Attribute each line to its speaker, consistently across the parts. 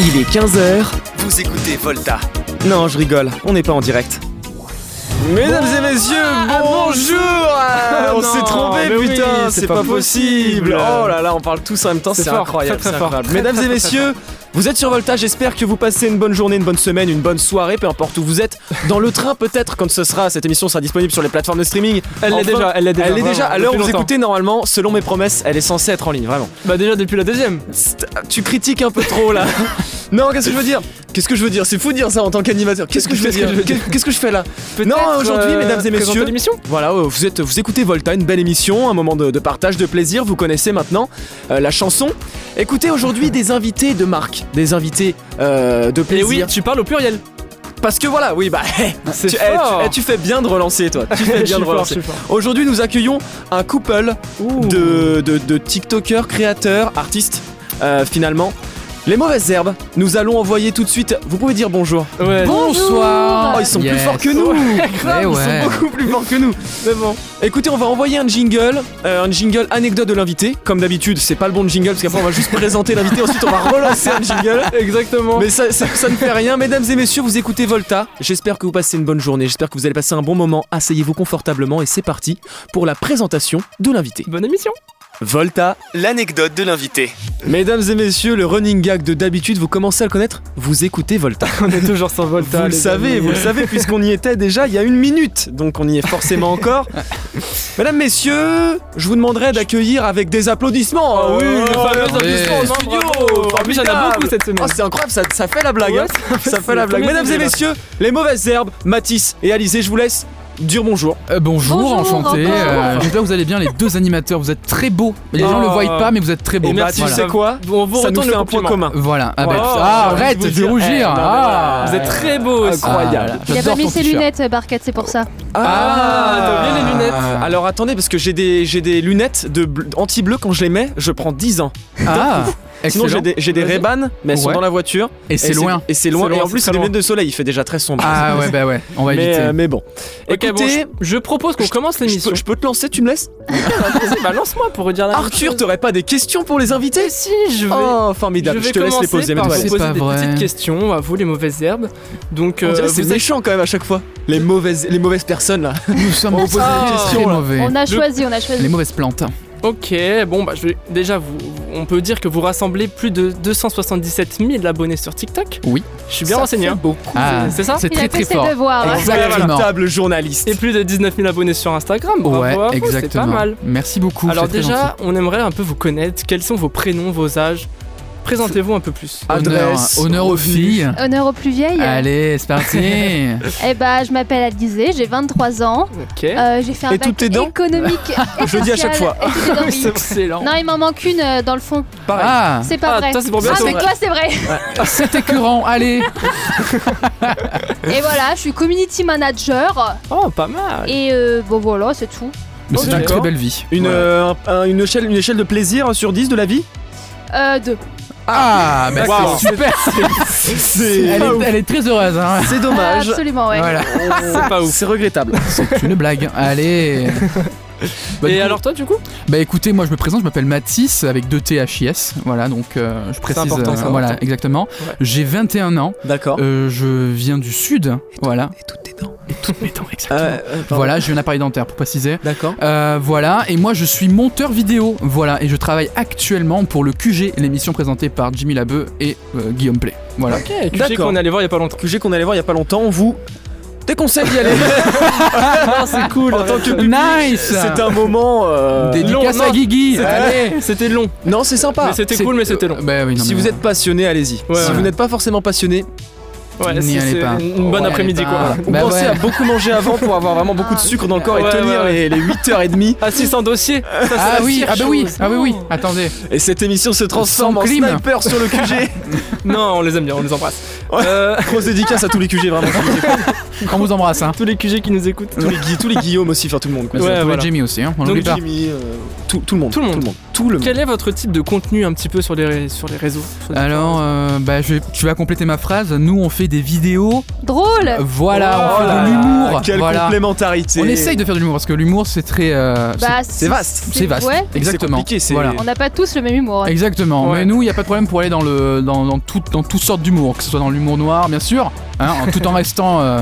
Speaker 1: Il est 15h.
Speaker 2: Vous écoutez Volta.
Speaker 1: Non, je rigole, on n'est pas en direct. Mesdames et messieurs,
Speaker 3: ah,
Speaker 1: bonjour Ah, On
Speaker 3: non,
Speaker 1: s'est trompé,
Speaker 3: mais oui,
Speaker 1: putain,
Speaker 3: c'est
Speaker 1: c'est
Speaker 3: pas
Speaker 1: pas possible
Speaker 3: possible.
Speaker 1: Oh là là, on parle tous en même temps,
Speaker 3: C'est
Speaker 1: c'est
Speaker 3: fort,
Speaker 1: incroyable,
Speaker 3: très, très
Speaker 1: c'est
Speaker 3: fort.
Speaker 1: incroyable. Mesdames et messieurs, vous êtes sur Volta, j'espère que vous passez une bonne journée, une bonne semaine, une bonne soirée, peu importe où vous êtes. Dans le train peut-être, quand ce sera, cette émission sera disponible sur les plateformes de streaming.
Speaker 3: Elle l'est
Speaker 1: Enfin,
Speaker 3: déjà, elle l'est déjà.
Speaker 1: Elle est déjà, à l'heure où vous
Speaker 3: Depuis longtemps.
Speaker 1: écoutez, normalement, selon mes promesses, elle est censée être en ligne, vraiment.
Speaker 3: Bah déjà depuis la deuxième.
Speaker 1: Psst, Tu critiques un peu trop là. non, qu'est-ce que je veux dire Qu'est-ce que je veux dire C'est fou de dire ça en tant qu'animateur. Qu'est-ce que je veux
Speaker 3: Qu'est-ce que
Speaker 1: dire
Speaker 3: je veux dire
Speaker 1: Qu'est-ce que je fais là
Speaker 3: Peut-être,
Speaker 1: Non, aujourd'hui,
Speaker 3: euh,
Speaker 1: mesdames et
Speaker 3: présenter
Speaker 1: messieurs.
Speaker 3: l'émission
Speaker 1: Voilà, euh, vous, êtes, vous écoutez Volta, une belle émission, un moment de, de partage, de plaisir. Vous connaissez maintenant euh, la chanson. Écoutez aujourd'hui des invités de marque, des invités euh, de
Speaker 3: Et
Speaker 1: plaisir.
Speaker 3: Eh oui, tu parles au pluriel.
Speaker 1: Parce que voilà, oui, bah,
Speaker 3: C'est
Speaker 1: tu, eh, tu-
Speaker 3: fort.
Speaker 1: eh, tu fais bien de relancer, toi. Tu fais bien de
Speaker 3: Je suis fort, je
Speaker 1: relancer.
Speaker 3: suis fort.
Speaker 1: Aujourd'hui, nous accueillons un couple de, de, de TikTokers, créateurs, artistes, euh, finalement. Les mauvaises herbes, nous allons envoyer tout de suite. Vous pouvez dire bonjour.
Speaker 3: Ouais.
Speaker 1: Bonsoir. Oh, ils sont plus
Speaker 4: Yes.
Speaker 1: forts que nous.
Speaker 4: Eh ouais.
Speaker 1: Ils sont beaucoup plus forts que nous.
Speaker 3: Mais bon.
Speaker 1: Écoutez, on va envoyer un jingle, euh, un jingle anecdote de l'invité. Comme d'habitude, c'est pas le bon jingle parce qu'après on va juste présenter l'invité, ensuite on va relancer un jingle.
Speaker 3: Exactement.
Speaker 1: Mais ça, ça- ça ne fait rien, mesdames et messieurs, vous écoutez Volta. J'espère que vous passez une bonne journée, j'espère que vous allez passer un bon moment. Asseyez-vous confortablement et c'est parti pour la présentation de l'invité.
Speaker 3: Bonne émission.
Speaker 1: Volta,
Speaker 2: L'anecdote de l'invité.
Speaker 1: mesdames et messieurs, le running gag de d'habitude, vous commencez à le connaître, vous écoutez Volta.
Speaker 3: On est toujours sans Volta.
Speaker 1: Vous le
Speaker 3: les
Speaker 1: savez,
Speaker 3: amis.
Speaker 1: vous le savez, puisqu'on y était déjà il y a une minute, donc on y est forcément encore. Mesdames, messieurs, je vous demanderai d'accueillir avec des applaudissements. Oh,
Speaker 3: Ah oui, les fameux
Speaker 4: oui.
Speaker 3: applaudissements en studio. En plus, il y en a beaucoup cette semaine.
Speaker 1: Oh, c'est incroyable, ça, ça fait la blague.
Speaker 3: Ouais,
Speaker 1: hein.
Speaker 3: fait-
Speaker 1: Ça
Speaker 3: c'est
Speaker 1: fait la
Speaker 3: la
Speaker 1: blague.
Speaker 3: première
Speaker 1: Mesdames et
Speaker 3: idée, là.
Speaker 1: messieurs, les mauvaises herbes, Matisse et Alizé, je vous laisse dire bonjour.
Speaker 4: Euh, bonjour,
Speaker 5: Bonjour,
Speaker 4: enchanté.
Speaker 5: encore.
Speaker 4: Euh, J'espère que vous allez bien, les deux animateurs. Vous êtes très beaux. Les gens
Speaker 3: Oh.
Speaker 4: le voient pas, mais vous êtes très beaux.
Speaker 3: Et merci,
Speaker 1: tu
Speaker 4: voilà.
Speaker 1: sais quoi
Speaker 3: on vous
Speaker 1: Ça nous
Speaker 3: retourne
Speaker 1: fait
Speaker 3: le
Speaker 1: un point
Speaker 3: compliment.
Speaker 1: commun.
Speaker 4: Voilà. Ah, bah,
Speaker 3: Oh,
Speaker 4: ah,
Speaker 3: j'ai envie
Speaker 4: arrête
Speaker 3: de vous
Speaker 4: de
Speaker 3: dire. Eh, non,
Speaker 4: rougir.
Speaker 3: mais
Speaker 4: Ah.
Speaker 3: Vous êtes très beaux aussi.
Speaker 4: Ah,
Speaker 1: incroyable.
Speaker 4: voilà.
Speaker 5: Il a pas
Speaker 4: J'adore
Speaker 5: mis
Speaker 4: ton
Speaker 5: ses
Speaker 4: t-shirt.
Speaker 5: lunettes, euh, Barkat, c'est pour ça.
Speaker 1: Ah,
Speaker 3: Ah, t'as oublié les lunettes.
Speaker 1: Alors attendez, parce que j'ai des, j'ai des lunettes de bleu- anti-bleu, quand je les mets, je prends 10 ans.
Speaker 4: Ah,
Speaker 1: Sinon j'ai
Speaker 4: excellent.
Speaker 1: des, j'ai des
Speaker 3: Vas-y.
Speaker 1: Ray-Ban, mais elles sont
Speaker 4: Ouais.
Speaker 1: dans la voiture.
Speaker 4: Et c'est
Speaker 1: Et
Speaker 4: loin.
Speaker 1: Et c'est loin.
Speaker 3: C'est loin,
Speaker 1: et en
Speaker 3: c'est
Speaker 1: plus,
Speaker 3: très
Speaker 1: c'est des
Speaker 3: loin.
Speaker 1: lunettes de soleil, il fait déjà très sombre.
Speaker 4: Ah ouais, bah ouais, on va
Speaker 1: mais,
Speaker 4: éviter.
Speaker 1: euh, mais bon.
Speaker 3: Ok, bon,
Speaker 1: Écoutez,
Speaker 3: je- je propose qu'on commence
Speaker 1: je,
Speaker 3: l'émission.
Speaker 1: peux, je peux te lancer, tu me laisses
Speaker 3: Bah lance-moi pour dire la même
Speaker 1: Arthur,
Speaker 3: chose.
Speaker 1: t'aurais pas des questions pour les invités
Speaker 3: Si, je vais.
Speaker 1: Oh,
Speaker 3: Je
Speaker 1: formidable.
Speaker 3: vais
Speaker 1: Je, te laisse les
Speaker 3: commencer
Speaker 1: poser.
Speaker 3: par
Speaker 1: mais toi,
Speaker 3: vous
Speaker 4: C'est
Speaker 3: poser
Speaker 4: pas
Speaker 3: des
Speaker 4: vrai.
Speaker 3: petites questions à vous les mauvaises herbes. Donc
Speaker 1: on
Speaker 3: euh,
Speaker 1: dirait que
Speaker 3: vous
Speaker 1: c'est
Speaker 3: êtes-
Speaker 1: méchant quand même à chaque fois. Les mauvaises, les mauvaises personnes là.
Speaker 4: Nous sommes
Speaker 1: on pose des
Speaker 4: très
Speaker 1: questions, là.
Speaker 4: mauvais.
Speaker 5: On a
Speaker 3: Je-
Speaker 5: choisi, on a choisi.
Speaker 4: Les mauvaises plantes.
Speaker 3: Ok, bon bah je vais déjà vous, on peut dire que vous rassemblez plus de 277 000 abonnés sur TikTok.
Speaker 4: Oui.
Speaker 3: Je suis bien
Speaker 1: Ça
Speaker 3: renseigné.
Speaker 1: fait
Speaker 3: hein.
Speaker 1: beaucoup.
Speaker 4: Ah,
Speaker 3: c'est ça
Speaker 4: C'est
Speaker 5: Il a
Speaker 4: très très
Speaker 5: fait ses
Speaker 4: fort.
Speaker 5: devoirs. hein.
Speaker 4: Exactement.
Speaker 1: Véritable journaliste.
Speaker 3: Et plus de 19 000 abonnés sur Instagram. Bravo
Speaker 4: Ouais,
Speaker 3: à vous, C'est
Speaker 4: exactement.
Speaker 3: pas mal.
Speaker 4: Merci beaucoup.
Speaker 3: Alors
Speaker 4: c'est très
Speaker 3: déjà, on aimerait un peu vous connaître. Quels sont vos prénoms, vos âges Présentez-vous un peu plus.
Speaker 4: gentil. honneur,
Speaker 1: adresse,
Speaker 4: honneur aux
Speaker 1: revenu.
Speaker 4: filles.
Speaker 5: Honneur aux plus vieilles.
Speaker 4: Allez, c'est parti.
Speaker 5: Eh bah, je m'appelle Alizé, j'ai 23 ans.
Speaker 3: Ok.
Speaker 5: Euh, j'ai fait un
Speaker 1: Et
Speaker 5: bac
Speaker 1: toutes tes dents
Speaker 5: économique. et
Speaker 1: Je le dis à chaque
Speaker 5: social,
Speaker 1: fois.
Speaker 5: et toutes tes dents, oui.
Speaker 3: Excellent.
Speaker 5: Non, il m'en manque une euh, dans le fond.
Speaker 1: Pareil.
Speaker 4: Ah,
Speaker 5: C'est pas
Speaker 3: Ah,
Speaker 5: vrai.
Speaker 3: toi, c'est pour
Speaker 5: ah,
Speaker 3: bientôt,
Speaker 5: mais
Speaker 3: ouais.
Speaker 5: toi, c'est vrai.
Speaker 4: c'est écœurant. Allez.
Speaker 5: Et voilà, je suis community manager.
Speaker 3: Oh, pas mal.
Speaker 5: Et euh, bon, voilà, c'est tout.
Speaker 4: Mais c'est
Speaker 3: D'accord.
Speaker 4: une très belle vie.
Speaker 1: Une,
Speaker 4: Ouais.
Speaker 1: euh, un- un- une, échelle, une échelle de plaisir sur 10 de la vie
Speaker 5: Euh, deux.
Speaker 4: Ah, bah
Speaker 1: D'accord.
Speaker 4: c'est super. Elle
Speaker 1: C'est
Speaker 4: est, elle est très heureuse. Hein.
Speaker 1: c'est
Speaker 5: Ah,
Speaker 1: dommage.
Speaker 5: absolument, ouais.
Speaker 4: Voilà,
Speaker 3: C'est pas ouf.
Speaker 1: C'est regrettable.
Speaker 4: c'est une blague. Allez. Bah, du
Speaker 3: Et
Speaker 4: coup-
Speaker 3: alors toi, du coup
Speaker 4: Bah écoutez, moi je me présente, je m'appelle Mathis avec deux T H I S. Voilà, donc euh, je précise.
Speaker 3: important, c'est
Speaker 4: voilà,
Speaker 3: important.
Speaker 4: exactement.
Speaker 3: Ouais.
Speaker 4: J'ai 21 ans.
Speaker 1: D'accord.
Speaker 4: euh, je viens du sud. Voilà.
Speaker 1: Et toutes tes dents.
Speaker 4: Toutes mes dents, exactement.
Speaker 1: Euh, euh, pardon.
Speaker 4: Voilà, j'ai un appareil dentaire pour préciser.
Speaker 1: D'accord.
Speaker 4: Euh, voilà, et moi je suis monteur vidéo, voilà, et je travaille actuellement pour le QG, l'émission présentée par Jimmy Labeu et euh, Guillaume Play. Voilà.
Speaker 3: Ok. Tu sais
Speaker 1: D'accord.
Speaker 3: qu'on est allé voir il y a pas longtemps.
Speaker 1: QG qu'on allait voir il y a pas longtemps, on vous déconseille d'y aller. c'est cool. En tant que public,
Speaker 4: Nice
Speaker 1: c'est un moment. euh,
Speaker 4: Dédicace
Speaker 3: long,
Speaker 4: à
Speaker 3: non.
Speaker 4: Guigui
Speaker 3: Allez, C'était long.
Speaker 1: Non, c'est sympa.
Speaker 3: Mais c'était
Speaker 4: Ah, C'est-
Speaker 3: cool, mais c'était long.
Speaker 4: Euh, bah oui, non,
Speaker 1: Si
Speaker 4: mais-
Speaker 1: vous êtes passionné, allez-y.
Speaker 3: Ouais,
Speaker 1: si
Speaker 4: ouais.
Speaker 1: vous n'êtes pas forcément passionné,
Speaker 3: Ouais,
Speaker 4: N'y
Speaker 3: c'est-
Speaker 4: allez
Speaker 3: c'est
Speaker 4: pas.
Speaker 3: Une bonne
Speaker 4: Ouais,
Speaker 3: après-midi,
Speaker 4: allez pas.
Speaker 3: quoi.
Speaker 1: vous
Speaker 4: Bah
Speaker 1: pensez
Speaker 4: ouais.
Speaker 1: à beaucoup manger avant pour avoir vraiment beaucoup de sucre dans le corps et
Speaker 3: Ouais,
Speaker 1: tenir
Speaker 3: ouais,
Speaker 1: Les, 8h30.
Speaker 3: Assistant Ah, dossier. ça, c'est
Speaker 4: Ah
Speaker 3: la
Speaker 4: oui,
Speaker 3: pire
Speaker 4: ah bah oui,
Speaker 3: chose.
Speaker 4: ah oui, oui, attendez.
Speaker 1: Et cette émission se transforme
Speaker 4: Sans
Speaker 1: en
Speaker 4: clim.
Speaker 1: sniper sur le QG.
Speaker 3: Non, Ah, on les aime bien, on les embrasse.
Speaker 1: Ouais.
Speaker 3: Euh,
Speaker 1: Grosse dédicace à tous les QG, vraiment.
Speaker 4: On vous embrasse, hein.
Speaker 3: tous les QG qui nous écoutent.
Speaker 1: tous, les, Gui- tous les Guillaume aussi, enfin tout le monde. Quoi.
Speaker 3: Ouais,
Speaker 4: Ouais,
Speaker 3: voilà.
Speaker 4: Jimmy aussi, hein, on
Speaker 3: Donc,
Speaker 4: l'oublie pas.
Speaker 1: Jimmy, euh, tout, tout le monde.
Speaker 3: Tout le monde.
Speaker 1: Tout le monde.
Speaker 3: Quel est votre type de contenu un petit peu sur les, sur les réseaux sur les
Speaker 4: Alors, euh, bah, je, vais- tu vas compléter ma phrase. Nous, on fait des vidéos. Ah,
Speaker 5: Drôle.
Speaker 4: Voilà,
Speaker 3: Oh
Speaker 4: on fait
Speaker 3: là
Speaker 4: de l'humour.
Speaker 1: Quelle
Speaker 4: voilà.
Speaker 1: complémentarité.
Speaker 4: On essaye de faire de l'humour parce que l'humour, c'est très. euh,
Speaker 5: Bah,
Speaker 1: c'est vaste.
Speaker 4: c'est vaste.
Speaker 5: Ouais.
Speaker 4: Exactement.
Speaker 1: compliqué, c'est-
Speaker 4: Voilà.
Speaker 5: On n'a pas tous le même humour. hein.
Speaker 4: Exactement.
Speaker 3: Ouais.
Speaker 4: Mais nous, il n'y a pas de problème pour aller dans, le, dans, dans tout- dans toutes sortes d'humour, que ce soit dans l'humour noir, bien sûr, hein, en- tout en restant euh,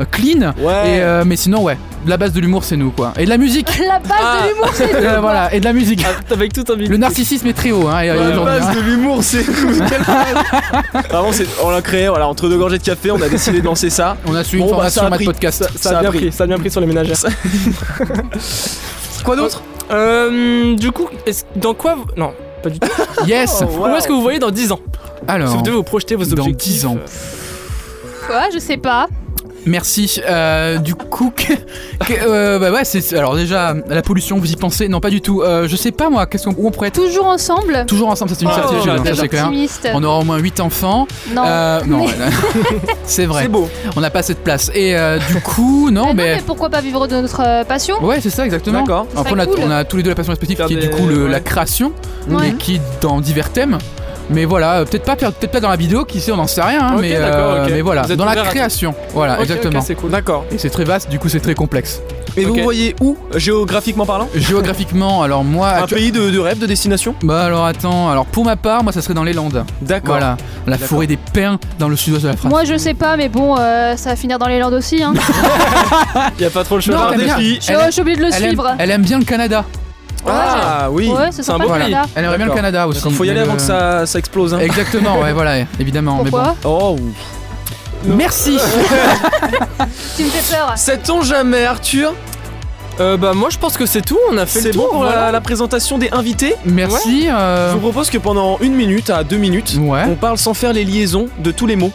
Speaker 4: euh, clean.
Speaker 1: Ouais.
Speaker 4: Et, euh, mais sinon, ouais, la base de l'humour, c'est nous, quoi. Et de la musique
Speaker 5: La base
Speaker 3: Ah.
Speaker 5: de l'humour, c'est
Speaker 4: Euh,
Speaker 5: tout.
Speaker 4: Voilà, et de la musique.
Speaker 1: Ah,
Speaker 3: Avec tout un
Speaker 4: Le narcissisme est très haut, hein, et-
Speaker 1: la
Speaker 4: aujourd'hui, hein.
Speaker 1: base de l'humour, c'est Quelle phrase Vraiment, c'est- on l'a créé. Voilà, entre deux gorgées de café, on a décidé de lancer ça.
Speaker 4: On a suivi une
Speaker 1: Bon, bah,
Speaker 4: formation
Speaker 1: ça a
Speaker 4: maths
Speaker 1: pris.
Speaker 4: podcast.
Speaker 1: Ça- ça a bien pris.
Speaker 3: ça a bien pris sur les ménagères.
Speaker 1: Quoi d'autre
Speaker 3: Euh, du coup, est-ce- dans quoi. vous- Non, pas du tout.
Speaker 4: Yes
Speaker 1: Oh, wow.
Speaker 3: Où est-ce que vous voyez dans 10 ans Si vous
Speaker 4: Alors,
Speaker 3: devez vous projeter vos
Speaker 4: dans
Speaker 3: objectifs.
Speaker 4: 10 ans.
Speaker 3: euh,
Speaker 5: Quoi Je sais pas.
Speaker 4: merci. Euh, du coup, que- que- euh, bah ouais, c'est... Alors déjà, la pollution, vous y pensez Non, pas du tout. Euh, je sais pas, moi, qu'est-ce qu'on... Où on pourrait être
Speaker 5: Toujours ensemble
Speaker 4: Toujours ensemble, ça c'est une
Speaker 3: Oh,
Speaker 4: certitude,
Speaker 3: j'aurais
Speaker 4: hein,
Speaker 3: été
Speaker 4: ça c'est clair.
Speaker 5: Optimiste.
Speaker 4: On aura au moins 8 enfants.
Speaker 5: Non.
Speaker 4: Euh, non,
Speaker 5: Mais-
Speaker 4: c'est
Speaker 1: Oh.
Speaker 4: vrai.
Speaker 1: C'est beau.
Speaker 4: On n'a pas assez de place. Et euh, du coup, non,
Speaker 5: mais, Eh non,
Speaker 4: mais.
Speaker 5: mais pourquoi pas vivre de notre euh, passion
Speaker 4: Ouais, c'est ça, exactement.
Speaker 1: D'accord.
Speaker 5: Ce
Speaker 4: Après,
Speaker 5: serait
Speaker 4: on a,
Speaker 5: cool.
Speaker 4: on a tous les deux la passion respective
Speaker 3: Faire
Speaker 4: qui est du
Speaker 3: des-
Speaker 4: coup le- la
Speaker 3: ouais.
Speaker 4: création,
Speaker 5: Ouais.
Speaker 4: et qui est dans divers thèmes. Mais voilà, euh, peut-être pas, peut être pas dans la vidéo, qui sait, on n'en sait rien. hein,
Speaker 3: Ok,
Speaker 4: mais,
Speaker 3: d'accord, ok.
Speaker 4: mais voilà,
Speaker 3: Vous êtes
Speaker 4: dans la
Speaker 3: ouvert à tout.
Speaker 4: création. Voilà,
Speaker 3: ok, ok,
Speaker 4: exactement.
Speaker 3: c'est cool.
Speaker 1: D'accord.
Speaker 4: et c'est très vaste, du coup, c'est très complexe.
Speaker 1: Et
Speaker 3: Ok.
Speaker 1: vous voyez où, géographiquement parlant
Speaker 4: Géographiquement, alors moi.
Speaker 1: Un
Speaker 4: actu-
Speaker 1: pays de, de rêve, de destination
Speaker 4: Bah alors attends, alors pour ma part, moi ça serait dans les Landes.
Speaker 1: D'accord.
Speaker 4: Voilà, la
Speaker 1: D'accord.
Speaker 4: forêt des pins dans le sud-ouest de la France.
Speaker 5: Moi, je sais pas, mais bon, euh, ça va finir dans les Landes aussi. Hein.
Speaker 3: Y a pas trop le
Speaker 4: Non,
Speaker 3: choix.
Speaker 4: t'as bien.
Speaker 5: je
Speaker 4: Elle-
Speaker 5: je suis obligée de le
Speaker 4: elle, aime,
Speaker 5: suivre.
Speaker 4: elle aime bien le Canada.
Speaker 1: Ah oui.
Speaker 5: Ouais, c'est
Speaker 3: c'est un
Speaker 5: sympa
Speaker 3: beau
Speaker 5: le
Speaker 3: pays.
Speaker 5: Canada.
Speaker 4: Elle aimerait bien le
Speaker 1: D'accord.
Speaker 4: Canada aussi.
Speaker 1: Il faut y
Speaker 4: mais
Speaker 1: aller avant
Speaker 4: le-
Speaker 1: que ça, ça explose. Hein.
Speaker 4: Exactement, ouais, voilà, évidemment. mais
Speaker 5: Pourquoi
Speaker 1: Oh, ou-
Speaker 4: bon. Merci
Speaker 5: Tu me fais peur.
Speaker 1: sait-on jamais, Arthur
Speaker 3: Euh, bah, moi je pense que c'est tout. On a fait
Speaker 1: C'est
Speaker 3: le
Speaker 1: bon
Speaker 3: tour.
Speaker 1: pour la,
Speaker 3: voilà.
Speaker 1: la présentation des invités
Speaker 4: Merci.
Speaker 1: Je
Speaker 4: euh,
Speaker 1: vous propose que pendant une minute à deux minutes,
Speaker 4: Ouais.
Speaker 1: on parle sans faire les liaisons de tous les mots.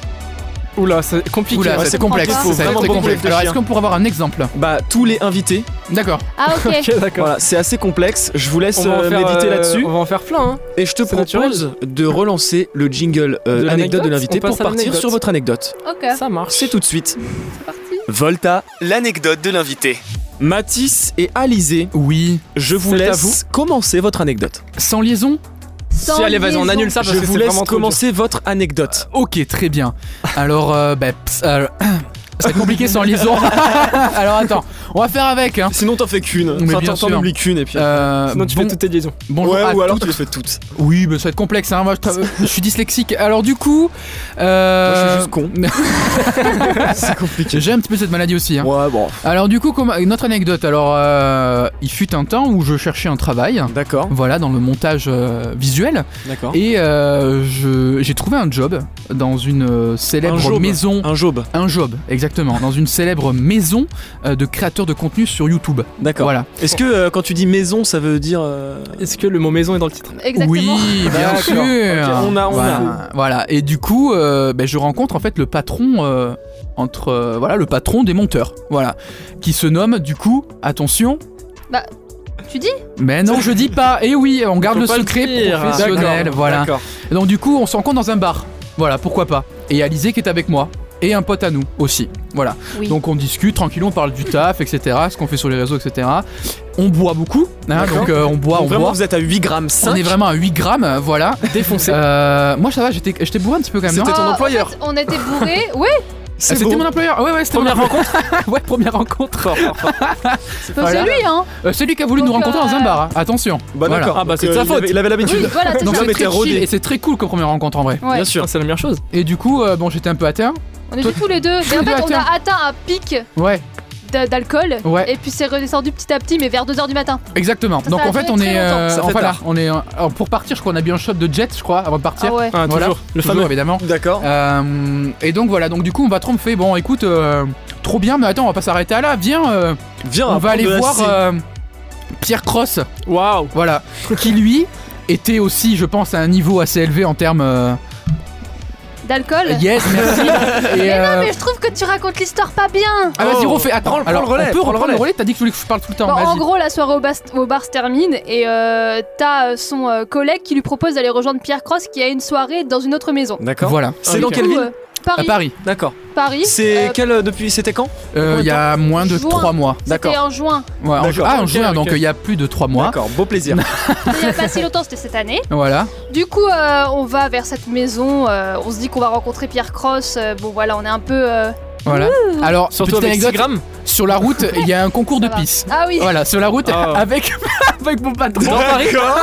Speaker 3: Oula, c'est compliqué.
Speaker 4: Oula,
Speaker 1: Ouais,
Speaker 4: c'est
Speaker 1: c'est
Speaker 4: complexe. ça
Speaker 5: compliqué.
Speaker 4: va être
Speaker 1: Vraiment
Speaker 4: très
Speaker 1: beaucoup
Speaker 4: complexe.
Speaker 1: réfléchir.
Speaker 4: Alors, est-ce qu'on pourrait avoir un exemple
Speaker 1: Bah, tous les invités.
Speaker 4: D'accord.
Speaker 5: Ah, ok.
Speaker 3: Ok, d'accord.
Speaker 1: Voilà, c'est assez complexe. Je vous laisse
Speaker 3: On va en
Speaker 1: euh,
Speaker 3: faire,
Speaker 1: méditer
Speaker 3: euh,
Speaker 1: là-dessus.
Speaker 3: On va en faire plein. hein.
Speaker 1: Et je te
Speaker 3: c'est
Speaker 1: propose de relancer le jingle euh,
Speaker 3: De l'anecdote
Speaker 1: anecdote de l'invité
Speaker 3: On passe
Speaker 1: pour
Speaker 3: à
Speaker 1: partir
Speaker 3: l'anecdote.
Speaker 1: sur votre anecdote.
Speaker 5: Ok.
Speaker 3: Ça marche.
Speaker 1: C'est tout de suite.
Speaker 5: C'est parti.
Speaker 1: Volta,
Speaker 2: L'anecdote de l'invité.
Speaker 1: Mathis et Alizé,
Speaker 4: Oui.
Speaker 1: je vous
Speaker 3: C'est à
Speaker 1: laisse
Speaker 3: vous.
Speaker 1: commencer votre anecdote.
Speaker 4: Sans liaison
Speaker 5: Sans
Speaker 3: Si, allez, vas-y, on
Speaker 5: liaison.
Speaker 3: annule ça parce
Speaker 1: je
Speaker 3: que
Speaker 1: vous
Speaker 3: c'est
Speaker 1: laisse
Speaker 3: vraiment trop dur.
Speaker 1: commencer votre anecdote.
Speaker 4: Ok, très bien. Alors, euh, bah, ps- alors, c'est compliqué sans liaison. alors attends, on va faire avec.
Speaker 3: Ah.
Speaker 4: Hein.
Speaker 1: Sinon, t'en fais qu'une.
Speaker 4: Mais
Speaker 1: Enfin,
Speaker 4: bien
Speaker 1: t'en- t'en
Speaker 4: sûr.
Speaker 1: oublies qu'une et puis.
Speaker 4: Euh,
Speaker 3: Sinon, tu
Speaker 4: bon-
Speaker 3: fais toutes tes liaisons.
Speaker 4: bonjour
Speaker 1: ouais,
Speaker 4: à
Speaker 1: ou alors
Speaker 4: toutes.
Speaker 1: tu les fais toutes.
Speaker 4: Oui, mais ça va être complexe. Hein. Moi, je, tra- je suis dyslexique. Alors du coup, euh,
Speaker 1: Moi, je suis juste con. c'est compliqué.
Speaker 4: j'ai un petit peu cette maladie aussi. Hein.
Speaker 1: Ouais, bon,
Speaker 4: Alors du coup, comme... une autre anecdote. Alors, euh, il fut un temps où je cherchais un travail.
Speaker 1: d'accord,
Speaker 4: Voilà, dans le montage euh, visuel.
Speaker 1: d'accord.
Speaker 4: Et euh, je- j'ai trouvé un job dans une euh,
Speaker 1: Un
Speaker 4: célèbre
Speaker 1: job.
Speaker 4: maison.
Speaker 1: Un job,
Speaker 4: Un job, exactement. Dans une célèbre maison euh, de créateurs de contenu sur YouTube.
Speaker 1: d'accord.
Speaker 4: Voilà.
Speaker 1: Est-ce que euh, quand tu dis maison, ça veut dire. euh,
Speaker 3: Est-ce que le mot maison est dans le titre
Speaker 5: Exactement.
Speaker 4: Oui, bien
Speaker 1: D'accord.
Speaker 4: sûr.
Speaker 1: Ok, on a- on
Speaker 4: voilà.
Speaker 1: a.
Speaker 4: Voilà. Et du coup, euh, ben, je rencontre en fait le patron euh, entre euh, voilà le patron des monteurs. Voilà, qui se nomme du coup attention.
Speaker 5: Tu dis
Speaker 4: Mais non, je dis pas. Et oui, on garde
Speaker 3: Faut
Speaker 4: le
Speaker 3: pas
Speaker 4: secret
Speaker 3: dire.
Speaker 4: professionnel.
Speaker 3: D'accord,
Speaker 4: Voilà.
Speaker 3: d'accord.
Speaker 4: Donc du coup, on se rencontre dans un bar. Voilà, pourquoi pas. Et Alizé qui est avec moi. Et un pote à nous aussi. Voilà.
Speaker 5: Oui.
Speaker 4: Donc on discute tranquillou, on parle du taf, etc. Ce qu'on fait sur les réseaux, etc. On boit beaucoup. hein,
Speaker 1: D'accord.
Speaker 4: donc euh, on boit, on
Speaker 1: Vraiment,
Speaker 4: boit.
Speaker 1: vous êtes à 8 grammes 5.
Speaker 4: On est vraiment à 8 grammes, euh, voilà.
Speaker 3: Défoncé.
Speaker 4: Euh, moi ça va, j'étais j'étais bourré un petit peu quand même. non
Speaker 1: C'était ton
Speaker 5: Ah, en
Speaker 1: employeur.
Speaker 5: fait, on était bourrés. Ouais,
Speaker 4: Ah,
Speaker 1: C'est
Speaker 4: C'était
Speaker 1: beau.
Speaker 4: mon employeur. Ah Ouais, ouais, c'était
Speaker 3: Première
Speaker 4: mon rencontre. ouais, première rencontre.
Speaker 3: Fort, fort, fort.
Speaker 5: bah,
Speaker 4: Voilà.
Speaker 5: c'est lui, hein.
Speaker 4: Euh, c'est lui qui a voulu
Speaker 5: Donc,
Speaker 4: nous rencontrer dans un
Speaker 5: euh,
Speaker 4: bar. hein. Attention.
Speaker 1: Bah
Speaker 4: Voilà.
Speaker 1: d'accord.
Speaker 3: Ah, bah,
Speaker 1: Donc,
Speaker 3: c'est de
Speaker 1: euh,
Speaker 3: sa
Speaker 1: il avait-
Speaker 3: faute.
Speaker 1: Il avait l'habitude.
Speaker 5: Oui, voilà, c'est
Speaker 4: Donc
Speaker 5: ça.
Speaker 1: l'homme
Speaker 4: c'est
Speaker 1: était
Speaker 4: très
Speaker 1: rodé.
Speaker 4: chill et c'est très cool comme première rencontre en vrai.
Speaker 5: Ouais.
Speaker 1: Bien sûr.
Speaker 3: Ah, C'est la meilleure chose.
Speaker 4: Et du coup, euh, bon, j'étais un peu à terre.
Speaker 5: On était
Speaker 4: Toi,
Speaker 5: tous les deux.
Speaker 4: tu
Speaker 5: Mais en
Speaker 4: devais
Speaker 5: fait, on
Speaker 4: atteindre-
Speaker 5: a atteint un pic
Speaker 4: Ouais,
Speaker 5: d'a- d'alcool.
Speaker 4: Ouais.
Speaker 5: Et puis c'est redescendu petit à petit, mais vers 2h du matin.
Speaker 4: exactement.
Speaker 5: Ça,
Speaker 4: Donc
Speaker 5: ça a
Speaker 4: en fait,
Speaker 5: duré
Speaker 4: on
Speaker 5: très
Speaker 4: est, euh,
Speaker 1: longtemps. Ça
Speaker 4: on-
Speaker 1: fait
Speaker 4: voilà,
Speaker 1: tard.
Speaker 4: on est euh, alors, pour partir. Je crois qu'on a bu un shot de jet, je crois, avant de partir.
Speaker 5: Ah ouais.
Speaker 3: Ah,
Speaker 4: Voilà.
Speaker 3: toujours. Le
Speaker 4: Toujours,
Speaker 3: fameux.
Speaker 4: évidemment.
Speaker 1: D'accord.
Speaker 4: Euh, et donc voilà, donc du coup, on va trop me fait. Bon, écoute, euh, trop bien, mais attends, on va pas s'arrêter à là. Viens, euh,
Speaker 1: Viens.
Speaker 4: on va
Speaker 1: prendre
Speaker 4: aller
Speaker 1: Ah, de la
Speaker 4: voir
Speaker 1: C.
Speaker 4: euh, Pierre Cross.
Speaker 3: Waouh.
Speaker 4: Voilà, qui lui était aussi, je pense, à un niveau assez élevé en termes. euh,
Speaker 5: D'alcool
Speaker 4: yes, merci. Et,
Speaker 5: Mais
Speaker 4: euh,
Speaker 5: non, mais je trouve que tu racontes l'histoire pas bien.
Speaker 4: Ah vas-y
Speaker 1: Oh.
Speaker 4: refais, attends,
Speaker 1: Prends le- prends
Speaker 4: alors
Speaker 1: le relais,
Speaker 4: on peut
Speaker 1: prends le
Speaker 4: reprendre le
Speaker 1: relais.
Speaker 4: relais, t'as dit que tu voulais que je parle tout le temps,
Speaker 5: Bon, en
Speaker 4: vas-y.
Speaker 5: gros, la soirée au, bas- au bar se termine et euh, t'as euh, son euh, collègue qui lui propose d'aller rejoindre Pierre Cross qui a une soirée dans une autre maison.
Speaker 1: D'accord.
Speaker 4: Voilà,
Speaker 1: C'est
Speaker 3: Ok.
Speaker 1: dans quelle
Speaker 5: Ou,
Speaker 1: ville
Speaker 5: euh, Paris.
Speaker 4: à Paris,
Speaker 1: D'accord.
Speaker 5: Paris.
Speaker 1: C'est
Speaker 5: Euh,
Speaker 1: quel euh, depuis C'était quand
Speaker 4: Euh, il y a moins de
Speaker 5: Juin.
Speaker 4: 3 mois.
Speaker 5: C'était
Speaker 1: D'accord.
Speaker 5: en juin.
Speaker 4: Ouais, en
Speaker 1: D'accord.
Speaker 4: ju- ah, en
Speaker 3: Ok,
Speaker 4: juin,
Speaker 3: ok.
Speaker 4: donc euh, il y a plus de 3 mois.
Speaker 1: D'accord. Beau plaisir.
Speaker 5: C'était il y a pas si longtemps, c'était cette année.
Speaker 4: Voilà,
Speaker 5: Du coup, euh, on va vers cette maison. euh, on se dit qu'on va rencontrer Pierre Cross. euh, bon, voilà, on est un peu euh,
Speaker 4: Voilà. Alors,
Speaker 3: Surtout
Speaker 4: petite
Speaker 3: avec
Speaker 4: anecdote,
Speaker 3: 6 grammes.
Speaker 4: sur la route, il y a un concours de
Speaker 5: Ça va.
Speaker 4: pisse.
Speaker 5: Ah oui,
Speaker 4: Voilà, sur la route,
Speaker 3: Ah.
Speaker 4: avec, avec mon patron.
Speaker 1: D'accord.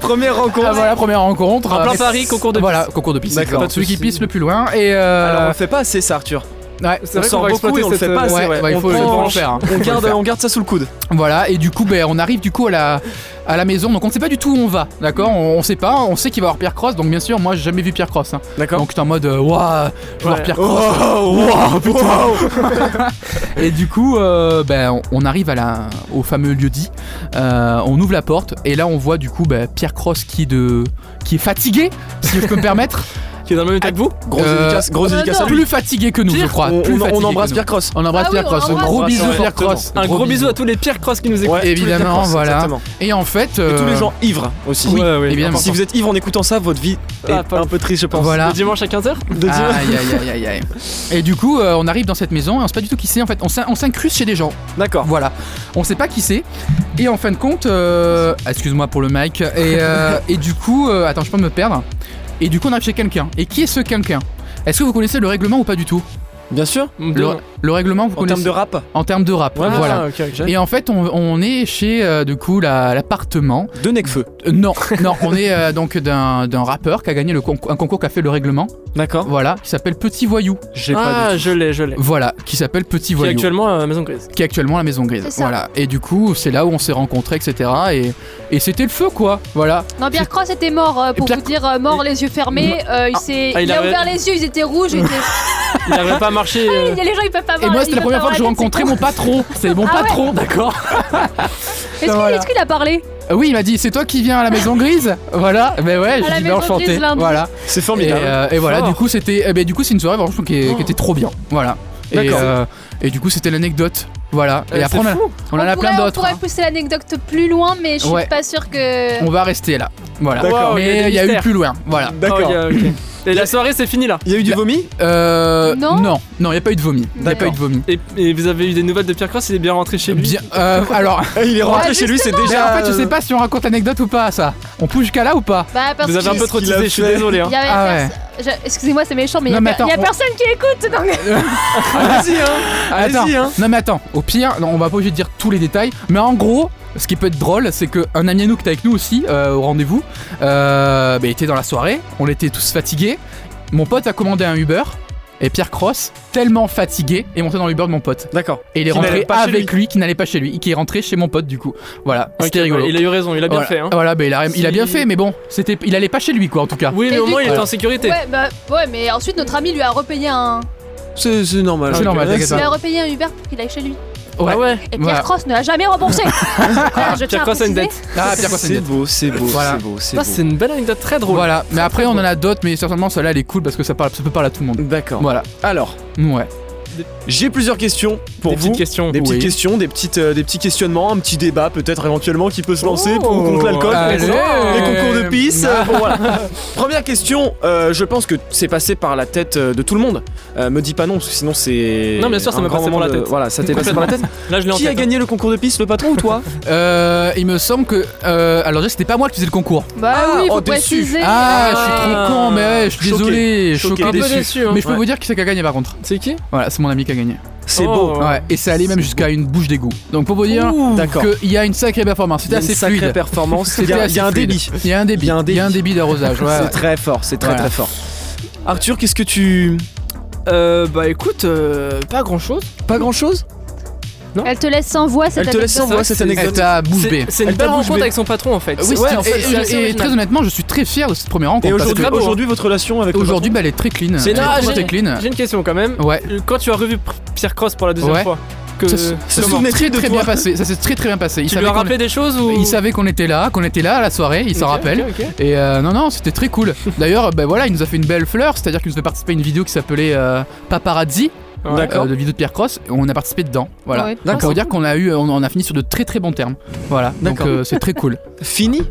Speaker 1: Première rencontre.
Speaker 4: Ah, voilà, première rencontre.
Speaker 3: En
Speaker 4: Euh,
Speaker 3: plein
Speaker 4: mais-
Speaker 3: Paris, concours de
Speaker 4: Voilà, concours de pisse.
Speaker 1: D'accord.
Speaker 4: Pas de Celui qui
Speaker 3: soucis.
Speaker 4: pisse le plus loin. Et euh,
Speaker 1: Alors on le fait pas assez ça Arthur.
Speaker 4: ouais,
Speaker 3: C'est
Speaker 1: On
Speaker 3: vrai qu'on
Speaker 1: sort
Speaker 3: va
Speaker 1: beaucoup et on le
Speaker 3: exploiter
Speaker 1: fait pas
Speaker 3: cette,
Speaker 1: assez.
Speaker 4: ouais, ouais,
Speaker 1: on,
Speaker 4: il faut, il faut
Speaker 1: prend-
Speaker 4: en faire. hein.
Speaker 1: on garde,
Speaker 4: Faut le
Speaker 1: on garde ça sous le coude.
Speaker 4: Voilà, et du coup, ben, on arrive du coup à la, à la maison, donc on ne sait pas du tout où on va, d'accord on, on sait pas, on sait qu'il va y avoir Pierre Cross, donc bien sûr, moi j'ai jamais vu Pierre Cross. hein.
Speaker 1: D'accord. Oh,
Speaker 4: Donc j'étais en mode, euh, waouh, je vais voir
Speaker 3: Ouais.
Speaker 4: Pierre Cross.
Speaker 1: Wow, wow, wow.
Speaker 4: Et du coup, euh, ben, on on arrive à la, au fameux lieu dit, euh, on ouvre la porte, et là on voit du coup ben, Pierre Cross qui est, de, qui est fatigué, si je peux me permettre,
Speaker 3: Qui est dans le même
Speaker 1: Ah,
Speaker 3: état que vous
Speaker 1: Grosse
Speaker 4: Euh,
Speaker 1: dédicace, grosse
Speaker 5: euh,
Speaker 1: dédicace à
Speaker 5: non.
Speaker 1: lui.
Speaker 4: plus fatigué que nous, je
Speaker 3: Pierre,
Speaker 4: crois.
Speaker 1: On,
Speaker 4: plus
Speaker 1: on- on
Speaker 4: fatigué
Speaker 1: embrasse
Speaker 4: que nous.
Speaker 1: Pierre Cross.
Speaker 4: On embrasse
Speaker 5: Ah oui,
Speaker 4: Pierre
Speaker 5: on
Speaker 4: Cross,
Speaker 5: l'embrasse.
Speaker 4: gros bisous
Speaker 1: Ouais,
Speaker 4: Pierre Cross.
Speaker 3: Un gros bisou à
Speaker 4: bisous.
Speaker 3: tous les Pierre Cross qui nous écoutent.
Speaker 1: Ouais, tous les
Speaker 4: évidemment,
Speaker 1: Pierre Cross,
Speaker 4: voilà.
Speaker 1: exactement.
Speaker 4: Et en fait.
Speaker 1: Et tous
Speaker 4: euh,
Speaker 1: les gens ivres aussi.
Speaker 4: Oui,
Speaker 3: Ouais, ouais,
Speaker 4: évidemment.
Speaker 1: Si vous êtes ivre en écoutant ça, votre vie est
Speaker 3: Ah, pas-
Speaker 1: un peu triste, je pense.
Speaker 4: Voilà.
Speaker 3: Le dimanche à 15h
Speaker 1: De dire-
Speaker 4: Aïe, aïe, aïe, aïe, aïe. Et du coup, euh, on arrive dans cette maison et on sait pas du tout qui c'est. En fait, on s'in- on s'incruste chez des gens.
Speaker 1: D'accord.
Speaker 4: Voilà. On sait pas qui c'est. Et en fin de compte, euh, excuse-moi pour le mic. Et, euh, et du coup, euh, attends, je peux me perdre. Et du coup, on arrive chez quelqu'un. Et qui est ce quelqu'un Est-ce que vous connaissez le règlement ou pas du tout
Speaker 1: Bien sûr.
Speaker 3: Mmh.
Speaker 4: le, le règlement, vous
Speaker 1: En termes
Speaker 4: connaissez
Speaker 1: de rap,
Speaker 4: en termes de rap.
Speaker 3: Ah,
Speaker 4: voilà. Et en fait, on, on est chez euh, du coup la- l'appartement.
Speaker 1: de Necfeu.
Speaker 4: Euh, non, non, on est euh, donc d'un d'un rappeur qui a gagné le concours- un concours qu'a fait le règlement.
Speaker 1: D'accord.
Speaker 4: Voilà, qui s'appelle Petit Voyou.
Speaker 1: J'ai pas
Speaker 3: Ah, je l'ai, je l'ai.
Speaker 4: Voilà, qui s'appelle Petit
Speaker 3: Qui est
Speaker 4: Voyou, qui est,
Speaker 3: actuellement à la Maison Grise.
Speaker 4: actuellement à la Maison Grise.
Speaker 5: C'est ça.
Speaker 4: Voilà. Et du coup, c'est là où on s'est rencontrés, etc. Et, et c'était le feu, quoi. Voilà.
Speaker 5: non, Pierre Cross était mort, euh, pour
Speaker 4: Pierre-
Speaker 5: vous dire, euh, mort les yeux fermés. euh, il, s'est-
Speaker 3: Ah, il
Speaker 5: il a
Speaker 3: avait-
Speaker 5: ouvert les yeux, ils étaient rouges. ils étaient-
Speaker 3: Il n'arrive pas euh. à marcher.
Speaker 1: Ah,
Speaker 5: Il y a les gens, ils peuvent pas voir.
Speaker 4: et moi,
Speaker 5: ils
Speaker 4: c'était la
Speaker 5: peuvent
Speaker 4: première
Speaker 5: pas
Speaker 4: fois que je
Speaker 5: voir la
Speaker 4: rencontrais
Speaker 5: tête,
Speaker 4: mon patron. C'est mon
Speaker 5: Ah ouais.
Speaker 4: patron, d'accord
Speaker 5: c'est con. Est-ce qu'il-
Speaker 4: Ah, Voilà.
Speaker 5: est-ce qu'il a parlé
Speaker 4: Euh, Oui, il m'a dit, c'est toi qui viens à la Maison Grise Voilà. Mais ouais, j'ai
Speaker 5: la
Speaker 4: dit, ben,
Speaker 5: Maison
Speaker 4: enchanté.
Speaker 5: Grise lundi.
Speaker 4: Voilà.
Speaker 1: C'est
Speaker 4: Et,
Speaker 1: formidable.
Speaker 4: euh, et voilà,
Speaker 3: Fort.
Speaker 4: du coup, c'était eh ben, du coup, c'est une soirée franchement qui, est- qui était trop bien. Voilà. Et,
Speaker 1: D'accord.
Speaker 4: euh, et du coup, c'était l'anecdote. Voilà.
Speaker 3: Euh,
Speaker 4: et après, on,
Speaker 3: c'est
Speaker 4: a-
Speaker 3: fou.
Speaker 4: on en a
Speaker 5: pourrait-
Speaker 4: plein
Speaker 5: On
Speaker 4: d'autres. hein.
Speaker 5: pourrait pousser l'anecdote plus loin, mais je suis
Speaker 4: Ouais.
Speaker 5: pas sûre que.
Speaker 4: On va rester là. Voilà.
Speaker 1: D'accord.
Speaker 3: Wow,
Speaker 4: Mais il y a eu
Speaker 3: mystères.
Speaker 4: plus loin. Voilà.
Speaker 1: D'accord.
Speaker 3: Oh, il y a- ok. Et la soirée, c'est fini là.
Speaker 1: Il y a eu du vomi
Speaker 4: Euh,
Speaker 5: Non.
Speaker 4: non, il n'y a pas eu de vomi. Il n'y a
Speaker 5: D'accord.
Speaker 4: pas eu de vomi.
Speaker 3: Et, et vous avez eu des nouvelles de Pierre Cross Il est bien rentré chez lui.
Speaker 4: Bien, euh, alors,
Speaker 1: Il est rentré chez lui, c'est
Speaker 4: mais
Speaker 1: déjà.
Speaker 4: en fait, je sais pas si on raconte l'anecdote ou pas, ça. On pousse jusqu'à là ou pas
Speaker 5: Bah, parce
Speaker 3: Vous avez
Speaker 5: que-
Speaker 3: un peu trop
Speaker 1: Qu'est-ce qu'il a
Speaker 3: teasé, je suis
Speaker 1: fait
Speaker 3: désolé. hein.
Speaker 5: Il y a-
Speaker 4: Ah ouais.
Speaker 5: je- Excusez-moi, c'est méchant, mais il y
Speaker 4: Non,
Speaker 5: a,
Speaker 4: mais
Speaker 5: per- il y a
Speaker 4: attends, on-
Speaker 5: personne qui écoute. donc-
Speaker 1: Vas-y, hein.
Speaker 4: Attends,
Speaker 1: Allez-y, hein.
Speaker 4: non mais attends, au pire, non, on va pas obligé de dire tous les détails, mais en gros, ce qui peut être drôle, c'est qu'un ami à nous qui était avec nous aussi, euh, au rendez-vous, euh, bah, il était dans la soirée, on était tous fatigués, mon pote a commandé un Uber, et Pierre Cross, tellement fatigué, est monté dans l'Uber de mon pote.
Speaker 1: D'accord.
Speaker 4: Et il est
Speaker 1: Qui n'allait
Speaker 4: rentré
Speaker 1: pas chez
Speaker 4: avec lui, qui n'allait pas chez lui, qui est rentré chez mon pote du coup. Voilà,
Speaker 3: Ok, bah,
Speaker 4: c'était rigolo.
Speaker 3: Il a eu raison, il a bien
Speaker 4: voilà,
Speaker 3: fait. Hein.
Speaker 4: Voilà, bah, il, a, il a bien
Speaker 3: Si-
Speaker 4: fait, mais bon, c'était, il allait pas chez lui quoi en tout cas.
Speaker 3: Oui, mais
Speaker 5: Et
Speaker 3: au
Speaker 5: du
Speaker 3: moins il
Speaker 5: coup-
Speaker 3: était en sécurité.
Speaker 5: Ouais, bah, ouais, mais ensuite notre ami lui a repayé un.
Speaker 1: C'est c'est normal.
Speaker 4: C'est
Speaker 1: Ok.
Speaker 4: normal, t'inquiète
Speaker 5: Il
Speaker 4: pas.
Speaker 5: a repayé un Uber pour qu'il aille chez lui.
Speaker 3: Ah ouais.
Speaker 5: Et Pierre
Speaker 4: Voilà.
Speaker 5: Cross ne l'a jamais remboursé. Voilà, je tiens
Speaker 3: Pierre
Speaker 5: à
Speaker 3: Cross a une
Speaker 5: préciser.
Speaker 3: dette.
Speaker 4: Ah, Pierre Cross, c'est
Speaker 1: C'est beau, c'est beau,
Speaker 4: Voilà.
Speaker 1: c'est beau, c'est
Speaker 3: Ça, c'est
Speaker 1: beau.
Speaker 3: une belle anecdote très drôle.
Speaker 4: Voilà, mais après on en a d'autres, mais certainement celle-là elle est cool parce que ça, parle, ça peut parler à tout le monde.
Speaker 1: D'accord.
Speaker 4: Voilà,
Speaker 1: Alors,
Speaker 4: ouais.
Speaker 1: j'ai plusieurs questions pour
Speaker 3: Des petites
Speaker 1: vous.
Speaker 3: questions.
Speaker 1: Des petites
Speaker 4: Oui.
Speaker 1: questions, des, petites, euh, des petits questionnements, un petit débat peut-être éventuellement qui peut se lancer pour ou
Speaker 3: Oh,
Speaker 1: contre l'alcool,
Speaker 4: allez.
Speaker 1: pour les concours de pisse.
Speaker 4: Ah.
Speaker 1: euh, bon, voilà. Première question, euh, je pense que c'est passé par la tête euh, de tout le monde. Euh, me dis pas non, parce que sinon c'est.
Speaker 3: Non, bien sûr, ça
Speaker 1: un
Speaker 3: m'a
Speaker 1: grand
Speaker 3: passé par
Speaker 1: moment
Speaker 3: la
Speaker 1: de-
Speaker 3: tête.
Speaker 1: Voilà, ça t'est passé par la tête.
Speaker 3: Là, je l'ai en
Speaker 1: Qui a
Speaker 3: tête, hein.
Speaker 1: gagné le concours de pisse, le patron ou toi
Speaker 4: Euh, il me semble que. Euh, alors déjà, c'était pas moi qui faisais le concours.
Speaker 5: Bah
Speaker 1: Ah,
Speaker 5: oui,
Speaker 1: oh,
Speaker 5: faut
Speaker 1: déçu.
Speaker 5: préciser. Euh,
Speaker 4: Ah, je suis
Speaker 3: Ah.
Speaker 4: trop con, mais ouais, je suis
Speaker 1: Choqué.
Speaker 4: désolé,
Speaker 1: Choqué,
Speaker 4: choqué.
Speaker 3: Un peu
Speaker 1: déçu.
Speaker 3: déçu. hein.
Speaker 4: Mais je peux
Speaker 1: Ouais.
Speaker 4: vous dire qui c'est qui a gagné par contre.
Speaker 3: C'est qui
Speaker 4: Voilà, c'est mon ami qui a gagné.
Speaker 1: C'est
Speaker 3: Oh.
Speaker 1: beau.
Speaker 3: Ouais.
Speaker 4: Ouais, et c'est allé même jusqu'à une bouche d'égout. Donc pour vous dire
Speaker 1: D'accord.
Speaker 4: qu'il y a une sacrée performance,
Speaker 1: Il y
Speaker 4: c'était
Speaker 1: a une
Speaker 4: assez
Speaker 1: sacrée
Speaker 4: fluide.
Speaker 1: performance. Il y
Speaker 4: C'était
Speaker 1: a,
Speaker 4: assez
Speaker 1: il y a un
Speaker 4: fluide.
Speaker 1: débit.
Speaker 4: Il y a un débit,
Speaker 1: Il y a un
Speaker 4: il y a un débit d'arrosage. ouais,
Speaker 1: c'est très fort, c'est très
Speaker 4: Voilà.
Speaker 1: très fort. Arthur, qu'est-ce que tu.
Speaker 3: Euh, Bah écoute, euh, pas grand chose.
Speaker 1: Pas grand chose
Speaker 5: Elle te laisse sans voix cette
Speaker 1: Elle te laisse sans
Speaker 5: anecdote.
Speaker 1: voix cette
Speaker 3: C'est-
Speaker 4: Elle
Speaker 1: anecdote.
Speaker 4: t'a bouche bée.
Speaker 3: C'est c'est
Speaker 1: Elle
Speaker 3: une
Speaker 1: t'a
Speaker 3: belle
Speaker 1: bouche
Speaker 3: rencontre
Speaker 1: bée.
Speaker 3: avec son patron en fait. Ouais,
Speaker 4: Oui, c'était-
Speaker 3: en fait,
Speaker 4: et-
Speaker 3: c'est assez
Speaker 4: et, et
Speaker 3: original.
Speaker 4: très honnêtement, je suis très fier de cette première rencontre.
Speaker 1: Et
Speaker 4: parce
Speaker 1: aujourd'hui,
Speaker 4: que
Speaker 3: très beau, hein.
Speaker 1: aujourd'hui, votre relation avec le
Speaker 4: aujourd'hui, bah, elle est très clean.
Speaker 1: C'est
Speaker 4: Elle est
Speaker 3: Ah,
Speaker 4: très,
Speaker 3: j'ai-
Speaker 4: très clean.
Speaker 3: J'ai une question quand même.
Speaker 4: Ouais.
Speaker 3: Quand tu as revu P- Pierre Cross pour la deuxième
Speaker 4: Ouais.
Speaker 3: fois, que
Speaker 4: Ça se-
Speaker 1: se
Speaker 4: Ça s'est
Speaker 1: souvenait
Speaker 4: très,
Speaker 1: de
Speaker 4: très
Speaker 1: toi.
Speaker 4: bien passé. Ça s'est très très bien passé. Il
Speaker 3: tu lui
Speaker 4: savait
Speaker 3: as
Speaker 4: qu'on-
Speaker 3: rappelé des choses ou
Speaker 1: Oh.
Speaker 4: il savait qu'on était là, qu'on était là à la soirée, il s'en
Speaker 3: Ok,
Speaker 4: rappelle.
Speaker 3: ok, ok.
Speaker 4: Et euh, non, non, c'était très cool. D'ailleurs, ben voilà, il nous a fait une belle fleur, c'est-à-dire qu'il nous a participé à une vidéo qui s'appelait euh, Paparazzi,
Speaker 3: Ouais.
Speaker 1: D'accord.
Speaker 4: euh, de vidéo de Pierre Cross, et on a participé dedans. Voilà.
Speaker 5: Ouais.
Speaker 4: D'accord. Pour dire qu'on a eu, on, on a fini sur de très très bons termes. Voilà. Donc
Speaker 1: D'accord.
Speaker 4: euh, c'est très cool.
Speaker 1: Fini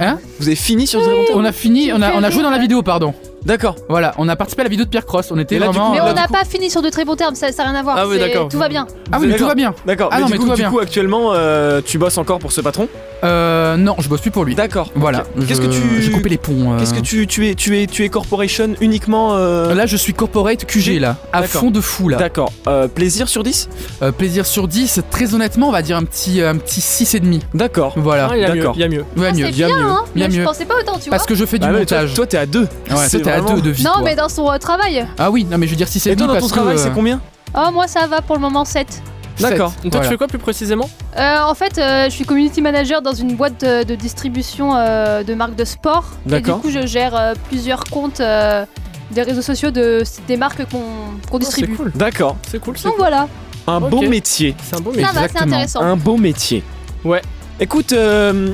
Speaker 4: Hein
Speaker 1: Vous avez fini sur ce
Speaker 4: On a fini, on a, on a joué dans la vidéo, pardon.
Speaker 1: D'accord.
Speaker 4: Voilà, on a participé à la vidéo de Pierre Cross. On était
Speaker 1: Et là, du
Speaker 4: vraiment.
Speaker 1: coup,
Speaker 5: Mais
Speaker 1: là,
Speaker 5: on
Speaker 4: euh,
Speaker 5: n'a pas fini sur de très bons termes, ça n'a rien à voir.
Speaker 3: Ah oui,
Speaker 5: c'est-
Speaker 3: d'accord.
Speaker 5: Tout va bien.
Speaker 4: Ah oui, mais tout va bien.
Speaker 1: D'accord.
Speaker 4: Ah non,
Speaker 1: du
Speaker 4: mais
Speaker 1: coup,
Speaker 4: tout va
Speaker 1: du
Speaker 4: bien.
Speaker 1: coup, actuellement, euh, tu bosses encore pour ce patron
Speaker 4: Euh, non, je bosse plus pour lui.
Speaker 1: D'accord.
Speaker 4: Voilà.
Speaker 1: Ok. Qu'est-ce que
Speaker 4: je-
Speaker 1: tu-
Speaker 4: J'ai coupé les ponts. euh.
Speaker 1: Qu'est-ce que tu, tu es Tu es tu es corporation uniquement euh,
Speaker 4: Là, je suis corporate QG là, à
Speaker 1: D'accord.
Speaker 4: fond de fou là.
Speaker 1: D'accord. Euh, plaisir sur 10
Speaker 4: Euh, plaisir sur 10, très honnêtement, on va dire un petit euh, un petit 6 et demi.
Speaker 1: D'accord.
Speaker 4: Voilà.
Speaker 3: Ah, il y a mieux,
Speaker 1: d'accord.
Speaker 3: il y a mieux.
Speaker 4: Ouais,
Speaker 5: Ah,
Speaker 4: mieux,
Speaker 5: c'est
Speaker 4: bien
Speaker 5: bien,
Speaker 4: mieux.
Speaker 5: hein.
Speaker 4: bien
Speaker 5: Mais je
Speaker 4: mieux.
Speaker 5: pensais pas autant, tu vois.
Speaker 4: Parce que je fais du
Speaker 1: Bah, mais toi,
Speaker 4: montage.
Speaker 1: toi, t'es à 2.
Speaker 4: Ouais,
Speaker 1: c'est
Speaker 4: toi, t'es
Speaker 1: vraiment-
Speaker 4: à 2 de vie.
Speaker 5: Non,
Speaker 4: toi.
Speaker 5: mais dans son euh, travail.
Speaker 4: Ah oui, non mais je veux dire 6 et
Speaker 1: Et toi,
Speaker 4: demi
Speaker 1: dans
Speaker 4: parce
Speaker 1: ton
Speaker 4: que
Speaker 1: travail, c'est
Speaker 4: euh,
Speaker 1: combien
Speaker 5: Oh, moi, ça va pour le moment 7.
Speaker 4: sept.
Speaker 1: D'accord.
Speaker 3: Toi,
Speaker 4: Voilà.
Speaker 3: tu fais quoi plus précisément
Speaker 5: Euh, en fait, euh, je suis community manager dans une boîte de, de distribution euh, de marques de sport. Et du
Speaker 1: D'accord.
Speaker 5: coup, je gère euh, plusieurs comptes euh, des réseaux sociaux de, des marques qu'on qu'on
Speaker 3: Oh, C'est
Speaker 5: distribue.
Speaker 3: cool,
Speaker 1: D'accord.
Speaker 3: c'est cool, c'est
Speaker 5: Donc voilà,
Speaker 1: Un
Speaker 3: Ok.
Speaker 1: beau métier.
Speaker 3: c'est un beau
Speaker 5: ça
Speaker 3: métier.
Speaker 5: va, c'est
Speaker 4: exactement.
Speaker 5: intéressant.
Speaker 1: Un beau métier.
Speaker 3: Ouais.
Speaker 1: Écoute, euh,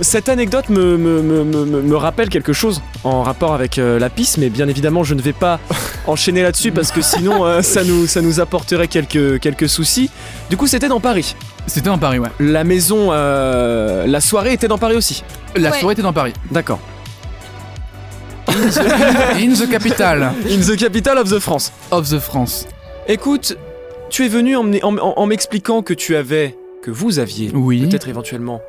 Speaker 1: cette anecdote me, me, me- me- me- me rappelle quelque chose en rapport avec euh, la piste, mais bien évidemment, je ne vais pas enchaîner là-dessus parce que sinon, euh, ça, nous, ça nous apporterait quelques, quelques soucis. Du coup, c'était dans Paris.
Speaker 4: C'était dans Paris, ouais.
Speaker 1: La maison, euh, la soirée était dans Paris aussi.
Speaker 4: La
Speaker 5: Ouais.
Speaker 4: soirée était dans Paris.
Speaker 1: D'accord.
Speaker 4: In the capital
Speaker 1: In the capital of the France.
Speaker 4: of the France.
Speaker 1: Écoute, tu es venu en, en- en- en m'expliquant que tu avais, que vous aviez,
Speaker 4: Oui.
Speaker 1: peut-être éventuellement,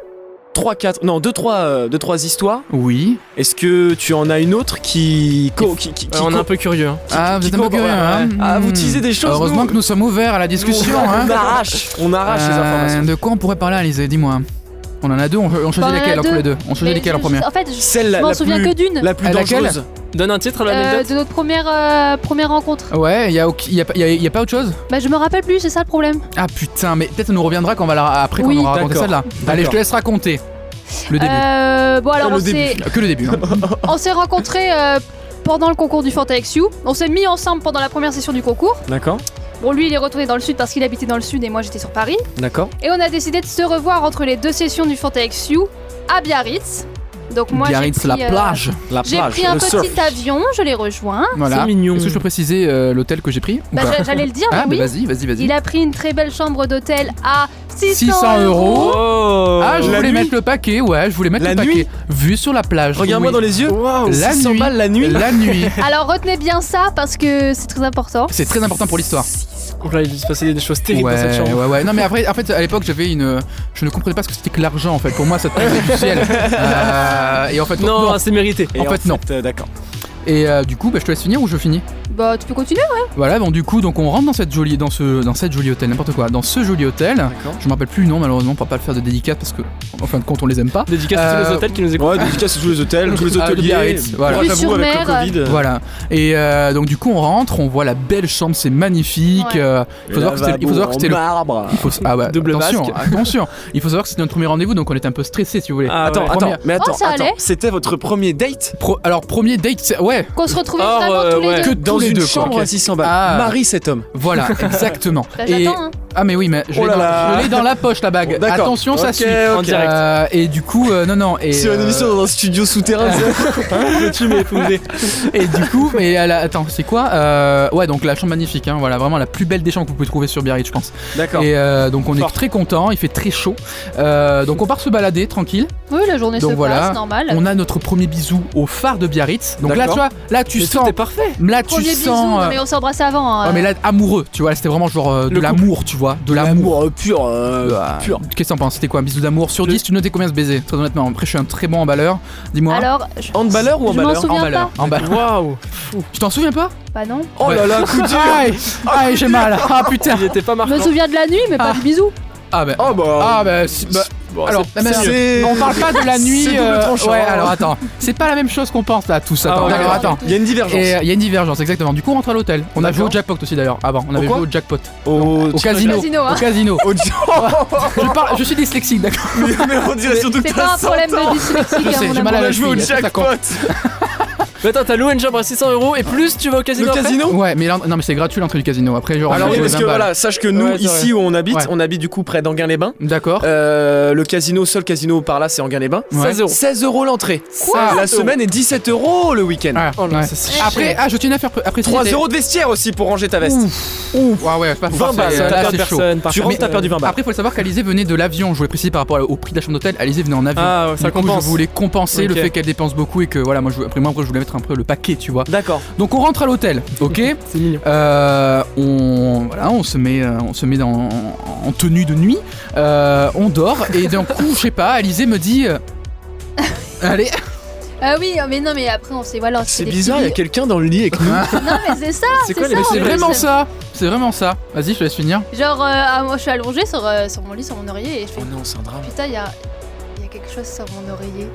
Speaker 1: 3, 4, non, 2, 3, histoires.
Speaker 4: Oui.
Speaker 1: Est-ce que tu en as une autre qui. co- qui, qui- qui
Speaker 4: Euh,
Speaker 3: Ouais, on est un
Speaker 1: co-
Speaker 3: peu curieux. hein.
Speaker 4: Ah, vous
Speaker 1: qui
Speaker 4: êtes un peu
Speaker 1: co-
Speaker 4: curieux,
Speaker 1: ouais,
Speaker 4: hein.
Speaker 1: ouais. Ah, vous utilisez des choses.
Speaker 4: Heureusement que nous sommes ouverts à la discussion,
Speaker 1: on,
Speaker 4: hein.
Speaker 1: on arrache, on arrache les
Speaker 4: Euh,
Speaker 1: informations.
Speaker 4: De quoi on pourrait parler, Alizé Dis-moi. On en a deux, on, on choisit
Speaker 5: Bah, on en a
Speaker 4: lesquelles entre
Speaker 5: deux.
Speaker 4: les deux On choisit
Speaker 5: Mais
Speaker 4: lesquelles
Speaker 5: je-
Speaker 4: en première
Speaker 5: En fait, je,
Speaker 1: Celle la,
Speaker 5: je m'en
Speaker 1: la
Speaker 5: souviens
Speaker 1: plus,
Speaker 5: que d'une.
Speaker 1: la plus
Speaker 4: À Euh, laquelle
Speaker 1: dangereuse.
Speaker 3: Donne un titre à
Speaker 5: euh,
Speaker 3: l'anecdote.
Speaker 5: de notre première, euh, première rencontre.
Speaker 4: Ouais, il y a, au- y a pas- y a- y a pas autre chose
Speaker 5: Bah, je me rappelle plus, c'est ça le problème.
Speaker 4: Ah putain, mais peut-être on nous reviendra quand on va la, après
Speaker 5: Oui.
Speaker 4: qu'on aura raconté
Speaker 1: D'accord.
Speaker 4: celle-là. Allez, je te laisse raconter le début.
Speaker 5: Euh, bon, alors
Speaker 1: Le
Speaker 5: on
Speaker 1: début.
Speaker 5: s'est-
Speaker 4: Que le début. hein.
Speaker 5: on s'est rencontrés euh, pendant le concours du Fantaxiu. On s'est mis ensemble pendant la première session du concours.
Speaker 1: D'accord,
Speaker 5: Bon, lui, il est retourné dans le sud parce qu'il habitait dans le sud et moi, j'étais sur Paris.
Speaker 1: d'accord.
Speaker 5: Et on a décidé de se revoir entre les deux sessions du Fantaxiu à Biarritz. Donc moi, j'ai
Speaker 4: Biarritz,
Speaker 5: pris,
Speaker 4: la
Speaker 5: euh,
Speaker 4: plage.
Speaker 1: La
Speaker 5: J'ai
Speaker 1: plage,
Speaker 5: pris un
Speaker 1: le
Speaker 5: petit
Speaker 1: surf.
Speaker 5: avion, je l'ai rejoint.
Speaker 4: Voilà.
Speaker 3: C'est mignon.
Speaker 4: Est-ce que je peux préciser euh, l'hôtel que j'ai pris ou
Speaker 5: Bah,
Speaker 4: pas
Speaker 5: j'a- J'allais le dire,
Speaker 4: Ah,
Speaker 5: mais
Speaker 4: bah vas-y,
Speaker 5: oui.
Speaker 4: vas-y, vas-y.
Speaker 5: il a pris une très belle chambre d'hôtel à 600,
Speaker 4: 600 euros.
Speaker 1: Oh
Speaker 4: Ah, je
Speaker 1: la
Speaker 4: voulais
Speaker 1: nuit.
Speaker 4: mettre le paquet, ouais, je voulais mettre
Speaker 1: La
Speaker 4: le paquet.
Speaker 1: nuit
Speaker 4: Vue sur la plage.
Speaker 1: Regarde-moi dans les yeux. Wow,
Speaker 4: La
Speaker 1: 600
Speaker 4: nuit.
Speaker 1: balles la nuit.
Speaker 4: La nuit.
Speaker 5: Alors retenez bien ça parce que c'est très important.
Speaker 4: C'est très important pour l'histoire.
Speaker 3: Oh là, il se passait des choses terribles dans cette
Speaker 4: Ouais,
Speaker 3: chambre.
Speaker 4: ouais, ouais. Non, mais après, en fait, à l'époque, j'avais une. euh, Je ne comprenais pas ce que c'était que l'argent, en fait. Pour moi, ça tombait du ciel. Euh, et en fait,
Speaker 3: Non, c'est mérité.
Speaker 1: Et
Speaker 4: en fait, non.
Speaker 1: euh, d'accord.
Speaker 4: Et euh, du coup, bah, je te laisse finir ou je finis
Speaker 5: Bah tu peux continuer.
Speaker 4: Voilà, bon, du coup, donc on rentre dans cette jolie, dans ce, dans cette jolie hôtel, n'importe quoi, dans ce joli hôtel.
Speaker 1: D'accord.
Speaker 4: Je me rappelle plus le nom, malheureusement, pour pas le faire de dédicace parce que, en fin de compte, on les aime pas.
Speaker 3: Dédicace à tous
Speaker 4: Euh,
Speaker 3: les hôtels qui nous écoutent.
Speaker 1: Ouais, dédicace à tous les hôtels, tous les
Speaker 4: Ah, le
Speaker 1: hôteliers.
Speaker 4: Biarritz, voilà.
Speaker 1: Ouais,
Speaker 5: Vue
Speaker 1: j'avoue,
Speaker 5: sur
Speaker 1: avec le
Speaker 5: mer.
Speaker 1: Covid, euh,
Speaker 4: Voilà. Et euh, donc, du coup, on rentre, on voit la belle chambre, c'est magnifique.
Speaker 5: Ouais.
Speaker 4: euh, il faut savoir que c'était- il faut savoir que c'était
Speaker 1: lavabo
Speaker 4: le.
Speaker 1: en marbre.
Speaker 4: Il faut, ah ouais,
Speaker 3: Double
Speaker 4: attention,
Speaker 3: masque.
Speaker 4: attention. Il faut savoir que c'était notre premier rendez-vous, donc on était un peu stressé, si vous voulez.
Speaker 3: Ah,
Speaker 1: Attends,
Speaker 3: ouais.
Speaker 1: attends,
Speaker 4: Première-
Speaker 1: mais attends,
Speaker 5: ça
Speaker 1: attends.
Speaker 5: allait
Speaker 1: C'était votre premier date
Speaker 4: Pro- alors, premier date, c'est- ouais,
Speaker 5: Qu'on se retrouvait
Speaker 3: Ah,
Speaker 5: vraiment
Speaker 3: ouais,
Speaker 1: euh,
Speaker 5: tous les
Speaker 3: ouais.
Speaker 5: deux.
Speaker 4: Que-
Speaker 1: dans
Speaker 4: tous les
Speaker 1: une
Speaker 4: deux, quoi.
Speaker 1: chambre à 600 balles.
Speaker 4: Ah.
Speaker 1: Marie cet homme.
Speaker 4: voilà, exactement.
Speaker 5: Bah,
Speaker 4: Et-
Speaker 5: J'attends. hein.
Speaker 4: Ah mais oui, mais je
Speaker 1: Oh
Speaker 4: l'ai
Speaker 1: là
Speaker 4: dans,
Speaker 1: là.
Speaker 4: je l'ai dans la poche la bague.
Speaker 1: Bon, d'accord.
Speaker 4: Attention, ça
Speaker 1: Ok,
Speaker 4: suit
Speaker 1: ok.
Speaker 4: en direct. Euh, et du coup, euh, non, non. Et,
Speaker 1: C'est une
Speaker 4: euh,
Speaker 1: émission dans un studio souterrain. tu m'es épousé.
Speaker 4: et du coup, mais à la- attends, c'est quoi Euh, Ouais, donc la chambre magnifique, hein, voilà, vraiment la plus belle des chambres que vous pouvez trouver sur Biarritz, je pense.
Speaker 1: D'accord.
Speaker 4: Et euh, donc on
Speaker 1: Fort.
Speaker 4: est très content, il fait très chaud. Euh, donc on part se balader tranquille.
Speaker 5: Oui, la journée
Speaker 4: Donc
Speaker 5: se
Speaker 4: voilà,
Speaker 5: passe, normal.
Speaker 4: On a notre premier bisou au phare de Biarritz. Donc là, tu
Speaker 1: D'accord.
Speaker 4: vois, là tu
Speaker 3: Mais tout
Speaker 4: sens,
Speaker 3: est parfait.
Speaker 4: là tu
Speaker 5: Premier bisou,
Speaker 4: sens.
Speaker 5: non,
Speaker 4: euh,
Speaker 5: mais on s'est embrassé avant. hein.
Speaker 4: ouais, mais là amoureux, tu vois, c'était vraiment genre euh, de
Speaker 3: Le couple.
Speaker 4: l'amour, tu vois, de l'amour.
Speaker 1: euh, pur. euh,
Speaker 4: Bah,
Speaker 1: pur.
Speaker 4: Qu'est-ce que t'en penses C'était quoi un bisou d'amour Sur
Speaker 3: Le-
Speaker 4: 10, tu notais combien ce baiser Très honnêtement, après je suis un très bon emballeur. Dis-moi.
Speaker 5: Alors, je,
Speaker 1: Handballeur ou
Speaker 5: je m'en
Speaker 1: emballeur
Speaker 5: souviens
Speaker 4: Emballeur.
Speaker 5: pas.
Speaker 4: Emballeur.
Speaker 3: Waouh.
Speaker 4: Je t'en souviens pas
Speaker 5: Bah non.
Speaker 1: Oh là là, coup dur.
Speaker 4: Aïe Aïe, j'ai mal Ah putain
Speaker 3: Il était pas
Speaker 5: Je me
Speaker 3: marquant.
Speaker 5: souviens de la nuit, mais pas
Speaker 4: Ah.
Speaker 5: du bisou.
Speaker 4: Ah bah.
Speaker 1: Oh bah.
Speaker 4: Ah bah, si- bah,
Speaker 3: Bon,
Speaker 4: alors,
Speaker 3: c'est-
Speaker 4: la même-
Speaker 1: c'est-
Speaker 4: non, on parle pas de la nuit. euh,
Speaker 1: double tranchant.
Speaker 4: ouais, alors attends, c'est pas la même chose qu'on pense là, tous. Attends,
Speaker 3: Ah ouais,
Speaker 4: d'accord,
Speaker 3: ouais.
Speaker 4: attends.
Speaker 1: Il y a une divergence.
Speaker 4: Et euh, il y a une divergence, exactement. Du coup, on rentre à l'hôtel. On a joué au
Speaker 1: D'accord.
Speaker 4: jackpot aussi d'ailleurs. Avant, on
Speaker 1: Au
Speaker 4: avait
Speaker 1: quoi
Speaker 4: joué au jackpot.
Speaker 1: Au,
Speaker 4: Au casino.
Speaker 5: Casino, hein.
Speaker 4: Au casino.
Speaker 1: Au
Speaker 4: je, parle, je suis dyslexique, d'accord.
Speaker 1: mais on dirait surtout que
Speaker 5: C'est pas
Speaker 1: t'as
Speaker 5: un problème
Speaker 1: 100 ans.
Speaker 5: de dyslexique,
Speaker 4: Je
Speaker 5: à
Speaker 4: sais,
Speaker 5: mon
Speaker 4: j'ai
Speaker 5: avis.
Speaker 4: mal à
Speaker 1: On
Speaker 4: la
Speaker 1: a joué au
Speaker 4: cheville, ça
Speaker 1: jackpot.
Speaker 4: compte.
Speaker 3: Mais attends, t'as loué une chambre à 600 euros et plus tu vas au casino
Speaker 1: Le
Speaker 3: après
Speaker 1: casino
Speaker 4: Ouais, mais là, non, mais c'est gratuit l'entrée du casino. Après, genre, on
Speaker 1: Alors
Speaker 4: a
Speaker 1: oui,
Speaker 4: joué
Speaker 1: parce
Speaker 4: aux
Speaker 1: que
Speaker 4: imbales.
Speaker 1: voilà, sache que nous
Speaker 3: Ouais, c'est
Speaker 1: ici où on habite,
Speaker 4: Ouais.
Speaker 1: on habite du coup près d'Anguin-les-Bains.
Speaker 4: D'accord.
Speaker 1: Euh, le casino, seul casino par là, c'est Anguin-les-Bains.
Speaker 4: Ouais.
Speaker 3: 16 euros.
Speaker 1: 16 euros l'entrée.
Speaker 4: Ah,
Speaker 1: La
Speaker 4: ouais.
Speaker 1: semaine est 17 euros Ah. le week-end.
Speaker 3: Oh là,
Speaker 4: Ah, Ouais.
Speaker 3: ça, c'est
Speaker 4: Après,
Speaker 3: cher.
Speaker 4: ah, je tiens à faire après
Speaker 1: 3 euros de vestiaire aussi pour ranger ta veste.
Speaker 4: Ouf. Ah ouais, c'est pas
Speaker 1: 20
Speaker 4: forcé,
Speaker 1: balles,
Speaker 4: euh,
Speaker 1: ça
Speaker 4: là,
Speaker 1: perd
Speaker 4: c'est chaud.
Speaker 3: personne. par
Speaker 1: Tu
Speaker 3: contre. euh,
Speaker 1: rentres, t'as perdu 20 balles.
Speaker 4: Après, il faut le savoir qu'Alizé venait de l'avion. Je voulais préciser par rapport au prix de la chambre d'hôtel. Alizé venait en avion.
Speaker 3: Ah, ouais, ça
Speaker 4: Du coup,
Speaker 3: compense.
Speaker 4: je voulais compenser le
Speaker 3: Ok.
Speaker 4: fait qu'elle dépense beaucoup et que voilà, moi, je, après moi, après, je voulais mettre mettre un peu le paquet, tu vois.
Speaker 1: D'accord.
Speaker 4: Donc on rentre à l'hôtel, ok
Speaker 3: C'est mignon.
Speaker 4: Euh, on, voilà, on se met, euh, on se met dans- en, en tenue de nuit, euh, on dort, et d'un coup, je sais pas, Alizé me dit. euh, Allez,
Speaker 5: Ah oui, mais non, mais après on sait voilà.
Speaker 1: C'est
Speaker 5: des
Speaker 1: bizarre, il y a
Speaker 5: petits
Speaker 1: quelqu'un dans le lit avec
Speaker 5: lits. Non, mais c'est ça.
Speaker 3: C'est quoi
Speaker 5: ça,
Speaker 3: les-
Speaker 5: en
Speaker 4: c'est
Speaker 5: fait,
Speaker 4: vraiment ça C'est vraiment ça Vas-y, je te laisse finir.
Speaker 5: Genre, euh, ah, moi je suis allongée sur, euh, sur mon lit, sur mon oreiller, et je fais
Speaker 1: Oh non, c'est un drame.
Speaker 5: putain, il y a, il y a quelque chose sur mon oreiller.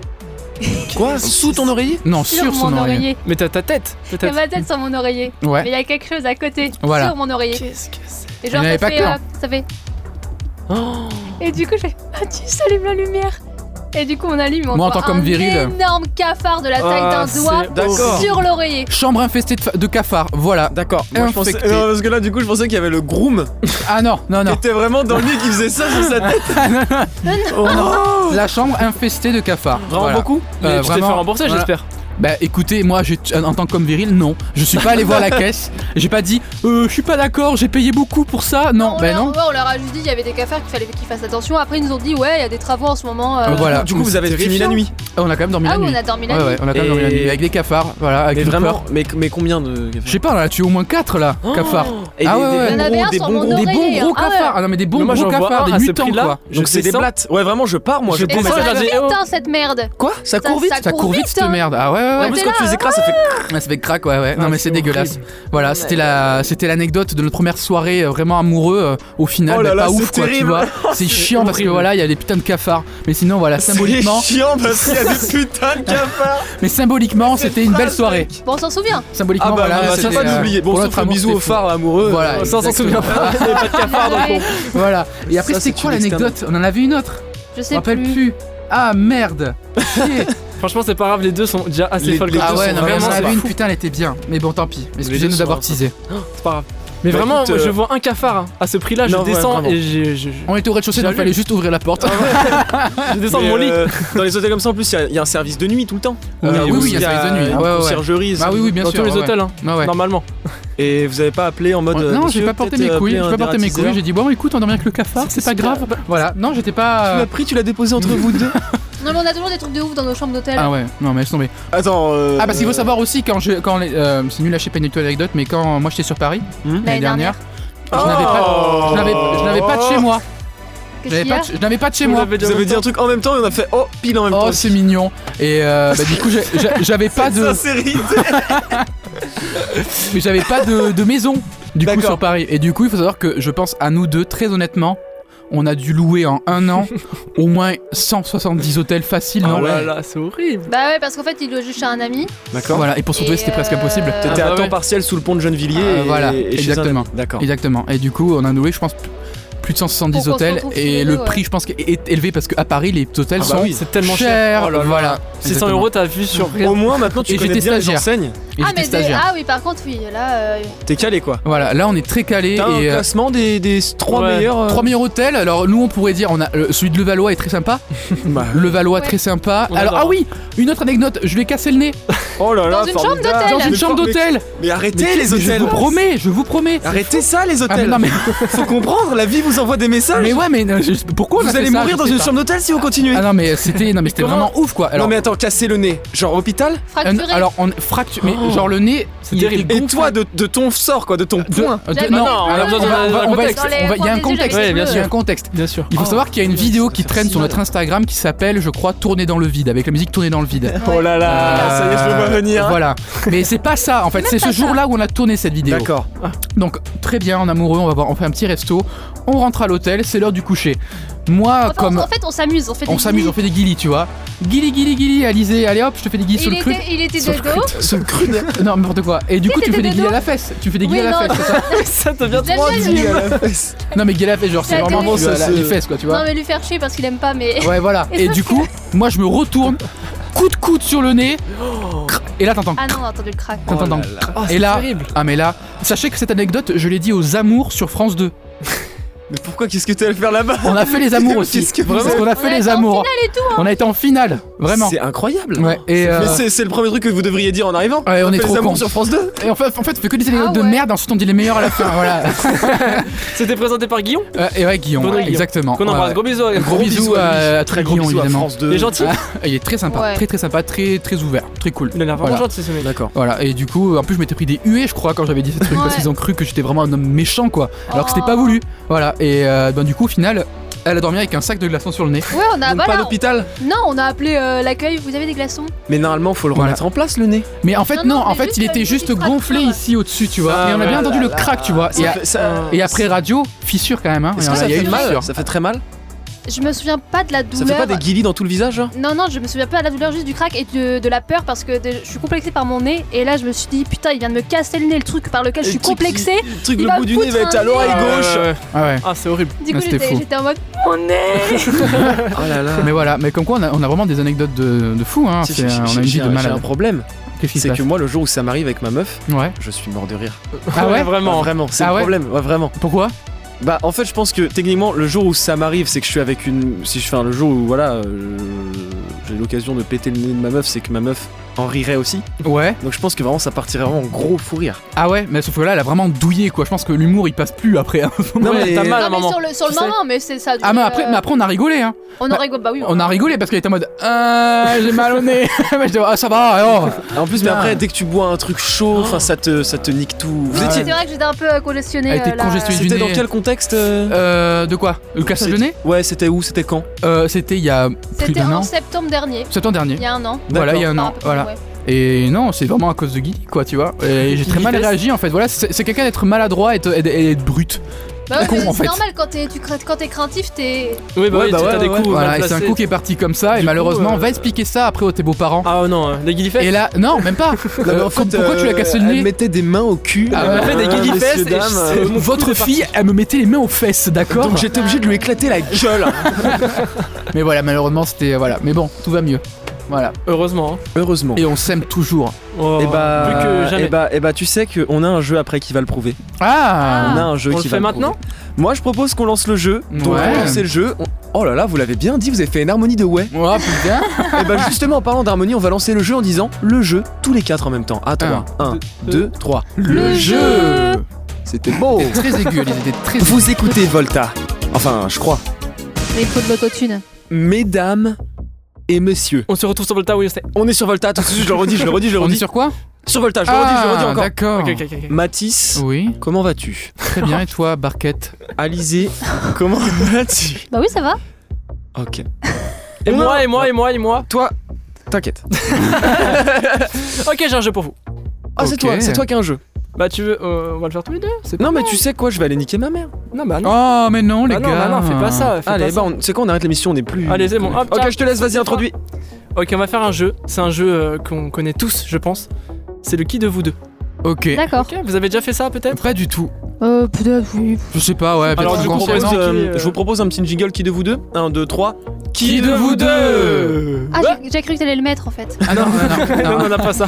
Speaker 1: Quoi Sous ton oreiller
Speaker 4: Non, sur, son
Speaker 5: mon
Speaker 4: oreiller.
Speaker 5: oreiller.
Speaker 3: Mais t'as ta tête,
Speaker 5: Il y a
Speaker 3: peut-être.
Speaker 5: ma tête sur mon oreiller. Mais
Speaker 4: Ouais.
Speaker 5: il y a quelque chose à côté.
Speaker 4: Voilà.
Speaker 5: Sur mon oreiller.
Speaker 3: Qu'est-ce que c'est
Speaker 5: Et genre,
Speaker 4: Elle
Speaker 5: ça
Speaker 4: avait pas hein. peur.
Speaker 5: fait, euh, ça fait.
Speaker 3: Oh.
Speaker 5: Et du coup, je fais, ah, tu s'allumes la lumière. Et du coup, on allume. et On
Speaker 4: Moi, en
Speaker 5: voit
Speaker 4: tant qu'homme
Speaker 5: un
Speaker 4: viril.
Speaker 5: énorme cafard de la taille
Speaker 3: Ah,
Speaker 5: d'un
Speaker 3: c'est
Speaker 5: doigt
Speaker 1: D'accord.
Speaker 5: sur l'oreiller.
Speaker 4: Chambre infestée de, fa- de cafards, voilà.
Speaker 1: D'accord. Moi, je pensais-
Speaker 4: Infecté.
Speaker 1: Non, parce que là, du coup, je pensais qu'il y avait le groom
Speaker 4: Ah non, non,
Speaker 1: qui
Speaker 4: non.
Speaker 1: était vraiment dans le lit qui faisait ça sur sa tête. Ah, Oh non.
Speaker 4: La chambre infestée de cafards.
Speaker 1: Vraiment
Speaker 4: voilà.
Speaker 1: beaucoup
Speaker 3: Mais tu
Speaker 4: Euh,
Speaker 3: t'es fait
Speaker 4: vraiment,
Speaker 3: rembourser,
Speaker 4: voilà.
Speaker 3: j'espère.
Speaker 4: Bah écoutez, moi j'ai- en tant qu'homme viril, non. Je suis pas allé voir la caisse. J'ai pas dit, euh, je suis pas d'accord, j'ai payé beaucoup pour ça. Non,
Speaker 5: on
Speaker 4: bah
Speaker 5: leur,
Speaker 4: non.
Speaker 5: ouais, on leur a juste dit qu'il y avait des cafards qu'il fallait qu'ils fassent attention. Après, ils nous ont dit, ouais, il y a des travaux en ce moment. euh,
Speaker 4: Euh, voilà.
Speaker 1: Ah, Du coup, vous avez fini la nuit.
Speaker 4: On a quand même dormi
Speaker 5: Ah
Speaker 4: la
Speaker 5: oui,
Speaker 4: nuit.
Speaker 5: on a dormi la
Speaker 4: ouais,
Speaker 5: nuit.
Speaker 4: ouais, on a quand même
Speaker 1: Et-
Speaker 4: dormi la nuit. Avec des cafards, voilà, avec
Speaker 1: Mais
Speaker 4: une
Speaker 1: vraiment,
Speaker 4: peur.
Speaker 1: mais, mais combien de.
Speaker 4: Je sais pas, on en a tué au moins 4 là,
Speaker 1: Oh.
Speaker 4: cafards.
Speaker 1: Et
Speaker 4: Ah
Speaker 1: des- Ah, des
Speaker 4: ouais, ouais.
Speaker 1: bons
Speaker 5: Il y en avait
Speaker 1: gros-
Speaker 5: un
Speaker 1: des
Speaker 5: sur
Speaker 1: bons
Speaker 5: mon
Speaker 1: gros-
Speaker 5: oreiller.
Speaker 4: des bons
Speaker 5: hein.
Speaker 4: gros
Speaker 5: Ah ouais.
Speaker 4: cafards. Ah non, mais des bons
Speaker 1: Mais moi,
Speaker 4: gros
Speaker 1: j'en vois
Speaker 4: cafards,
Speaker 1: un
Speaker 4: des
Speaker 1: à ce
Speaker 4: mutants
Speaker 1: prix-là,
Speaker 4: quoi.
Speaker 1: Je
Speaker 3: Je
Speaker 1: sais des
Speaker 3: descends.
Speaker 1: blattes. Ouais, vraiment, je pars moi.
Speaker 3: Je
Speaker 1: Je prends
Speaker 3: descends,
Speaker 1: ça,
Speaker 5: Ça
Speaker 1: je
Speaker 5: court
Speaker 1: leur dis,
Speaker 5: vite,
Speaker 1: eh oh.
Speaker 5: hein, cette merde.
Speaker 1: Quoi Ça
Speaker 5: Ça-
Speaker 1: court vite
Speaker 5: ça
Speaker 4: Ça court
Speaker 5: court
Speaker 4: vite
Speaker 5: vite,
Speaker 4: cette
Speaker 5: hein.
Speaker 4: merde. Ah ouais, ouais,
Speaker 1: Ouais,
Speaker 4: ouais.
Speaker 1: parce
Speaker 5: t'es
Speaker 1: que quand
Speaker 5: là,
Speaker 1: tu les écrases, ça fait.
Speaker 4: Ouais, ça fait crack, ouais, ouais. Non, mais c'est dégueulasse. Voilà, c'était la, c'était l'anecdote de notre première soirée euh, vraiment amoureux. euh, Au final,
Speaker 1: Oh là
Speaker 4: bah,
Speaker 1: là,
Speaker 4: pas
Speaker 1: c'est
Speaker 4: ouf, quoi, tu
Speaker 1: terrible.
Speaker 4: vois. C'est chiant parce que
Speaker 3: horrible.
Speaker 4: voilà, il y a des putains de cafards. Mais sinon, voilà,
Speaker 1: C'est
Speaker 4: symboliquement,
Speaker 1: chiant parce qu'il y a des putains de cafards.
Speaker 4: mais symboliquement,
Speaker 1: Cette
Speaker 4: c'était une belle
Speaker 1: phrase,
Speaker 4: soirée.
Speaker 5: Bon, on s'en souvient.
Speaker 4: Symboliquement,
Speaker 1: Ah bah,
Speaker 4: voilà.
Speaker 1: voilà,
Speaker 4: c'était,
Speaker 1: pas
Speaker 4: euh,
Speaker 1: d'oublier. Bon,
Speaker 4: pour
Speaker 1: sauf
Speaker 4: notre
Speaker 1: un
Speaker 4: amour,
Speaker 1: bisou
Speaker 4: c'était
Speaker 1: au
Speaker 4: fou.
Speaker 1: phare amoureux.
Speaker 4: Voilà,
Speaker 1: euh, Ça, on s'en
Speaker 4: exactement.
Speaker 1: souvient pas. Il y avait pas de cafards dans le
Speaker 5: Ouais,
Speaker 1: fond.
Speaker 4: Voilà. Et après,
Speaker 1: Ça,
Speaker 4: c'était
Speaker 1: c'est
Speaker 4: quoi
Speaker 1: une
Speaker 4: l'anecdote On en avait une autre.
Speaker 5: Je
Speaker 4: Je me
Speaker 5: sais
Speaker 4: rappelle
Speaker 5: plus.
Speaker 4: plus. Ah merde. Chier.
Speaker 3: Franchement, c'est pas grave, les deux sont déjà assez
Speaker 1: Les-
Speaker 3: folles.
Speaker 1: les deux
Speaker 3: comme
Speaker 4: Ah
Speaker 3: ça,
Speaker 1: sont
Speaker 4: ouais, non, mais on en
Speaker 3: vraiment, c'est
Speaker 4: avait
Speaker 3: pas
Speaker 4: une.
Speaker 3: fou.
Speaker 4: Putain, elle était bien. Mais bon, tant pis.
Speaker 1: deux
Speaker 4: Excusez-nous
Speaker 1: sont
Speaker 4: d'avoir
Speaker 1: rares, ça.
Speaker 4: teasé.
Speaker 3: C'est pas grave. Mais
Speaker 1: Bah,
Speaker 3: vraiment,
Speaker 1: écoute,
Speaker 3: je
Speaker 1: euh,
Speaker 3: vois un cafard. hein. À ce prix-là, je
Speaker 1: Non, ouais,
Speaker 3: descends
Speaker 1: vraiment.
Speaker 3: et j'ai- je, je-
Speaker 4: On était au rez-de-chaussée, donc
Speaker 3: J'allume.
Speaker 4: fallait juste ouvrir la porte.
Speaker 1: Ah,
Speaker 3: je descends de
Speaker 1: Mais,
Speaker 3: mon lit.
Speaker 1: euh, dans les hôtels comme ça, en plus, il y a- il y, a un service de nuit tout le temps.
Speaker 4: Euh,
Speaker 1: Et
Speaker 4: oui,
Speaker 1: où
Speaker 4: oui, il y a un service de nuit.
Speaker 1: une
Speaker 4: Ah ouais, ouais, ouais.
Speaker 1: conciergerie,
Speaker 4: Ah oui, oui, bien
Speaker 3: Dans
Speaker 4: sûr.
Speaker 3: tous les
Speaker 4: ouais, ouais.
Speaker 3: hôtels, hein,
Speaker 4: Ah, Ouais, ouais.
Speaker 3: normalement.
Speaker 1: Et vous avez pas appelé en mode. euh,
Speaker 4: non,
Speaker 1: monsieur,
Speaker 4: j'ai pas porté
Speaker 1: peut-être,
Speaker 4: mes
Speaker 1: euh,
Speaker 4: couilles,
Speaker 1: appeler
Speaker 4: j'ai
Speaker 1: un
Speaker 4: pas porté mes couilles,
Speaker 1: dératiseur
Speaker 4: j'ai dit bon écoute, on dort bien avec le cafard, c'est pas grave. Voilà, non, j'étais
Speaker 1: Tu
Speaker 4: pas euh,
Speaker 1: l'as pris, tu l'as déposé entre vous deux
Speaker 5: Non, mais on a toujours des trucs de ouf dans nos chambres d'hôtel.
Speaker 4: Ah ouais, non mais laisse tomber.
Speaker 1: Attends. euh,
Speaker 4: Ah parce qu'il faut savoir aussi quand je quand les- euh, c'est nul à chez Penny anecdote mais quand moi j'étais sur Paris l'année dernière, je n'avais pas
Speaker 1: Oh.
Speaker 4: je n'avais je n'avais pas de chez moi.
Speaker 5: Qu'est-ce
Speaker 4: J'avais
Speaker 5: qu'il y
Speaker 4: pas
Speaker 5: a
Speaker 4: de- je n'avais pas de chez
Speaker 3: Vous
Speaker 4: moi.
Speaker 3: l'avez
Speaker 1: Vous
Speaker 3: en
Speaker 1: avez
Speaker 3: même
Speaker 1: dit un truc en même temps et on a fait oh pile en même temps.
Speaker 4: Oh, c'est mignon. Et euh, bah, du coup, j'ai- j'a- j'avais pas de
Speaker 1: Sincérité.
Speaker 4: j'avais pas de, de maison du coup
Speaker 1: D'accord.
Speaker 4: sur Paris. Et du coup, il faut savoir que je pense à nous deux très honnêtement, on a dû louer en un an au moins 170 hôtels faciles,
Speaker 1: Ah
Speaker 3: temps.
Speaker 4: non
Speaker 3: Oh là là, c'est horrible.
Speaker 5: Bah ouais, parce qu'en fait, il logeait chez un ami.
Speaker 1: D'accord.
Speaker 4: Voilà, et pour se retrouver,
Speaker 5: Et
Speaker 4: c'était presque
Speaker 5: euh,
Speaker 4: impossible.
Speaker 1: T'étais
Speaker 3: Ah bah
Speaker 1: à temps
Speaker 3: ouais.
Speaker 1: partiel sous le pont de Gennevilliers.
Speaker 4: Euh,
Speaker 1: et-
Speaker 4: voilà,
Speaker 1: et chez un
Speaker 4: exactement.
Speaker 1: ami. D'accord.
Speaker 4: Exactement. Et du coup, on a loué, je pense, p- plus de 170
Speaker 5: Pour qu'on se
Speaker 4: hôtels.
Speaker 5: retrouve tous
Speaker 4: Et
Speaker 5: les
Speaker 4: le
Speaker 5: deux,
Speaker 4: prix, je pense, est- est élevé parce qu'à Paris, les hôtels
Speaker 1: Ah bah
Speaker 4: sont
Speaker 1: oui.
Speaker 3: C'est tellement cher.
Speaker 4: chers.
Speaker 3: Oh là là.
Speaker 4: Voilà.
Speaker 3: 600 euros, t'as vu sur rien.
Speaker 1: Au moins maintenant tu
Speaker 4: Et
Speaker 1: connais
Speaker 4: j'étais
Speaker 1: bien les
Speaker 4: stagiaire.
Speaker 1: enseignes.
Speaker 4: Et
Speaker 5: ah,
Speaker 4: j'étais
Speaker 5: mais des-
Speaker 4: stagiaire.
Speaker 5: ah oui, par contre, oui, là. euh,
Speaker 1: T'es calé quoi.
Speaker 4: Voilà, là, on est très calé.
Speaker 1: T'as un
Speaker 4: Et euh,
Speaker 1: classement des, des trois
Speaker 3: Ouais.
Speaker 1: meilleurs. euh,
Speaker 4: trois meilleurs hôtels. Alors, nous, on pourrait dire, on a euh, celui de Levallois est très sympa.
Speaker 1: Bah,
Speaker 4: Levallois,
Speaker 5: Ouais.
Speaker 4: très sympa.
Speaker 3: On
Speaker 4: Alors,
Speaker 3: adore.
Speaker 4: ah oui, une autre anecdote, je lui ai cassé le nez
Speaker 1: Oh là là.
Speaker 5: Dans une chambre
Speaker 1: formidable.
Speaker 5: d'hôtel.
Speaker 4: dans
Speaker 5: Elle.
Speaker 4: une
Speaker 1: Mais
Speaker 4: chambre
Speaker 1: for- mais-
Speaker 4: d'hôtel.
Speaker 1: Mais arrêtez
Speaker 4: Mais
Speaker 1: les
Speaker 4: qu'est-ce que-
Speaker 1: hôtels.
Speaker 4: Je vous promets, je vous promets.
Speaker 1: Arrêtez ça les
Speaker 4: Ah, mais
Speaker 1: hôtels.
Speaker 4: non, mais,
Speaker 1: Faut comprendre, la vie vous envoie des messages.
Speaker 4: mais ouais, mais euh, je- pourquoi on a
Speaker 1: vous
Speaker 4: fait
Speaker 1: allez
Speaker 4: ça,
Speaker 1: mourir
Speaker 4: je
Speaker 1: dans
Speaker 4: sais
Speaker 1: une
Speaker 4: pas.
Speaker 1: chambre d'hôtel si vous continuez.
Speaker 4: Ah non, mais c'était non, mais c'était
Speaker 1: Comment
Speaker 4: vraiment ouf quoi. Alors,
Speaker 1: non mais attends, casser le nez, genre hôpital
Speaker 4: Euh,
Speaker 5: Fracturé.
Speaker 4: alors on fracture, mais
Speaker 3: Oh.
Speaker 4: genre le nez,
Speaker 3: C'est
Speaker 4: il était
Speaker 3: terrible.
Speaker 1: Et
Speaker 4: gonflé.
Speaker 1: toi de, de ton sort quoi, de ton
Speaker 4: De-
Speaker 1: point.
Speaker 4: de-
Speaker 5: J'avais
Speaker 4: non,
Speaker 5: pas
Speaker 4: alors,
Speaker 5: vu
Speaker 4: on
Speaker 3: le-
Speaker 4: va- on va- on va-
Speaker 3: le
Speaker 4: on va-
Speaker 5: contexte.
Speaker 4: il y a un
Speaker 5: Dans les
Speaker 4: contexte.
Speaker 5: points des yeux, j'avais
Speaker 4: il y a
Speaker 3: fait
Speaker 4: un contexte.
Speaker 3: Bien sûr.
Speaker 4: Il faut savoir qu'il y a une
Speaker 1: putain,
Speaker 4: vidéo
Speaker 1: ça
Speaker 4: qui
Speaker 1: fait
Speaker 4: traîne
Speaker 1: si
Speaker 4: sur
Speaker 1: mal.
Speaker 4: notre Instagram qui s'appelle, je crois, Tourner dans le vide, avec la musique Tourner dans le vide.
Speaker 5: Ouais.
Speaker 1: Oh là là, ça y est, je le vois
Speaker 4: Euh,
Speaker 1: venir.
Speaker 4: Voilà. Mais c'est pas ça, en fait. C'est ce jour-là où on a tourné cette vidéo.
Speaker 1: D'accord.
Speaker 4: Donc, très bien, en amoureux, on va voir, on fait un petit resto. On rentre à l'hôtel, c'est l'heure du coucher. Moi,
Speaker 5: Enfin, on-
Speaker 4: comme.
Speaker 5: En fait, on s'amuse. On fait des
Speaker 4: On s'amuse, on
Speaker 5: guillis.
Speaker 4: fait des guillis, tu vois. Guillis, guillis, guillis, Alizé, allez hop, je te fais des guillis sur
Speaker 5: Il
Speaker 4: le cru.
Speaker 5: était, il était
Speaker 4: Sur
Speaker 5: de
Speaker 4: le cru.
Speaker 5: dos.
Speaker 1: Ce cru de-
Speaker 4: Non, n'importe quoi. Et du coup, tu
Speaker 5: t'étais
Speaker 4: fais des
Speaker 5: de
Speaker 4: guillis à
Speaker 5: dos.
Speaker 4: la fesse. Tu fais des
Speaker 5: Oui,
Speaker 4: guillis à la
Speaker 5: non,
Speaker 4: fesse.
Speaker 5: je-
Speaker 3: ça devient
Speaker 5: J'aime
Speaker 3: trop
Speaker 5: bien,
Speaker 3: dur.
Speaker 5: j'aime bien.
Speaker 4: Non mais guillis à la fesse, genre c'est
Speaker 5: La
Speaker 4: vraiment
Speaker 5: guillis.
Speaker 4: euh,
Speaker 1: Ça,
Speaker 4: la-
Speaker 1: c'est-
Speaker 4: les fesses quoi, tu vois.
Speaker 5: Non, mais lui faire chier parce qu'il aime pas, mais.
Speaker 4: Ouais, voilà.
Speaker 5: Et
Speaker 4: Et,
Speaker 5: ça,
Speaker 4: du coup, moi, je me retourne, coup de coude sur le nez, cr- et là, t'entends.
Speaker 5: Ah non, on a entendu le crack.
Speaker 4: T'entends.
Speaker 3: Oh là là.
Speaker 4: cr-
Speaker 3: Oh,
Speaker 4: et
Speaker 3: c'est
Speaker 4: là,
Speaker 3: terrible.
Speaker 4: ah mais là, sachez que cette anecdote, je l'ai dit aux amours sur France 2.
Speaker 1: Mais pourquoi Qu'est-ce que t'es allé faire là-bas
Speaker 4: On a fait les amours aussi.
Speaker 1: Qu'est-ce que vous
Speaker 4: Vraiment,
Speaker 1: avez-
Speaker 4: on a fait les amours.
Speaker 5: hein.
Speaker 4: On a été en finale, vraiment.
Speaker 1: C'est incroyable.
Speaker 4: Ouais, et, euh,
Speaker 1: Mais c'est- c'est le premier truc que vous devriez dire en arrivant.
Speaker 4: Ouais, on est
Speaker 1: fait
Speaker 4: trop
Speaker 1: les amours
Speaker 4: cons.
Speaker 1: sur France 2.
Speaker 4: et en fait, en fait, on fait que des anecdotes
Speaker 5: Ah
Speaker 4: de
Speaker 5: ouais.
Speaker 4: merde, ensuite on dit les meilleurs à la fin, voilà.
Speaker 3: C'était présenté par Guillaume,
Speaker 4: Euh, et ouais, Guillaume,
Speaker 3: Bonne
Speaker 4: ouais,
Speaker 3: Guillaume.
Speaker 4: exactement.
Speaker 3: qu'on
Speaker 4: Ouais,
Speaker 3: embrasse.
Speaker 4: ouais.
Speaker 3: Gros bisous.
Speaker 4: Gros bisous à, à très
Speaker 1: Très gros
Speaker 4: Guillaume,
Speaker 1: bisous à
Speaker 4: évidemment.
Speaker 1: France 2.
Speaker 3: Il est gentil.
Speaker 4: Ah, il est très sympa,
Speaker 5: Ouais.
Speaker 4: très très sympa, très très ouvert, très cool.
Speaker 3: Il a l'air vraiment
Speaker 4: Voilà.
Speaker 3: gentil ce mec.
Speaker 1: D'accord.
Speaker 4: Voilà, et du coup, en plus, je m'étais pris des huées, je crois, quand j'avais dit ces trucs, parce
Speaker 5: Ouais.
Speaker 4: qu'ils ont cru que j'étais vraiment un homme méchant, quoi. Alors que c'était pas
Speaker 5: Oh.
Speaker 4: voulu. Voilà, et euh, ben, du coup, au final, elle a dormi avec un sac de glaçons sur le nez.
Speaker 5: Ouais, on a.
Speaker 1: Donc pas
Speaker 5: voilà,
Speaker 1: d'hôpital.
Speaker 5: on- Non, on a appelé euh, l'accueil. Vous avez des glaçons
Speaker 1: Mais normalement, faut le
Speaker 4: Voilà.
Speaker 1: remettre en place le nez.
Speaker 4: Mais en fait,
Speaker 5: Non,
Speaker 4: non,
Speaker 5: non,
Speaker 4: en
Speaker 5: mais
Speaker 4: fait,
Speaker 5: juste
Speaker 4: il
Speaker 5: une
Speaker 4: était
Speaker 5: petite
Speaker 4: juste
Speaker 5: fracture,
Speaker 4: gonflé
Speaker 5: ouais.
Speaker 4: ici au-dessus, tu vois.
Speaker 1: Ah,
Speaker 4: et on a bien
Speaker 1: là,
Speaker 4: entendu
Speaker 1: là,
Speaker 4: le
Speaker 1: là.
Speaker 4: crack, tu vois.
Speaker 1: Ça
Speaker 4: Et, a-
Speaker 1: fait- ça-
Speaker 4: et après radio, fissure quand même, hein.
Speaker 1: Est-ce que
Speaker 4: Et on a-
Speaker 1: ça
Speaker 4: il y a
Speaker 1: fait
Speaker 4: une
Speaker 1: mal
Speaker 4: fissure.
Speaker 1: Ça fait très mal
Speaker 5: Je me souviens pas de la
Speaker 1: Ça
Speaker 5: douleur.
Speaker 1: fait pas des guillis dans tout le visage hein genre
Speaker 5: Non, non, je me souviens pas de la douleur, juste du crack et de, de la peur parce que de- je suis complexée par mon nez. Et là, je me suis dit, putain, il vient de me casser le nez, le truc par lequel je suis
Speaker 1: Le truc
Speaker 5: complexée.
Speaker 1: qui- Le truc,
Speaker 5: Il
Speaker 1: le
Speaker 5: va
Speaker 1: bout du
Speaker 5: foutre
Speaker 1: nez va être
Speaker 5: un
Speaker 1: à l'oreille
Speaker 5: nez.
Speaker 1: gauche.
Speaker 3: Euh,
Speaker 4: Ah ouais.
Speaker 3: Ah, c'est horrible.
Speaker 5: Du coup,
Speaker 4: Ah, c'était
Speaker 5: j'étais
Speaker 4: fou.
Speaker 5: j'étais en mode, mon nez
Speaker 1: Oh là là.
Speaker 4: Mais voilà, mais comme quoi on a, on a vraiment des anecdotes de, de fou, hein.
Speaker 1: Si,
Speaker 4: C'est-
Speaker 1: si, si,
Speaker 4: on a
Speaker 1: si,
Speaker 4: une vie
Speaker 1: j'ai
Speaker 4: de
Speaker 1: un- J'ai un
Speaker 4: malade.
Speaker 1: problème,
Speaker 4: Qu'est-ce qui se
Speaker 1: c'est
Speaker 4: passe
Speaker 1: que moi le jour où ça m'arrive avec ma meuf,
Speaker 4: Ouais.
Speaker 1: je suis mort de rire.
Speaker 4: Ah ouais
Speaker 3: Vraiment.
Speaker 1: Vraiment, c'est
Speaker 4: Ah
Speaker 1: le
Speaker 4: ouais
Speaker 1: problème, ouais, vraiment.
Speaker 4: Pourquoi
Speaker 1: Bah en fait je pense que techniquement le jour où ça m'arrive c'est que je suis avec une... Si je fais le jour où voilà euh, j'ai l'occasion de péter le nez de ma meuf c'est que ma meuf en rirait aussi.
Speaker 4: Ouais.
Speaker 1: Donc je pense que vraiment ça partirait vraiment en gros fou rire.
Speaker 4: Ah ouais, mais sauf que là, elle a vraiment douillé, quoi. Je pense que l'humour, il passe plus après. hein.
Speaker 3: Non,
Speaker 1: Ouais,
Speaker 3: mais t'as mal à un
Speaker 5: Non, mais
Speaker 3: moment.
Speaker 5: sur le, sur le
Speaker 3: Tu sais.
Speaker 5: moment, mais c'est ça.
Speaker 4: Ah, mais
Speaker 5: donc,
Speaker 4: après,
Speaker 5: euh,
Speaker 4: mais après, on a rigolé, hein.
Speaker 5: On en rigole, bah oui.
Speaker 4: On a rigolé parce qu'elle était en mode euh, j'ai mal au nez. Moi, j'étais, ah ça va alors.
Speaker 1: En plus mais
Speaker 4: Putain.
Speaker 1: après dès que tu bois un truc chaud, enfin ça te ça te nique tout. Vous
Speaker 4: Ah
Speaker 5: C'est
Speaker 1: étiez...
Speaker 5: vrai que j'étais un peu euh, congestionnée.
Speaker 4: Elle était
Speaker 5: euh, là.
Speaker 4: congestionnée.
Speaker 1: C'était
Speaker 4: du
Speaker 1: dans
Speaker 4: nez.
Speaker 1: quel contexte euh,
Speaker 4: Euh, de quoi Le cassage de nez
Speaker 1: Ouais c'était où C'était quand
Speaker 4: Euh, C'était il y a plus
Speaker 5: C'était
Speaker 4: d'un
Speaker 5: en
Speaker 4: an.
Speaker 5: septembre dernier.
Speaker 4: Septembre
Speaker 5: Il
Speaker 4: dernier.
Speaker 5: y a un an.
Speaker 4: Voilà, il y a un
Speaker 5: Par
Speaker 4: an.
Speaker 5: rapport-
Speaker 4: Voilà.
Speaker 5: ouais.
Speaker 4: Et non, c'est vraiment à cause de Guilly, quoi, tu vois. Et j'ai très mal
Speaker 3: Guilly
Speaker 4: réagi en fait. Voilà, c'est c'est quelqu'un d'être maladroit et, de- et de- et d'être brut.
Speaker 5: Bah ouais,
Speaker 4: Con,
Speaker 5: mais
Speaker 4: en
Speaker 5: c'est
Speaker 4: fait.
Speaker 5: normal quand t'es tu cra- quand t'es craintif, t'es.
Speaker 3: Oui, bah
Speaker 1: Ouais,
Speaker 3: oui,
Speaker 1: bah
Speaker 3: t'as
Speaker 1: ouais,
Speaker 3: des
Speaker 1: ouais,
Speaker 3: coups. mal
Speaker 4: Voilà, et c'est un
Speaker 3: placés.
Speaker 4: coup qui est parti comme ça.
Speaker 3: Du
Speaker 4: et
Speaker 3: coup,
Speaker 4: malheureusement,
Speaker 3: euh,
Speaker 4: va expliquer ça après à tes beaux-parents.
Speaker 3: Ah non, hein, les guillifesses.
Speaker 4: Et là, non, même pas.
Speaker 1: Non, mais
Speaker 4: Euh,
Speaker 1: en fait,
Speaker 4: pourquoi tu l'as
Speaker 1: euh,
Speaker 4: cassé le
Speaker 1: Elle
Speaker 4: nez
Speaker 1: mettait des mains au cul. euh,
Speaker 4: Ah, elle
Speaker 3: m'a fait des
Speaker 1: messieurs,
Speaker 3: guillifesses et
Speaker 1: dames.
Speaker 3: je- mon
Speaker 4: Votre fille, elle me mettait les mains aux fesses, d'accord
Speaker 1: Donc j'étais obligé de lui éclater la gueule.
Speaker 4: Mais voilà, malheureusement, c'était voilà. Mais bon, tout va mieux. Voilà.
Speaker 3: Heureusement. hein.
Speaker 1: Heureusement.
Speaker 4: Et on s'aime toujours.
Speaker 3: Oh,
Speaker 1: Et bah,
Speaker 3: plus que jamais.
Speaker 1: Et bah, et bah, tu sais qu'on a un jeu après qui va le prouver.
Speaker 4: Ah,
Speaker 1: On a un jeu
Speaker 3: on
Speaker 1: qui
Speaker 3: le
Speaker 1: va
Speaker 3: fait maintenant
Speaker 1: prouver. Moi, je propose qu'on lance le jeu. Donc,
Speaker 4: Ouais.
Speaker 1: on lance le jeu. On- Oh là là, vous l'avez bien dit, vous avez fait une harmonie de ouais.
Speaker 4: Oh putain
Speaker 1: et bah, justement, en parlant d'harmonie, on va lancer le jeu en disant le jeu tous les quatre en même temps. À 3, 1,
Speaker 3: deux,
Speaker 1: 2, 3.
Speaker 5: Le jeu
Speaker 1: C'était beau
Speaker 4: Très aigu, ils étaient très aigus.
Speaker 1: Vous écoutez Volta. Enfin, je crois.
Speaker 5: Mais il faut de l'autotune.
Speaker 1: Mesdames et messieurs.
Speaker 3: On se retrouve sur Volta, oui, je sais.
Speaker 1: On est sur Volta, tout de suite, je le redis, je le redis, je le
Speaker 4: On est
Speaker 1: redis.
Speaker 4: sur quoi
Speaker 1: Sur Volta, je le redis, je le redis
Speaker 4: Ah,
Speaker 1: encore.
Speaker 4: D'accord.
Speaker 3: Ok, ok, ok, ok.
Speaker 1: Mathis,
Speaker 4: Oui,
Speaker 1: comment vas-tu
Speaker 4: très bien. Et toi, Barquette
Speaker 1: Alizé, comment vas-tu
Speaker 5: Bah oui, ça va.
Speaker 1: Ok.
Speaker 3: Et moi, et moi, et moi, et moi.
Speaker 1: Toi, t'inquiète.
Speaker 3: Ok, j'ai un jeu pour vous.
Speaker 1: Ah, c'est
Speaker 4: Ok.
Speaker 1: toi, c'est toi qui as un jeu.
Speaker 3: Bah, tu veux. euh, on va le faire tous les deux C'est
Speaker 1: Non, mais tu sais quoi, je vais aller niquer ma mère.
Speaker 3: Non, bah non.
Speaker 4: Oh, mais non, les
Speaker 3: Bah non,
Speaker 4: gars.
Speaker 3: bah non, fais pas ça. fais
Speaker 1: Allez,
Speaker 3: pas ça.
Speaker 1: bah, on- c'est quoi, on arrête l'émission, on est plus.
Speaker 3: Allez, c'est bon, hop,
Speaker 1: Ok,
Speaker 3: ciao.
Speaker 1: je te laisse, vas-y, introduis.
Speaker 3: Ok, on va faire un jeu. C'est un jeu euh, qu'on connaît tous, je pense. C'est le qui de vous deux.
Speaker 4: Ok.
Speaker 5: D'accord.
Speaker 3: Ok, vous avez déjà fait ça peut-être
Speaker 4: Pas du tout.
Speaker 5: Euh, peut-être, oui.
Speaker 4: Je sais pas, ouais.
Speaker 3: Alors,
Speaker 4: peut-être
Speaker 3: du
Speaker 4: qu'on
Speaker 3: coup,
Speaker 4: s'en
Speaker 3: on va
Speaker 4: sort.
Speaker 3: se-
Speaker 1: euh, je vous propose un petit jingle qui de vous deux 1, 2, 3.
Speaker 4: Qui de vous
Speaker 1: Euh,
Speaker 4: deux
Speaker 5: Ah, j'ai- j'ai cru que t'allais le mettre en fait.
Speaker 4: Ah non, non,
Speaker 3: Non,
Speaker 4: non, non.
Speaker 3: on n'a pas ça.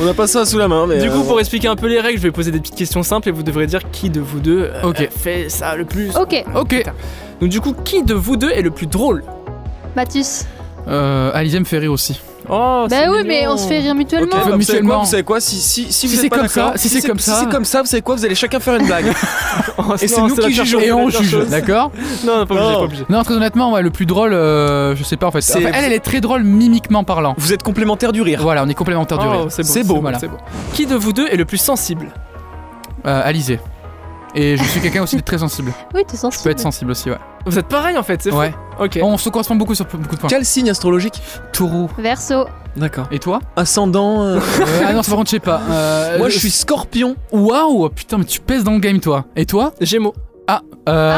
Speaker 1: On a pas ça sous la main, mais.
Speaker 3: Du
Speaker 1: euh,
Speaker 3: coup, pour expliquer un peu les règles, je vais poser des petites questions simples et vous devrez dire qui de vous deux euh,
Speaker 4: Ok.
Speaker 3: fait ça le plus.
Speaker 5: Ok,
Speaker 4: Ok.
Speaker 3: Donc du coup, qui de vous deux est le plus drôle
Speaker 5: Mathis.
Speaker 4: Euh, Alizé me fait rire aussi.
Speaker 3: Oh,
Speaker 5: Bah
Speaker 3: c'est
Speaker 5: oui,
Speaker 3: mignon.
Speaker 5: mais on se fait rire
Speaker 1: Ok,
Speaker 5: mutuellement.
Speaker 1: bah, vous, savez quoi,
Speaker 4: mutuellement.
Speaker 1: vous savez quoi Si, si, si,
Speaker 4: Si
Speaker 1: vous êtes
Speaker 4: c'est
Speaker 1: pas
Speaker 4: comme ça,
Speaker 1: d'accord,
Speaker 4: si c'est comme ça.
Speaker 1: si c'est comme ça, vous savez quoi Vous allez chacun faire une blague.
Speaker 3: Oh,
Speaker 1: Et c'est
Speaker 3: non,
Speaker 1: nous
Speaker 3: la
Speaker 1: qui
Speaker 3: pire
Speaker 1: jugeons.
Speaker 3: chose,
Speaker 4: Et on
Speaker 3: la pire
Speaker 4: juge,
Speaker 3: chose.
Speaker 4: d'accord
Speaker 3: Non, pas obligé,
Speaker 1: Non.
Speaker 3: pas obligé.
Speaker 4: Non, très honnêtement, ouais, le plus drôle, euh, je sais pas en fait.
Speaker 1: C'est-
Speaker 4: Enfin, elle, elle est très drôle mimiquement parlant.
Speaker 1: vous êtes complémentaires du rire.
Speaker 4: Voilà, on est complémentaires du
Speaker 3: Oh,
Speaker 4: rire.
Speaker 3: c'est beau,
Speaker 4: C'est
Speaker 3: c'est
Speaker 4: beau,
Speaker 3: beau,
Speaker 4: voilà.
Speaker 3: c'est beau. Qui de vous deux est le plus sensible
Speaker 4: Euh, Alizé. Et je suis quelqu'un aussi de très sensible.
Speaker 5: Oui, t'es
Speaker 4: Je peux
Speaker 5: sensible.
Speaker 4: être sensible aussi, ouais.
Speaker 3: Vous êtes pareil en fait, c'est fou.
Speaker 4: Ouais.
Speaker 3: Ok.
Speaker 4: On se correspond beaucoup sur beaucoup de points.
Speaker 1: Quel signe astrologique
Speaker 4: Taureau.
Speaker 5: Verso.
Speaker 1: D'accord.
Speaker 4: Et toi
Speaker 1: Ascendant. euh,
Speaker 4: Euh, Ah non, c'est par contre, je sais pas. Euh,
Speaker 1: Moi,
Speaker 4: je-
Speaker 1: je suis scorpion.
Speaker 4: Waouh, putain, mais tu pèses dans le game, toi. Et toi
Speaker 3: Gémeaux.
Speaker 4: Euh,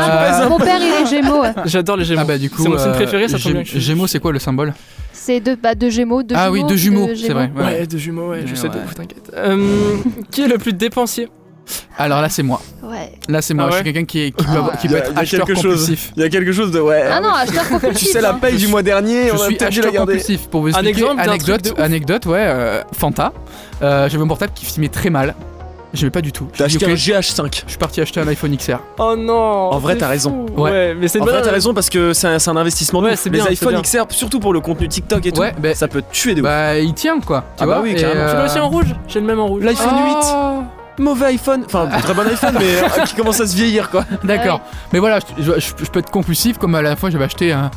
Speaker 5: Ah, mon père, il est gémeaux.
Speaker 3: J'adore les Gémeaux.
Speaker 4: Ah bah du coup.
Speaker 3: C'est mon signe
Speaker 4: euh,
Speaker 3: préféré, ça tombe
Speaker 4: Gé-
Speaker 3: bien que je suis-
Speaker 4: Gémeaux, c'est quoi le symbole
Speaker 5: C'est deux, bah, deux gémeaux. Deux
Speaker 4: Ah
Speaker 5: jumeaux,
Speaker 4: oui, deux jumeaux, c'est
Speaker 5: gémeaux.
Speaker 4: vrai. ouais.
Speaker 3: Ouais, deux jumeaux, ouais, je
Speaker 4: Ouais,
Speaker 3: sais
Speaker 4: ouais.
Speaker 3: de ouf, t'inquiète. Euh, qui est le plus dépensier
Speaker 4: Alors là, c'est moi.
Speaker 5: Ouais.
Speaker 4: Là, c'est moi.
Speaker 3: Ah
Speaker 4: Je
Speaker 3: ouais
Speaker 4: suis quelqu'un qui, est- qui peut, avoir- qui peut
Speaker 1: Il y a- il
Speaker 4: être
Speaker 1: y a
Speaker 4: acheteur
Speaker 1: quelque chose.
Speaker 4: compulsif.
Speaker 1: Il y a quelque chose de ouais.
Speaker 4: Eh
Speaker 5: Ah non, acheteur
Speaker 1: tu
Speaker 5: compulsif.
Speaker 1: sais la
Speaker 5: hein.
Speaker 1: paye
Speaker 4: Je
Speaker 1: du
Speaker 4: suis-
Speaker 1: mois dernier,
Speaker 4: Je
Speaker 1: on a
Speaker 4: suis
Speaker 1: peut-être dû
Speaker 4: acheteur
Speaker 1: la garder.
Speaker 4: compulsif pour vous expliquer.
Speaker 3: exemple d'un truc
Speaker 4: anecdote,
Speaker 3: de ouf.
Speaker 4: anecdote, ouais. euh, Fanta, euh, j'avais mon portable qui filmait très mal. J'aimais pas du tout.
Speaker 1: T'as
Speaker 4: J'ai
Speaker 1: acheté
Speaker 4: dit,
Speaker 1: un
Speaker 4: ok,
Speaker 1: GH5.
Speaker 4: Je suis parti acheter un iPhone XR.
Speaker 3: Oh non
Speaker 1: En vrai, t'as
Speaker 3: c'est
Speaker 1: raison.
Speaker 3: fou.
Speaker 4: Ouais.
Speaker 3: Ouais. mais c'est
Speaker 1: En
Speaker 3: une
Speaker 1: vrai,
Speaker 3: bonne
Speaker 1: t'as raison parce que c'est un, c'est un investissement. de
Speaker 3: Ouais,
Speaker 1: ouf.
Speaker 3: c'est
Speaker 1: Les
Speaker 3: bien, c'est
Speaker 1: iPhone XR, surtout pour le contenu TikTok et tout,
Speaker 4: Ouais, bah-
Speaker 1: ça peut te tuer de ouf.
Speaker 4: Bah, il tient quoi. Tu
Speaker 1: Ah bah
Speaker 4: vois
Speaker 1: oui,
Speaker 4: et,
Speaker 1: carrément.
Speaker 3: Tu
Speaker 4: euh,
Speaker 3: l'as aussi en rouge J'ai le même en rouge.
Speaker 1: L'iPhone
Speaker 4: Ah,
Speaker 1: Mauvais iPhone, enfin très bon iPhone, mais euh, qui commence à se vieillir quoi.
Speaker 4: D'accord.
Speaker 5: Ah
Speaker 4: Mais voilà, je, je- je- je peux être compulsif comme à la fois j'avais acheté un,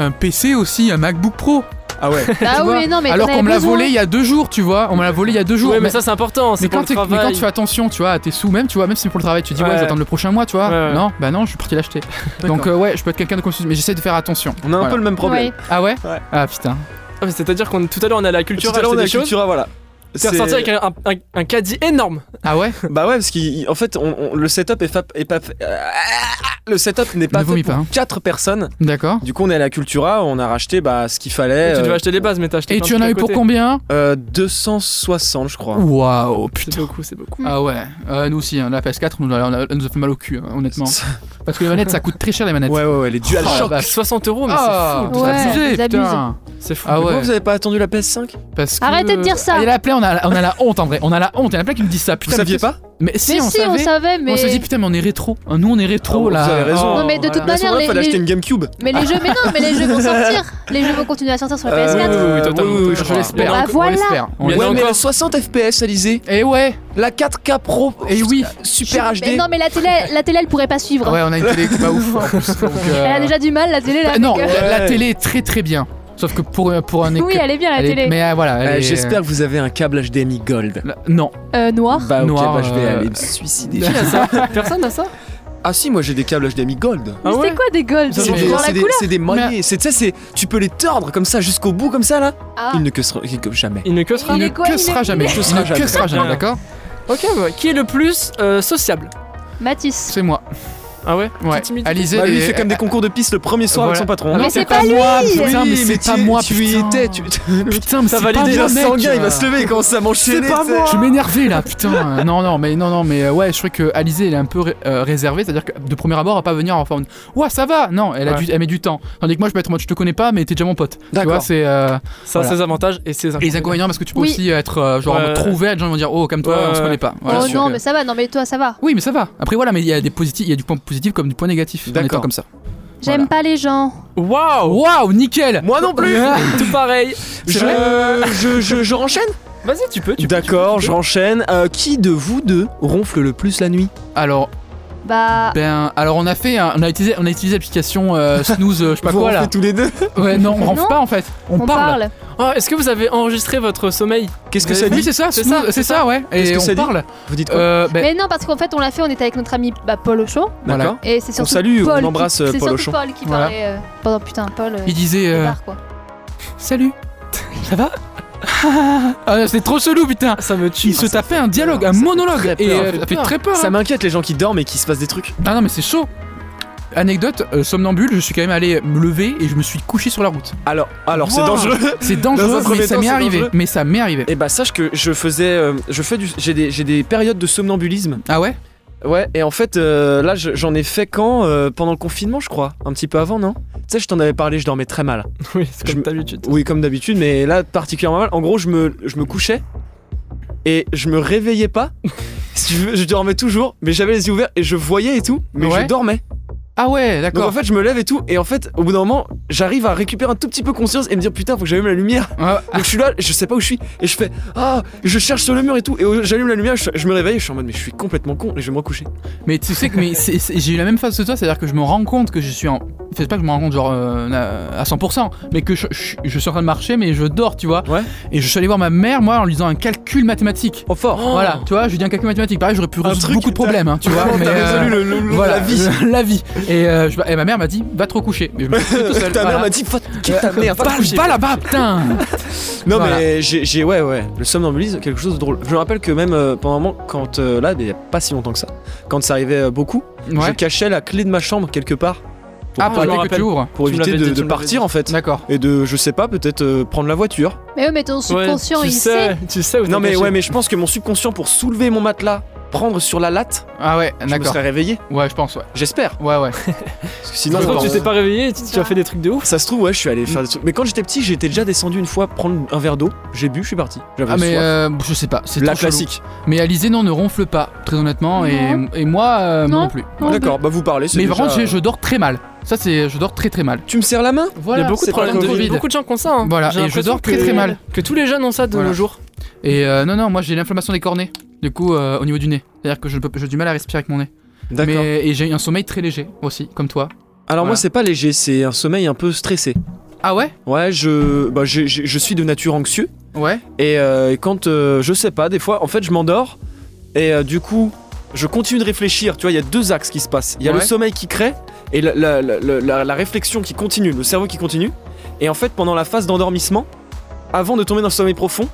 Speaker 4: un PC aussi, un MacBook Pro.
Speaker 1: Ah ouais.
Speaker 4: tu
Speaker 5: Bah oui,
Speaker 4: vois.
Speaker 5: mais non, mais
Speaker 4: Alors
Speaker 5: t'en
Speaker 4: qu'on me
Speaker 5: avais
Speaker 4: l'a
Speaker 5: besoin.
Speaker 4: volé il y a deux jours, tu vois. On me l'a volé il y a deux jours.
Speaker 3: Ouais, mais
Speaker 4: Mais-
Speaker 3: ça c'est important, c'est
Speaker 4: mais
Speaker 3: pour
Speaker 4: quand,
Speaker 3: le
Speaker 4: t'es- mais
Speaker 3: travail.
Speaker 4: quand tu fais attention, tu vois, à tes sous, même, tu vois, même si c'est pour le travail, tu te dis, ouais,
Speaker 3: Ouais.
Speaker 4: j'attends le prochain mois, tu vois.
Speaker 3: Ouais, ouais.
Speaker 4: Non, bah non, je suis parti l'acheter. Donc, euh, ouais, je peux être quelqu'un de consultant, mais j'essaie de faire attention.
Speaker 1: On a un
Speaker 4: Voilà.
Speaker 1: peu le même problème.
Speaker 5: Ouais.
Speaker 4: Ah ouais,
Speaker 1: Ouais.
Speaker 4: Ah putain.
Speaker 3: Ah, mais C'est-à-dire qu'on tout à l'heure on a la culture,
Speaker 1: Tout à l'heure, on a
Speaker 3: des
Speaker 1: la
Speaker 3: choses.
Speaker 1: Cultura, voilà.
Speaker 3: T'es ressorti avec un, un- un- un caddie énorme.
Speaker 4: Ah ouais
Speaker 1: Bah ouais, parce qu'en fait, on- on- le setup est, fa- est pas. fait- euh, Le setup n'est pas
Speaker 4: Ne
Speaker 1: fait
Speaker 4: vomis
Speaker 1: pour
Speaker 4: pas, hein.
Speaker 1: 4 personnes.
Speaker 4: D'accord.
Speaker 1: Du coup, on est à la Cultura, on a racheté bah, ce qu'il fallait.
Speaker 3: tu devais
Speaker 1: euh,
Speaker 3: acheter les bases, mais t'as acheté.
Speaker 4: Et
Speaker 3: plein
Speaker 4: tu
Speaker 3: de
Speaker 4: en as
Speaker 3: trucs
Speaker 4: eu
Speaker 3: à
Speaker 4: pour
Speaker 3: côté.
Speaker 4: combien
Speaker 1: euh, 260, je crois.
Speaker 4: Waouh, putain.
Speaker 3: C'est beaucoup, c'est beaucoup.
Speaker 5: Mm.
Speaker 4: Ah ouais, Euh, nous aussi, hein, la PS4, on nous a, on a- elle nous a fait mal au cul, hein, honnêtement. Parce que les manettes, ça coûte très cher les manettes.
Speaker 1: Ouais, ouais, ouais, les
Speaker 4: Oh,
Speaker 1: Dual
Speaker 4: la
Speaker 1: Shock.
Speaker 4: vache.
Speaker 3: 60 euros, mais
Speaker 4: Ah,
Speaker 3: c'est fou.
Speaker 5: Ouais,
Speaker 4: abusé,
Speaker 5: ils abusent.
Speaker 4: putain.
Speaker 3: C'est fou.
Speaker 4: Ah
Speaker 1: Pourquoi
Speaker 4: ouais.
Speaker 1: vous avez pas attendu la PS5
Speaker 4: Parce que-
Speaker 5: Arrêtez de dire ça.
Speaker 4: Ah, Il y en a plein, on a, on a la honte en vrai. On a la honte, il y en a plein qui me disent ça.
Speaker 1: Vous
Speaker 4: Putain,
Speaker 1: saviez
Speaker 4: mais-
Speaker 1: pas
Speaker 4: Mais si,
Speaker 5: mais
Speaker 4: on
Speaker 5: si, on
Speaker 4: savait.
Speaker 5: savait, mais.
Speaker 4: On se dit putain, mais on est rétro. Nous, on est rétro
Speaker 1: Ah,
Speaker 4: là.
Speaker 1: Vous avez raison.
Speaker 5: Non, mais de
Speaker 3: Oh,
Speaker 5: toute
Speaker 3: voilà.
Speaker 1: À ce
Speaker 5: manière,
Speaker 1: moment-là,
Speaker 5: les,
Speaker 1: fallait acheter
Speaker 5: les-
Speaker 1: une GameCube.
Speaker 5: mais les jeux, mais non, mais les jeux vont sortir. Les jeux vont continuer à sortir sur la PS4.
Speaker 1: Euh,
Speaker 3: oui, totalement,
Speaker 1: oui, oui, je
Speaker 4: Je
Speaker 3: totalement.
Speaker 4: l'espère.
Speaker 5: Bah
Speaker 4: on-
Speaker 5: voilà.
Speaker 4: On l'espère. On
Speaker 3: Mais
Speaker 4: l'espère.
Speaker 3: non, mais-
Speaker 1: le 60 FPS, Alizé.
Speaker 4: Eh ouais,
Speaker 1: La 4K Pro.
Speaker 4: eh oui.
Speaker 1: Super
Speaker 5: Mais non, mais la télé, la télé, elle pourrait pas suivre.
Speaker 4: Ouais, on a une télé qui est pas ouf. en plus, donc, euh,
Speaker 5: Elle a déjà du mal, la télé là.
Speaker 4: bah, non,
Speaker 5: avec, euh,
Speaker 4: la, la
Speaker 1: Ouais.
Speaker 4: télé est très très bien. Sauf que pour, pour un écran.
Speaker 5: Oui, elle est bien la
Speaker 4: elle est-
Speaker 5: télé.
Speaker 4: Mais euh, voilà, elle
Speaker 1: Euh,
Speaker 4: est-
Speaker 1: J'espère que vous avez un câble HDMI Gold.
Speaker 4: La- Non.
Speaker 5: Euh, noir.
Speaker 1: Bah ok,
Speaker 4: Noir,
Speaker 1: bah, je vais
Speaker 4: euh,
Speaker 1: aller me suicider.
Speaker 3: Qui a ça Personne n'a ça
Speaker 1: ah si, moi j'ai des câbles HDMI Gold.
Speaker 3: Ah
Speaker 5: mais
Speaker 3: ouais
Speaker 5: c'est quoi des golds
Speaker 4: Ça,
Speaker 1: C'est
Speaker 5: Genre
Speaker 4: mais-
Speaker 1: des,
Speaker 5: la
Speaker 1: c'est des-
Speaker 5: couleur
Speaker 1: c'est des maillets. C'est- Tu sais, c'est- tu peux les tordre comme ça jusqu'au bout, comme ça là.
Speaker 5: Ah.
Speaker 1: Ils ne que seront- ils que jamais.
Speaker 3: Il ne que sera.
Speaker 4: Il
Speaker 5: Il
Speaker 4: ne
Speaker 5: est quoi,
Speaker 4: que
Speaker 5: il
Speaker 4: sera
Speaker 5: est-
Speaker 4: jamais.
Speaker 5: il est-
Speaker 4: Il ne que sera jamais, d'accord
Speaker 3: Ok, ouais. qui est le plus euh, sociable
Speaker 5: Matisse.
Speaker 4: C'est moi.
Speaker 3: Ah ouais
Speaker 4: Ouais.
Speaker 3: Petite timidité.
Speaker 4: Alizé.
Speaker 1: Bah, lui, il
Speaker 4: est-
Speaker 1: fait comme des concours de piste le premier soir avec
Speaker 4: Voilà.
Speaker 1: son patron.
Speaker 5: Mais
Speaker 4: Non,
Speaker 5: c'est
Speaker 4: pas,
Speaker 5: pas
Speaker 4: moi,
Speaker 5: lui
Speaker 4: putain, mais
Speaker 1: Oui,
Speaker 4: c'est
Speaker 1: tu
Speaker 4: pas
Speaker 1: y-
Speaker 4: moi,
Speaker 1: tu y
Speaker 4: putain.
Speaker 1: étais. tu-
Speaker 4: Putain, mais
Speaker 1: Ça
Speaker 4: c'est
Speaker 1: va
Speaker 4: pas
Speaker 1: l'idée
Speaker 4: moi,
Speaker 1: d'un
Speaker 4: mec.
Speaker 1: sanguin, il va se lever et commencer à m'enchaîner.
Speaker 3: C'est pas
Speaker 1: tu sais.
Speaker 3: moi.
Speaker 4: Je m'énervais là, putain. Euh, Non, non, mais non, non, mais euh, ouais, je trouvais que Alizé, elle est un peu ré- euh, réservée, c'est-à-dire que de premier abord, elle va pas venir en forme. Ouais, ça va. Non, elle, a
Speaker 3: Ouais.
Speaker 4: du- elle met du temps. Tandis que moi, je peux être en mode, je te connais pas, mais t'es déjà mon pote. Tu vois,
Speaker 1: D'accord.
Speaker 4: c'est euh,
Speaker 3: Ça a
Speaker 4: Voilà.
Speaker 3: ses avantages et ses
Speaker 4: et les
Speaker 3: inconvénients.
Speaker 4: inconvénients parce que tu peux
Speaker 5: Oui.
Speaker 4: aussi être euh, genre en mode
Speaker 3: Ouais.
Speaker 4: trop ouvert, les gens vont dire, oh, comme toi,
Speaker 3: Ouais,
Speaker 4: on se
Speaker 3: ouais.
Speaker 4: connaît pas. Voilà,
Speaker 5: Oh
Speaker 4: c'est sûr
Speaker 5: non,
Speaker 4: que-
Speaker 5: mais ça va, non, mais toi, ça va.
Speaker 4: Oui, mais ça va. Après, voilà, mais il y a des positifs, il y a du point positif comme du point négatif. En
Speaker 1: D'accord.
Speaker 4: étant comme ça.
Speaker 5: J'aime pas les gens.
Speaker 3: Waouh
Speaker 4: Waouh, nickel.
Speaker 1: Moi non plus.
Speaker 3: Tout pareil
Speaker 1: Je,
Speaker 3: C'est vrai
Speaker 1: je, je, je renchaîne
Speaker 3: Vas-y, tu peux, tu peux.
Speaker 1: D'accord,
Speaker 3: tu
Speaker 1: je
Speaker 3: peux.
Speaker 1: renchaîne. Euh, qui de vous deux ronfle le plus la nuit
Speaker 4: Alors,
Speaker 5: Bah.
Speaker 4: ben, alors on a fait, un- on a utilisé, on a utilisé l'application euh, Snooze, euh, je sais pas
Speaker 1: Vous
Speaker 4: quoi là.
Speaker 1: ronflez tous les deux
Speaker 4: Ouais, non, on rentre
Speaker 5: Non.
Speaker 4: pas en fait. On,
Speaker 5: On parle.
Speaker 3: Oh, Est-ce que vous avez enregistré votre sommeil
Speaker 1: Qu'est-ce que
Speaker 3: Vous
Speaker 1: ça
Speaker 3: avez
Speaker 4: Oui,
Speaker 1: dit
Speaker 4: c'est ça,
Speaker 3: C'est
Speaker 4: c'est
Speaker 3: ça,
Speaker 4: ça, c'est ça, ouais.
Speaker 1: Qu'est-ce
Speaker 4: Et
Speaker 1: que ça
Speaker 4: on
Speaker 1: dit
Speaker 4: parle.
Speaker 1: Vous dites quoi
Speaker 4: Euh, ben,
Speaker 5: Mais non, parce qu'en fait, on l'a fait, on était avec notre ami bah, Paul Auchon.
Speaker 4: voilà.
Speaker 1: Euh, D'accord.
Speaker 5: Et c'est surtout.
Speaker 1: salue, on
Speaker 5: Paul qui-
Speaker 1: embrasse, euh,
Speaker 5: C'est
Speaker 1: Paul
Speaker 5: surtout
Speaker 1: Auchon.
Speaker 5: Paul qui
Speaker 4: Voilà.
Speaker 5: parlait. euh, Pendant putain, Paul. euh,
Speaker 4: Il disait euh,
Speaker 5: départ, quoi.
Speaker 4: Salut, ça va ah, C'était trop chelou, putain.
Speaker 3: Ça me tue.
Speaker 4: Il se tapait un dialogue,
Speaker 1: peur,
Speaker 4: un
Speaker 1: ça fait
Speaker 4: monologue.
Speaker 1: très
Speaker 4: Et
Speaker 1: peur, ça
Speaker 4: euh, ça
Speaker 1: fait
Speaker 4: fait
Speaker 1: peur.
Speaker 4: très peur.
Speaker 1: Ça
Speaker 4: hein.
Speaker 1: m'inquiète les gens qui dorment et qui se passent des trucs.
Speaker 4: Ah non, mais c'est chaud. Anecdote, euh, somnambule, je suis quand même allé me lever et je me suis couché sur la route.
Speaker 1: Alors, alors c'est
Speaker 4: Wow.
Speaker 1: dangereux.
Speaker 4: C'est
Speaker 1: Dans un
Speaker 4: dangereux,
Speaker 1: premier
Speaker 4: mais ça
Speaker 1: temps,
Speaker 4: m'est
Speaker 1: c'est
Speaker 4: arrivé.
Speaker 1: dangereux.
Speaker 4: Mais ça m'est arrivé.
Speaker 1: Et bah sache que je faisais, euh, je fais du, j'ai des, j'ai des périodes de somnambulisme.
Speaker 4: Ah ouais
Speaker 1: Ouais. Et en fait, euh, là, je- j'en ai fait quand euh, pendant le confinement, je crois, un petit peu avant, non Tu sais, je t'en avais parlé, je dormais très mal.
Speaker 3: Oui, c'est
Speaker 1: Je me-
Speaker 3: comme d'habitude.
Speaker 1: Oui, comme d'habitude, mais là particulièrement mal. En gros, je me, je me couchais et je me réveillais pas. Si tu veux, je dormais toujours, mais j'avais les yeux ouverts et je voyais et tout, mais
Speaker 4: Ouais.
Speaker 1: je dormais.
Speaker 4: Ah ouais,
Speaker 1: Donc en
Speaker 4: d'accord.
Speaker 1: fait, je me lève et tout, et en fait, au bout d'un moment, j'arrive à récupérer un tout petit peu conscience et me dire putain, faut que j'allume la lumière.
Speaker 4: Ah,
Speaker 1: Donc je suis là, je sais pas où je suis, et je fais ah, je cherche sur le mur et tout, et j'allume la lumière, je, je me réveille, et je suis en mode mais je suis complètement con et je vais me recoucher.
Speaker 4: Mais tu sais que mais c'est- c'est- j'ai eu la même phase que toi, c'est-à-dire que je me rends compte que je suis en. C'est pas que je me rends compte genre euh, à- à 100%, mais que je, je- je suis en train de marcher, mais je dors, tu vois.
Speaker 1: Ouais.
Speaker 4: Et je suis allé voir ma mère, moi, en lui disant un calcul mathématique.
Speaker 1: Oh fort.
Speaker 4: Voilà, tu vois, je lui dis un calcul mathématique. Pareil, j'aurais pu résoudre
Speaker 1: truc,
Speaker 4: beaucoup de problèmes, hein, tu vois.
Speaker 1: Comment
Speaker 4: mais,
Speaker 1: t'as
Speaker 4: euh,
Speaker 1: résolu le, le- le- la
Speaker 4: voilà,
Speaker 1: vie.
Speaker 4: la vie. Et, euh, je- et ma mère m'a dit, va te recoucher. Mais je me suis fait tout seul.
Speaker 1: Ta mère
Speaker 4: voilà.
Speaker 1: m'a dit va te- quitte ta mère, va te
Speaker 4: Parle
Speaker 1: coucher.
Speaker 4: pas là-bas, putain!
Speaker 1: Non
Speaker 4: Voilà.
Speaker 1: mais j'ai j'ai- ouais ouais le somnambulisme quelque chose de drôle. Je me rappelle que même euh, pendant un moment quand euh, là il y a pas si longtemps que ça, quand ça arrivait euh, beaucoup, je
Speaker 4: Ouais.
Speaker 1: cachais la clé de ma chambre quelque part
Speaker 4: Ah, pour
Speaker 3: je me
Speaker 4: éviter que
Speaker 3: rappelle.
Speaker 4: tu ouvres.
Speaker 1: pour
Speaker 3: Tu me
Speaker 1: éviter
Speaker 3: l'avais
Speaker 1: de,
Speaker 3: dit,
Speaker 1: de
Speaker 3: tu me l'avais
Speaker 1: partir
Speaker 3: dit.
Speaker 1: en fait
Speaker 4: D'accord.
Speaker 1: et de je sais pas peut-être euh, prendre la voiture.
Speaker 5: Mais oui, mais ton
Speaker 3: Ouais,
Speaker 5: subconscient,
Speaker 3: tu
Speaker 5: il
Speaker 3: sais,
Speaker 5: sait.
Speaker 3: Tu sais où t'as
Speaker 1: Non mais
Speaker 3: caché.
Speaker 1: ouais mais je pense que mon subconscient pour soulever mon matelas prendre sur la latte,
Speaker 4: Ah ouais,
Speaker 1: je me
Speaker 4: d'accord.
Speaker 1: serais Ah, réveillé.
Speaker 4: Ouais, je pense, ouais.
Speaker 1: J'espère.
Speaker 4: Ouais, ouais.
Speaker 1: Parce que
Speaker 3: Je
Speaker 1: sinon,
Speaker 3: crois
Speaker 1: je
Speaker 3: que tu
Speaker 1: pense-
Speaker 3: t'es pas réveillé, tu, tu as fait des trucs de ouf.
Speaker 1: ça se trouve, ouais, je suis allé faire des trucs. Mais quand j'étais petit, j'étais déjà descendu une fois prendre un verre d'eau. J'ai bu, je suis parti. J'avais
Speaker 4: Ah, mais
Speaker 1: soif.
Speaker 4: euh, je sais pas. C'est
Speaker 1: la
Speaker 4: trop chelou. Ah,
Speaker 1: classique.
Speaker 4: Mais Alizé, non, ne ronfle pas, très honnêtement. Et,
Speaker 5: Non.
Speaker 4: et moi, euh,
Speaker 5: Non.
Speaker 4: non plus.
Speaker 5: Non,
Speaker 1: D'accord, bah vous parlez. c'est
Speaker 4: Mais
Speaker 1: déjà-
Speaker 4: vraiment, j'ai- je dors très mal. Ça, c'est. Je dors très très mal.
Speaker 1: Tu me serres la main
Speaker 4: Voilà,
Speaker 3: Il y a beaucoup de
Speaker 1: c'est pas
Speaker 3: problèmes
Speaker 1: le
Speaker 3: de
Speaker 4: Covid.
Speaker 3: Beaucoup de gens qui ont ça. hein.
Speaker 4: Voilà,
Speaker 3: J'ai
Speaker 4: et je
Speaker 3: l'impression
Speaker 4: dors très,
Speaker 3: que-
Speaker 4: très mal.
Speaker 3: Que tous les jeunes ont ça de
Speaker 4: Voilà.
Speaker 3: nos jours.
Speaker 4: Et euh, non, non, moi j'ai l'inflammation des cornets. Du coup, euh, au niveau du nez. C'est-à-dire que je ne peux- j'ai du mal à respirer avec mon nez.
Speaker 1: D'accord.
Speaker 4: Mais, et j'ai un sommeil très léger aussi, comme toi.
Speaker 1: Alors moi
Speaker 4: Voilà.
Speaker 1: c'est pas léger, c'est un sommeil un peu stressé.
Speaker 4: Ah ouais
Speaker 1: Ouais, je, bah, j'ai- j'ai- je suis de nature anxieux
Speaker 4: Ouais.
Speaker 1: et euh, et quand euh, je sais pas, des fois en fait je m'endors et euh, du coup je continue de réfléchir. Tu vois, il y a deux axes qui se passent. Il y a
Speaker 4: Ouais.
Speaker 1: le sommeil qui crée et la, la- la- la- la- la réflexion qui continue, le cerveau qui continue. Et en fait pendant la phase d'endormissement, avant de tomber dans le sommeil profond,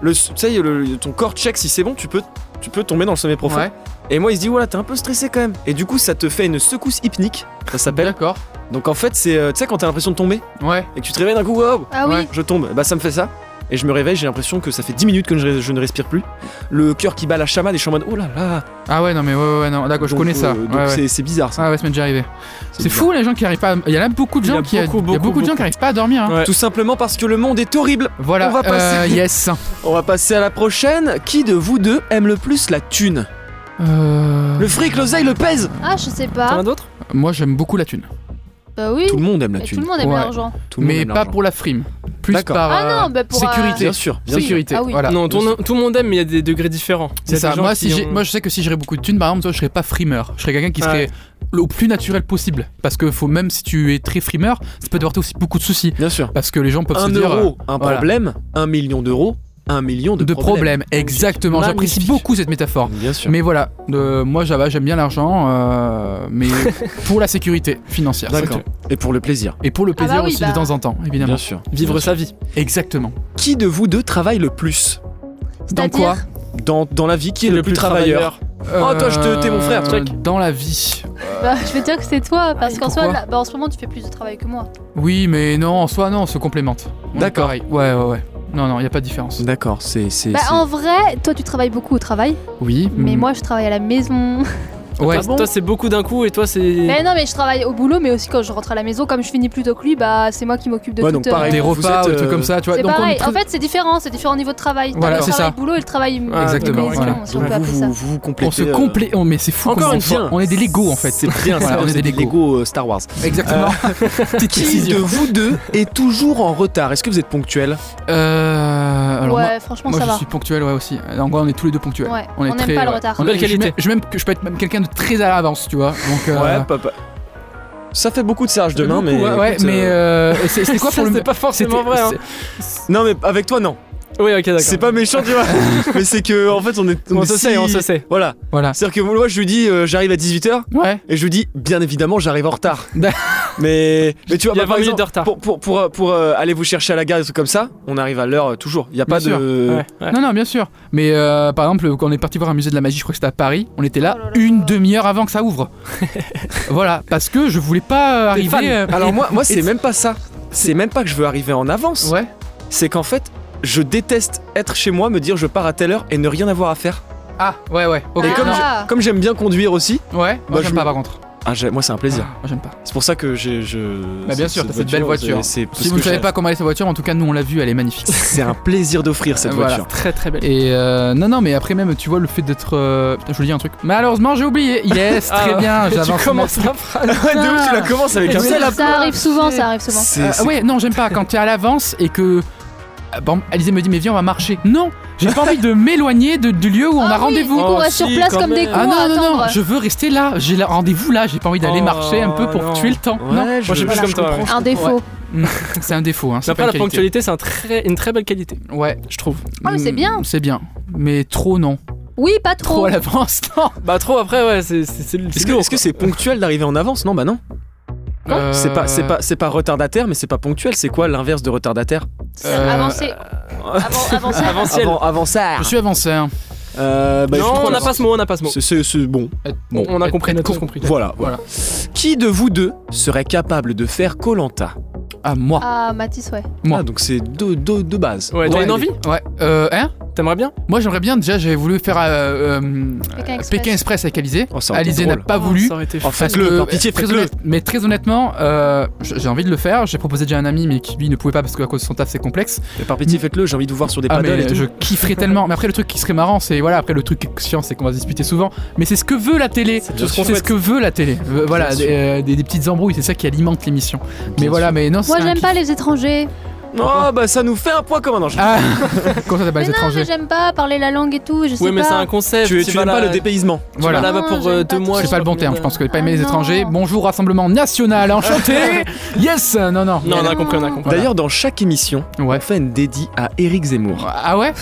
Speaker 1: le, tu sais, le- ton corps check si c'est bon, tu peux, tu peux tomber dans le sommeil profond.
Speaker 4: Ouais.
Speaker 1: Et moi il se dit voilà t'es un peu stressé quand même. Et du coup ça te fait une secousse hypnique, ça s'appelle.
Speaker 4: D'accord.
Speaker 1: Donc en fait, c'est euh, tu sais quand t'as l'impression de tomber
Speaker 4: Ouais.
Speaker 1: et que tu te réveilles d'un coup, wow,
Speaker 5: Ah oui.
Speaker 4: Ouais.
Speaker 1: je tombe. Bah ça me fait ça. Et je me réveille, j'ai l'impression que ça fait 10 minutes que je, je ne respire plus. Le cœur qui bat la chamade et je suis en mode oh là là.
Speaker 4: Ah ouais, non, mais ouais, ouais, ouais, non. D'accord, je
Speaker 1: Donc,
Speaker 4: connais ça.
Speaker 1: euh, donc
Speaker 4: Ouais, ouais.
Speaker 1: c'est c'est bizarre ça.
Speaker 4: Ah ouais, ça m'est déjà arrivé. C'est
Speaker 1: bizarre.
Speaker 4: fou les gens qui arrivent pas. À... Il y en a beaucoup de
Speaker 3: Il y a
Speaker 4: gens
Speaker 3: beaucoup,
Speaker 4: qui. il y a beaucoup
Speaker 3: beaucoup,
Speaker 4: de gens qui arrivent pas à dormir. hein.
Speaker 3: Ouais.
Speaker 1: Tout simplement parce que le monde est horrible.
Speaker 4: Voilà.
Speaker 1: On va passer.
Speaker 4: Euh, yes.
Speaker 1: On va passer à la prochaine. Qui de vous deux aime le plus la thune
Speaker 4: Euh,
Speaker 1: Le fric, l'oseille, le pèse
Speaker 5: Ah, je sais
Speaker 3: T'en as
Speaker 5: pas.
Speaker 3: d'autres
Speaker 4: Moi, j'aime beaucoup la thune,
Speaker 5: Bah oui.
Speaker 1: Tout le monde aime la
Speaker 5: Mais Tout
Speaker 1: thune.
Speaker 5: le monde aime
Speaker 4: Ouais.
Speaker 5: l'argent.
Speaker 1: Tout le monde
Speaker 4: mais
Speaker 1: aime
Speaker 4: pas
Speaker 1: l'argent.
Speaker 4: pour la frime. Plus
Speaker 1: D'accord.
Speaker 4: par
Speaker 5: Ah
Speaker 4: euh,
Speaker 5: non, bah pour,
Speaker 4: sécurité.
Speaker 1: Bien sûr, bien
Speaker 5: Oui.
Speaker 1: sûr.
Speaker 4: sécurité.
Speaker 5: Ah oui.
Speaker 4: Voilà.
Speaker 3: Non,
Speaker 1: bien
Speaker 3: tout, tout le monde aime, mais il y a des degrés différents. Il y
Speaker 4: C'est
Speaker 3: a des
Speaker 4: ça.
Speaker 3: gens
Speaker 4: Moi,
Speaker 3: qui
Speaker 4: si j'ai-
Speaker 3: ont-
Speaker 4: moi, je sais que si j'aurais beaucoup de thunes, par exemple, toi, je serais pas frimeur. Je serais quelqu'un qui serait le plus naturel possible. Parce que faut, même si tu es très frimeur, ça peut t'apporter aussi beaucoup de soucis.
Speaker 1: Bien sûr.
Speaker 4: Parce que les gens peuvent
Speaker 1: Un
Speaker 4: se dire. euh,
Speaker 1: euro, un
Speaker 4: voilà.
Speaker 1: problème. Un million d'euros, un million de,
Speaker 4: de problèmes. Exactement. J'apprécie
Speaker 1: Magnifique.
Speaker 4: beaucoup cette métaphore.
Speaker 1: Bien sûr.
Speaker 4: Mais voilà, euh, moi j'avais- j'aime bien l'argent, euh, mais pour la sécurité financière. c'est
Speaker 1: D'accord.
Speaker 4: tout.
Speaker 1: Et pour le plaisir.
Speaker 4: Et pour le
Speaker 5: Ah bah
Speaker 4: plaisir
Speaker 5: oui,
Speaker 4: aussi
Speaker 5: bah.
Speaker 4: de temps en temps, évidemment.
Speaker 1: Bien sûr.
Speaker 3: Vivre sa vie.
Speaker 4: Exactement.
Speaker 1: Qui de vous deux travaille le plus
Speaker 4: Dans
Speaker 5: C'est-à-dire
Speaker 4: quoi
Speaker 1: dans, dans la vie, qui est le, plus, travailleur, Oh, toi, je te- t'es mon frère, check.
Speaker 4: Euh, Dans la vie.
Speaker 5: Bah, je vais dire que c'est toi, parce
Speaker 4: et
Speaker 5: qu'en soi,
Speaker 4: pourquoi
Speaker 5: là- bah, en ce moment, tu fais plus de travail que moi.
Speaker 4: Oui, mais non, en soi, non, on se complémente. On est
Speaker 1: D'accord.
Speaker 4: pareil. Ouais, ouais, ouais. Non, non, il a pas de différence.
Speaker 1: D'accord, c'est. c'est-
Speaker 5: Bah,
Speaker 1: c'est-
Speaker 5: en vrai, toi, tu travailles beaucoup au travail,
Speaker 4: Oui,
Speaker 5: mais
Speaker 4: mm,
Speaker 5: moi, je travaille à la maison.
Speaker 4: Ouais.
Speaker 3: Toi, toi, c'est beaucoup d'un coup, et toi, c'est.
Speaker 5: mais non, mais je travaille au boulot, mais aussi quand je rentre à la maison, comme je finis plus tôt que lui, bah, c'est moi qui m'occupe de
Speaker 1: Ouais,
Speaker 5: tout.
Speaker 1: donc pareil.
Speaker 4: Des
Speaker 1: Vous
Speaker 4: repas,
Speaker 1: êtes,
Speaker 4: ou des trucs
Speaker 1: euh,
Speaker 4: comme ça, tu vois.
Speaker 5: C'est
Speaker 4: Donc, on
Speaker 5: pareil.
Speaker 4: est très-
Speaker 5: En fait, c'est différent, c'est différent au niveau de travail. T'as
Speaker 4: Voilà,
Speaker 5: le
Speaker 4: c'est
Speaker 5: travail
Speaker 4: ça.
Speaker 5: boulot et le travail
Speaker 3: Ah,
Speaker 4: Exactement,
Speaker 5: maison,
Speaker 4: voilà.
Speaker 5: si on
Speaker 1: vous,
Speaker 5: peut appeler
Speaker 1: vous,
Speaker 5: ça.
Speaker 1: vous, vous complétez.
Speaker 4: on se
Speaker 1: euh,
Speaker 4: complète. Oh, mais c'est fou
Speaker 3: Encore
Speaker 4: comment
Speaker 3: une
Speaker 4: on-
Speaker 3: fois.
Speaker 4: On est des Lego en fait.
Speaker 1: C'est bien,
Speaker 4: Voilà,
Speaker 1: ça,
Speaker 4: on
Speaker 1: vous
Speaker 4: est des
Speaker 1: êtes
Speaker 4: Lego.
Speaker 1: euh, Star Wars.
Speaker 4: Exactement. Petite
Speaker 1: Qui de
Speaker 4: précision.
Speaker 1: vous deux est toujours en retard Est-ce que vous êtes ponctuel
Speaker 4: Euh, alors,
Speaker 5: ouais,
Speaker 4: moi-
Speaker 5: franchement,
Speaker 4: Moi
Speaker 5: ça
Speaker 4: je
Speaker 5: va.
Speaker 4: suis ponctuel ouais aussi. En gros on est tous les deux ponctuels.
Speaker 5: Ouais, on n'aime
Speaker 4: très,
Speaker 5: pas le
Speaker 4: ouais.
Speaker 5: retard.
Speaker 4: On est-
Speaker 3: Belle
Speaker 4: je suis
Speaker 3: qualité.
Speaker 4: même- Je, suis même, je peux être même quelqu'un de très à l'avance, tu vois. Donc, euh,
Speaker 1: Ouais, papa. Ça fait beaucoup de serrage de main,
Speaker 4: beaucoup,
Speaker 1: mais.
Speaker 4: ouais, ouais,
Speaker 1: écoute,
Speaker 4: mais
Speaker 1: euh,
Speaker 4: euh, et c'est c'était quoi
Speaker 3: Ça,
Speaker 4: pour le
Speaker 3: C'est pas forcément
Speaker 4: c'était-
Speaker 3: vrai. hein.
Speaker 1: Non, mais avec toi, non.
Speaker 3: Oui, ok, d'accord.
Speaker 1: C'est pas méchant, tu vois. mais c'est que, en fait, on est.
Speaker 3: On
Speaker 1: est
Speaker 3: se
Speaker 1: si-
Speaker 3: sait, on se sait.
Speaker 1: Voilà.
Speaker 4: Voilà.
Speaker 1: C'est-à-dire que moi, je lui dis, euh, j'arrive à 18h,
Speaker 4: Ouais.
Speaker 1: Et je lui dis, bien évidemment, j'arrive en retard.
Speaker 4: D'a-
Speaker 1: mais, mais tu vois,
Speaker 3: Il y a
Speaker 1: bah, par
Speaker 3: 20 minutes
Speaker 1: exemple,
Speaker 3: de retard.
Speaker 1: pour, pour, pour, euh, pour, euh, aller vous chercher à la gare, des trucs comme ça, on arrive à l'heure euh, toujours. Il n'y a pas
Speaker 4: Bien sûr.
Speaker 1: de.
Speaker 3: Ouais, ouais.
Speaker 4: Non non bien sûr. Mais euh, par exemple quand on est parti voir un musée de la magie, je crois que c'était à Paris, on était là
Speaker 5: Oh là là.
Speaker 4: une demi-heure avant que ça ouvre. voilà parce que je voulais pas
Speaker 3: T'es
Speaker 4: arriver.
Speaker 3: fan.
Speaker 4: euh,
Speaker 1: Alors moi, moi
Speaker 4: Et-
Speaker 1: c'est même pas ça. C'est même pas que je veux arriver en avance.
Speaker 4: ouais.
Speaker 1: C'est qu'en fait, je déteste être chez moi, me dire je pars à telle heure et ne rien avoir à faire.
Speaker 4: Ah ouais ouais. Ok.
Speaker 5: Et
Speaker 1: Et comme
Speaker 4: non.
Speaker 5: Ah.
Speaker 1: j'ai- comme j'aime bien conduire aussi,
Speaker 4: Ouais.
Speaker 1: Bah,
Speaker 4: Moi
Speaker 1: je
Speaker 4: j'aime
Speaker 1: me-
Speaker 4: pas par contre.
Speaker 1: ah, j'ai- moi c'est un plaisir.
Speaker 4: Ah, moi, j'aime pas.
Speaker 1: C'est pour ça que j'ai- je.
Speaker 4: Bah, bien sûr, t'as cette belle voiture.
Speaker 1: c'est- c'est
Speaker 4: Si
Speaker 1: ce
Speaker 4: vous ne
Speaker 1: que
Speaker 4: savez
Speaker 1: j'ai-
Speaker 4: pas comment elle est sa voiture, en tout cas nous on l'a vue, elle est magnifique.
Speaker 1: C'est un plaisir d'offrir cette
Speaker 4: Voilà.
Speaker 1: voiture.
Speaker 3: Très très belle.
Speaker 4: Et euh, non, non, mais après même, tu vois, le fait d'être... euh, Putain, je voulais dire un truc. Malheureusement, j'ai oublié. Yes,
Speaker 3: Ah,
Speaker 4: très bien,
Speaker 3: Tu
Speaker 4: j'avance.
Speaker 3: commences la phrase.
Speaker 1: Ouais, de ouf, tu la commences avec un.
Speaker 5: Ça,
Speaker 3: C'est la
Speaker 5: ça arrive souvent, ça arrive souvent.
Speaker 1: C'est-
Speaker 4: Euh,
Speaker 1: c'est-
Speaker 4: ouais, non, j'aime pas quand t'es à l'avance et que... Ah, Bon, Alizé me dit, mais viens, on va marcher. Non, j'ai pas envie de m'éloigner de- du lieu où on
Speaker 5: Ah
Speaker 4: a
Speaker 5: oui,
Speaker 4: rendez-vous.
Speaker 5: On
Speaker 3: Oh,
Speaker 5: reste sur
Speaker 3: si,
Speaker 5: place
Speaker 3: quand
Speaker 5: comme
Speaker 3: même.
Speaker 5: des cons
Speaker 4: Ah
Speaker 5: à
Speaker 4: non, non,
Speaker 5: attendre.
Speaker 4: non, je veux rester là. J'ai le rendez-vous là, j'ai pas envie d'aller
Speaker 3: Oh,
Speaker 4: marcher un peu pour
Speaker 3: non.
Speaker 4: tuer le temps.
Speaker 1: Ouais,
Speaker 4: Non,
Speaker 1: je-
Speaker 3: Moi, je suis
Speaker 1: voilà,
Speaker 3: comme
Speaker 1: je
Speaker 3: toi, ouais.
Speaker 1: comprends.
Speaker 5: Un défaut.
Speaker 4: c'est un défaut. Hein, c'est
Speaker 3: Après,
Speaker 4: pas
Speaker 3: la
Speaker 4: une qualité.
Speaker 3: ponctualité, c'est un très- une très belle qualité,
Speaker 4: Ouais.
Speaker 3: je trouve.
Speaker 5: Ah, mais c'est
Speaker 4: Mm,
Speaker 5: bien.
Speaker 4: C'est bien. Mais trop, non.
Speaker 5: Oui, pas
Speaker 4: Trop
Speaker 5: trop.
Speaker 4: à l'avance, non.
Speaker 3: Bah, trop après, ouais, c'est c'est- c'est
Speaker 1: Est-ce que
Speaker 3: lourd,
Speaker 1: est-ce que
Speaker 3: quoi.
Speaker 1: c'est ponctuel d'arriver en avance Non, bah non.
Speaker 4: Euh,
Speaker 1: C'est pas, c'est pas, c'est pas retardataire, mais c'est pas ponctuel. C'est quoi l'inverse de retardataire
Speaker 5: C'est
Speaker 4: Euh,
Speaker 5: Avancer. Avant- avancer.
Speaker 3: Avanciel.
Speaker 1: Avant, avançard.
Speaker 4: Je suis avancé. hein.
Speaker 1: Euh, bah, je
Speaker 3: non,
Speaker 1: suis
Speaker 3: on
Speaker 1: trop
Speaker 3: n'a pas
Speaker 1: avance.
Speaker 3: ce mot, on n'a pas ce mot.
Speaker 1: C'est- C'est c'est bon.
Speaker 4: Être-
Speaker 1: Bon,
Speaker 3: on a
Speaker 4: être-
Speaker 3: compris, on a
Speaker 4: être
Speaker 3: tous
Speaker 4: con.
Speaker 3: compris.
Speaker 1: Voilà, voilà. Qui de vous deux serait capable de faire Colanta
Speaker 4: Ah, moi.
Speaker 5: Ah, Mathis, ouais.
Speaker 4: Moi.
Speaker 1: Ah, donc c'est deux, deux, deux bases.
Speaker 3: Ouais, t'as
Speaker 4: Ouais,
Speaker 3: une envie
Speaker 4: Ouais. Euh, hein
Speaker 3: T'aimerais bien
Speaker 4: Moi, j'aimerais bien, déjà, j'avais voulu faire euh, euh,
Speaker 5: Pékin Express.
Speaker 4: Pékin Express avec Alizé.
Speaker 1: Oh, ça aurait été
Speaker 4: Alizé n'a
Speaker 1: drôle.
Speaker 4: pas
Speaker 3: Ah,
Speaker 4: voulu.
Speaker 3: ça aurait été
Speaker 1: Oh,
Speaker 4: Parce
Speaker 1: faites-le,
Speaker 4: que,
Speaker 1: par pitié,
Speaker 4: très
Speaker 1: faites-le.
Speaker 4: honnête- mais très honnêtement, euh, j- j'ai envie de le faire. J'ai proposé déjà à un ami, mais qui lui ne pouvait pas parce qu'à cause de son taf c'est complexe.
Speaker 1: Mais par pitié, faites-le, j'ai envie de vous voir sur des
Speaker 4: Ah,
Speaker 1: paddles et
Speaker 4: mais
Speaker 1: tout.
Speaker 4: je kifferais tellement. Mais après, le truc qui serait marrant, c'est voilà, après le truc qui est chiant, c'est qu'on va se disputer souvent. Mais c'est ce que veut la télé.
Speaker 1: bien sûr.
Speaker 4: C'est ce que veut la télé. Euh, Voilà,
Speaker 1: Bien sûr.
Speaker 4: des, euh, des- des petites embrouilles, c'est ça qui alimente l'émission. Mais
Speaker 1: Bien
Speaker 4: voilà,
Speaker 1: sûr.
Speaker 4: mais non, c'est
Speaker 5: Moi,
Speaker 4: un
Speaker 5: j'aime
Speaker 4: kiff.
Speaker 5: pas les étrangers.
Speaker 1: Oh, bah ça nous fait un point commun. Non, je-
Speaker 4: Ah, comment ça t'appelles
Speaker 5: Mais
Speaker 4: les
Speaker 5: non, mais
Speaker 4: étrangers
Speaker 5: j'aime pas parler la langue et tout. Je sais
Speaker 3: Ouais, mais Ah, c'est
Speaker 5: pas.
Speaker 3: un concept.
Speaker 1: tu tu
Speaker 3: vas
Speaker 1: n'aimes pas
Speaker 3: là-
Speaker 1: le dépaysement.
Speaker 3: Tu vas
Speaker 4: Voilà.
Speaker 3: là-bas
Speaker 5: Non,
Speaker 3: pour euh,
Speaker 5: j'aime pas
Speaker 3: deux mois.
Speaker 5: tout.
Speaker 4: C'est pas le bon terme, je pense que pas aimer
Speaker 5: Ah,
Speaker 4: les
Speaker 5: non.
Speaker 4: étrangers. Bonjour, Rassemblement National, enchanté Yes Non, non.
Speaker 3: Non, on a
Speaker 5: Non.
Speaker 3: compris, on a compris.
Speaker 4: Voilà.
Speaker 1: D'ailleurs, dans chaque émission,
Speaker 4: Ouais.
Speaker 1: on fait une dédie à Eric Zemmour.
Speaker 4: Ah ouais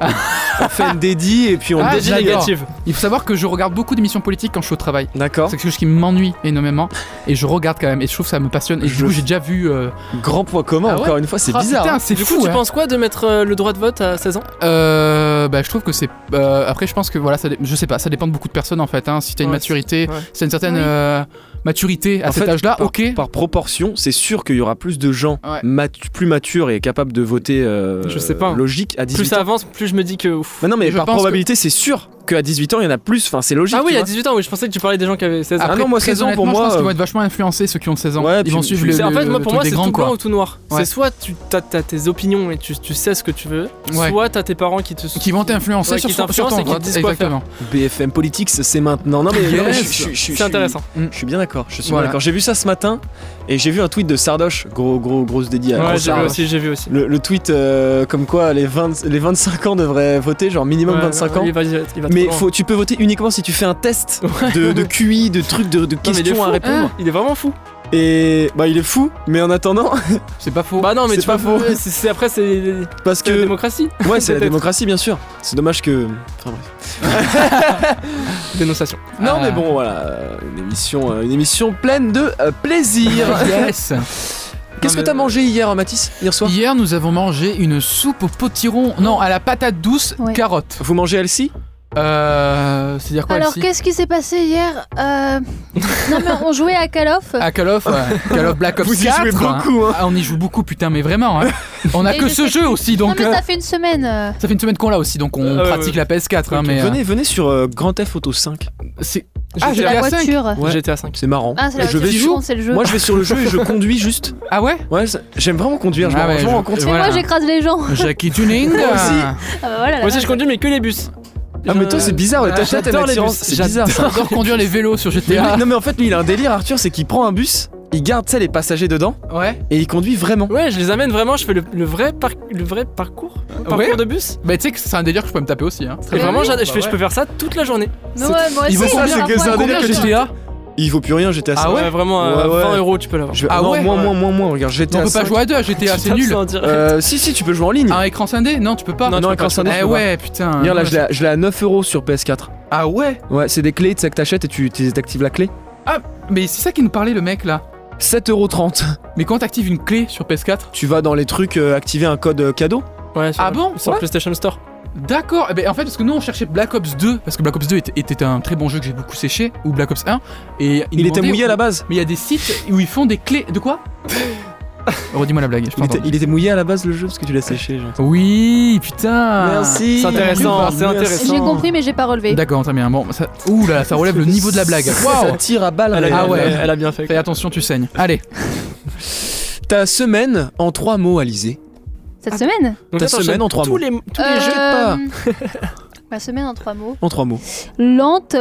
Speaker 1: on fait une dédie et puis on
Speaker 4: Ah,
Speaker 1: dédie.
Speaker 3: Dédie
Speaker 4: j'adore.
Speaker 3: négative.
Speaker 4: Il faut savoir que je regarde beaucoup d'émissions politiques quand je suis au travail.
Speaker 1: D'accord.
Speaker 4: C'est quelque chose qui m'ennuie énormément et je regarde quand même et je trouve que ça me passionne et du
Speaker 1: Je-
Speaker 4: coup j'ai déjà vu euh,
Speaker 1: Grand point commun,
Speaker 4: Ah ouais
Speaker 1: encore une fois, c'est
Speaker 4: ah,
Speaker 1: bizarre.
Speaker 4: putain
Speaker 1: hein.
Speaker 4: c'est
Speaker 3: Du
Speaker 4: fou
Speaker 3: coup, tu
Speaker 4: hein.
Speaker 3: penses quoi de mettre euh, le droit de vote à 16 ans
Speaker 4: Euh, bah je trouve que c'est euh, après je pense que voilà ça dé- je sais pas ça dépend de beaucoup de personnes en fait hein. si t'as une
Speaker 3: Ouais,
Speaker 4: maturité
Speaker 3: c'est- ouais.
Speaker 4: c'est une certaine
Speaker 5: Oui.
Speaker 4: euh, maturité à
Speaker 1: En
Speaker 4: cet
Speaker 1: fait,
Speaker 4: âge là
Speaker 1: par-
Speaker 4: ok
Speaker 1: Par proportion, c'est sûr qu'il y aura plus de gens
Speaker 4: Ouais.
Speaker 1: matu- plus matures et capables de voter euh,
Speaker 3: Je sais pas.
Speaker 1: logique à 18
Speaker 3: Plus ça
Speaker 1: ans.
Speaker 3: avance, plus je me dis que. ouf.
Speaker 1: Mais non, mais
Speaker 4: Je
Speaker 1: par
Speaker 4: pense que-
Speaker 1: probabilité, c'est sûr qu'à 18 ans, il y en a plus. Enfin, c'est logique.
Speaker 3: Ah oui,
Speaker 1: tu
Speaker 3: à
Speaker 1: vois.
Speaker 3: 18 ans, oui, je pensais que tu parlais des gens qui avaient 16 ans.
Speaker 1: Ah non, moi,
Speaker 4: très
Speaker 1: 16 ans, pour
Speaker 4: honnêtement, je
Speaker 1: moi,
Speaker 4: pense qu'ils vont
Speaker 1: euh,
Speaker 4: être vachement influencés ceux qui ont 16 ans
Speaker 1: Ouais,
Speaker 4: ils
Speaker 1: puis-
Speaker 4: vont
Speaker 1: puis
Speaker 4: suivre
Speaker 1: c'est-
Speaker 4: le,
Speaker 3: C'est- en fait,
Speaker 4: le-
Speaker 3: moi,
Speaker 4: le
Speaker 3: pour
Speaker 4: truc
Speaker 3: moi,
Speaker 4: des
Speaker 3: c'est tout
Speaker 4: grands, quoi.
Speaker 3: blanc ou tout noir.
Speaker 4: Ouais.
Speaker 3: C'est soit tu t'as t'as tes opinions et tu, tu sais ce que tu veux,
Speaker 4: Ouais.
Speaker 3: soit t'as tes parents qui te.
Speaker 4: qui vont t'influencer
Speaker 3: Ouais,
Speaker 4: sur,
Speaker 3: qui
Speaker 4: sur
Speaker 3: t'influencent
Speaker 4: ton
Speaker 3: et qui te
Speaker 4: vote,
Speaker 3: disent quoi
Speaker 4: exactement
Speaker 1: BFM Politics, c'est maintenant. Non, mais non, mais je suis- je suis- je suis-
Speaker 3: C'est intéressant.
Speaker 1: Je suis bien d'accord. Je suis bien
Speaker 4: Voilà.
Speaker 1: d'accord. J'ai vu ça ce matin et j'ai vu un tweet de Sardoche. Gros, gros, grosse dédiée à
Speaker 3: Ouais,
Speaker 1: grosse
Speaker 3: j'ai vu
Speaker 1: Sardoche.
Speaker 3: aussi, j'ai vu aussi.
Speaker 1: Le, le tweet euh, comme quoi les, 20 les 25 ans devraient voter, genre minimum
Speaker 3: Ouais,
Speaker 1: 25 ans.
Speaker 3: Il va, il va- il va
Speaker 1: Mais
Speaker 3: trop loin.
Speaker 1: faut, tu peux voter uniquement si tu fais un test de, de QI, de trucs, de, de
Speaker 3: Non, mais il est
Speaker 1: questions à
Speaker 3: fou. Ah,
Speaker 1: répondre.
Speaker 3: Il est vraiment fou.
Speaker 1: Et bah il est fou, mais en attendant,
Speaker 4: c'est pas faux
Speaker 3: Bah non, mais
Speaker 1: C'est
Speaker 3: tu
Speaker 1: pas
Speaker 3: vois,
Speaker 1: faux.
Speaker 3: c'est- c'est- après, c'est
Speaker 1: parce
Speaker 3: c'est la
Speaker 1: que
Speaker 3: démocratie.
Speaker 1: ouais c'est la
Speaker 3: peut-être.
Speaker 1: démocratie bien sûr. C'est dommage que. Enfin bref.
Speaker 3: Dénonciation.
Speaker 1: Non
Speaker 4: Ah.
Speaker 1: mais bon voilà, euh, une émission, euh, une émission pleine de euh, plaisir.
Speaker 4: yes
Speaker 1: Qu'est-ce que
Speaker 4: mais-
Speaker 1: t'as mangé hier, Mathis Hier soir.
Speaker 4: Hier, nous avons mangé une soupe au potiron. Non, à la patate douce,
Speaker 5: Ouais.
Speaker 4: carotte.
Speaker 1: Vous mangez Elsie
Speaker 4: Euh. C'est-à-dire quoi,
Speaker 5: Alors,
Speaker 4: Elsie
Speaker 5: qu'est-ce qui s'est passé hier Euh, Non, mais on jouait à Call of.
Speaker 4: Ah, Call of, ouais. Call of Black Ops
Speaker 1: Vous y
Speaker 4: 4.
Speaker 1: jouez
Speaker 4: hein.
Speaker 1: beaucoup. Hein.
Speaker 4: Ah, on y joue beaucoup, putain, mais vraiment. hein. On a
Speaker 5: Et
Speaker 4: que
Speaker 5: je
Speaker 4: ce
Speaker 5: sais
Speaker 4: jeu
Speaker 5: plus.
Speaker 4: aussi, donc.
Speaker 5: non, mais
Speaker 4: euh,
Speaker 5: ça fait une semaine. euh.
Speaker 4: ça fait une semaine qu'on l'a aussi, donc on
Speaker 3: Ah, ouais,
Speaker 4: pratique
Speaker 3: ouais.
Speaker 4: la PS4. hein,
Speaker 3: Ok,
Speaker 4: mais, euh,
Speaker 1: Venez, venez sur euh, Grand F Auto 5.
Speaker 4: c'est- Ah,
Speaker 3: J'étais
Speaker 4: j'étais
Speaker 5: La
Speaker 4: à 5.
Speaker 5: voiture.
Speaker 1: Ouais.
Speaker 3: J'étais à 5.
Speaker 1: C'est marrant.
Speaker 5: Ah, c'est la
Speaker 1: je
Speaker 5: voiture.
Speaker 1: vais
Speaker 5: tu
Speaker 1: sur-
Speaker 5: prends, c'est le jeu.
Speaker 1: Moi, je vais sur le jeu et je conduis juste.
Speaker 4: Ah ouais
Speaker 1: Ouais, c'est- j'aime vraiment conduire. Je me
Speaker 4: Ah
Speaker 1: rends-
Speaker 4: ouais,
Speaker 1: je me
Speaker 4: je-
Speaker 1: rends compte.
Speaker 5: C'est
Speaker 4: voilà.
Speaker 5: moi, j'éconduis les gens.
Speaker 4: Jackie Tuning euh,
Speaker 5: Ah, bah voilà.
Speaker 3: Moi
Speaker 5: là.
Speaker 3: aussi, je conduis, mais que les bus.
Speaker 1: Ah, mais toi, c'est bizarre. ouais, Toi, toi, t'as une
Speaker 3: J'adore les
Speaker 1: attirance.
Speaker 3: bus,
Speaker 1: C'est bizarre. ça.
Speaker 4: J'adore conduire les vélos sur
Speaker 1: Mais lui-
Speaker 4: GTA.
Speaker 1: non, mais en fait, lui, il a un délire, Arthur, c'est qu'il prend un bus, il garde, tu sais, les passagers dedans
Speaker 4: Ouais.
Speaker 1: et il conduit vraiment.
Speaker 3: Ouais, je les amène vraiment, je fais le, le vrai, par- le vrai parcours, parcours
Speaker 4: Ouais.
Speaker 3: de bus.
Speaker 4: Bah, tu sais que c'est un délire que je peux me taper aussi. Hein.
Speaker 3: Et
Speaker 5: Mais
Speaker 3: vraiment,
Speaker 5: oui.
Speaker 3: j'ad- je, fais, je peux faire ça toute la journée.
Speaker 5: Mais ouais, moi aussi.
Speaker 4: Ils vont
Speaker 5: je
Speaker 4: combien
Speaker 5: vais
Speaker 1: c'est que
Speaker 5: faire
Speaker 1: c'est un
Speaker 5: un
Speaker 1: Bah Ah, délire
Speaker 5: point
Speaker 1: que
Speaker 5: contre.
Speaker 4: GTA
Speaker 1: Il vaut plus rien, GTA
Speaker 4: Ah ouais
Speaker 3: Vraiment, euh,
Speaker 1: Ouais, ouais.
Speaker 3: 20 euros, tu peux l'avoir.
Speaker 1: Je vais-
Speaker 4: Ah
Speaker 1: non,
Speaker 4: ouais
Speaker 1: Moins, moins, moins, moins, regarde, GTA.
Speaker 4: On peut pas
Speaker 1: cinq.
Speaker 4: jouer à deux à GTA, c'est
Speaker 3: Putain,
Speaker 4: nul.
Speaker 3: en direct.
Speaker 1: Euh, si, si, tu peux jouer en ligne.
Speaker 4: Un écran scindé Non, tu peux pas.
Speaker 1: Non, non, écran scindé, tu
Speaker 4: Eh
Speaker 1: peux
Speaker 4: ouais, putain.
Speaker 1: Regarde, là, je l'ai- je l'ai à 9 euros sur PS4.
Speaker 4: Ah ouais
Speaker 1: Ouais, c'est des clés, tu sais, que t'achètes et tu tu actives la clé.
Speaker 4: Mais c'est ça qui nous parlait le mec là.
Speaker 1: 7,30€.
Speaker 4: Mais quand t'actives une clé sur PS4
Speaker 1: Tu vas dans les trucs, euh, activer un code euh, cadeau.
Speaker 3: Ouais, sur-
Speaker 4: Ah bon
Speaker 3: Sur
Speaker 4: Ouais.
Speaker 3: PlayStation Store.
Speaker 4: D'accord, eh ben, en fait parce que nous on cherchait Black Ops 2 parce que Black Ops 2 était, était un très bon jeu que j'ai beaucoup séché ou Black Ops 1 et
Speaker 1: Il était
Speaker 4: demandait-
Speaker 1: mouillé à la base.
Speaker 4: Mais il y a des sites où ils font des clés de quoi Redis-moi la blague, je
Speaker 1: Il était,
Speaker 4: t'entends.
Speaker 1: il était mouillé à la base le jeu parce que tu l'as séché, genre.
Speaker 4: Oui, putain.
Speaker 3: C'est intéressant, c'est
Speaker 1: Merci.
Speaker 3: intéressant.
Speaker 5: J'ai compris, mais j'ai pas relevé.
Speaker 4: D'accord, très bien. Bon, ça... ouh là, là, ça relève le niveau de la blague.
Speaker 1: Ça
Speaker 4: Waouh.
Speaker 1: tire à balle.
Speaker 3: Elle a,
Speaker 4: Ah
Speaker 3: elle a-
Speaker 4: ouais.
Speaker 3: elle a bien fait.
Speaker 4: Fais attention, tu saignes. Allez.
Speaker 1: Ta semaine en trois mots, Alizé.
Speaker 5: Cette semaine
Speaker 3: Donc,
Speaker 1: Ta
Speaker 3: attends,
Speaker 1: semaine en trois
Speaker 3: tous
Speaker 1: mots.
Speaker 3: Les, tous les
Speaker 5: Euh,
Speaker 3: jeux.
Speaker 5: Ma semaine en trois mots.
Speaker 1: En trois mots.
Speaker 5: Lente.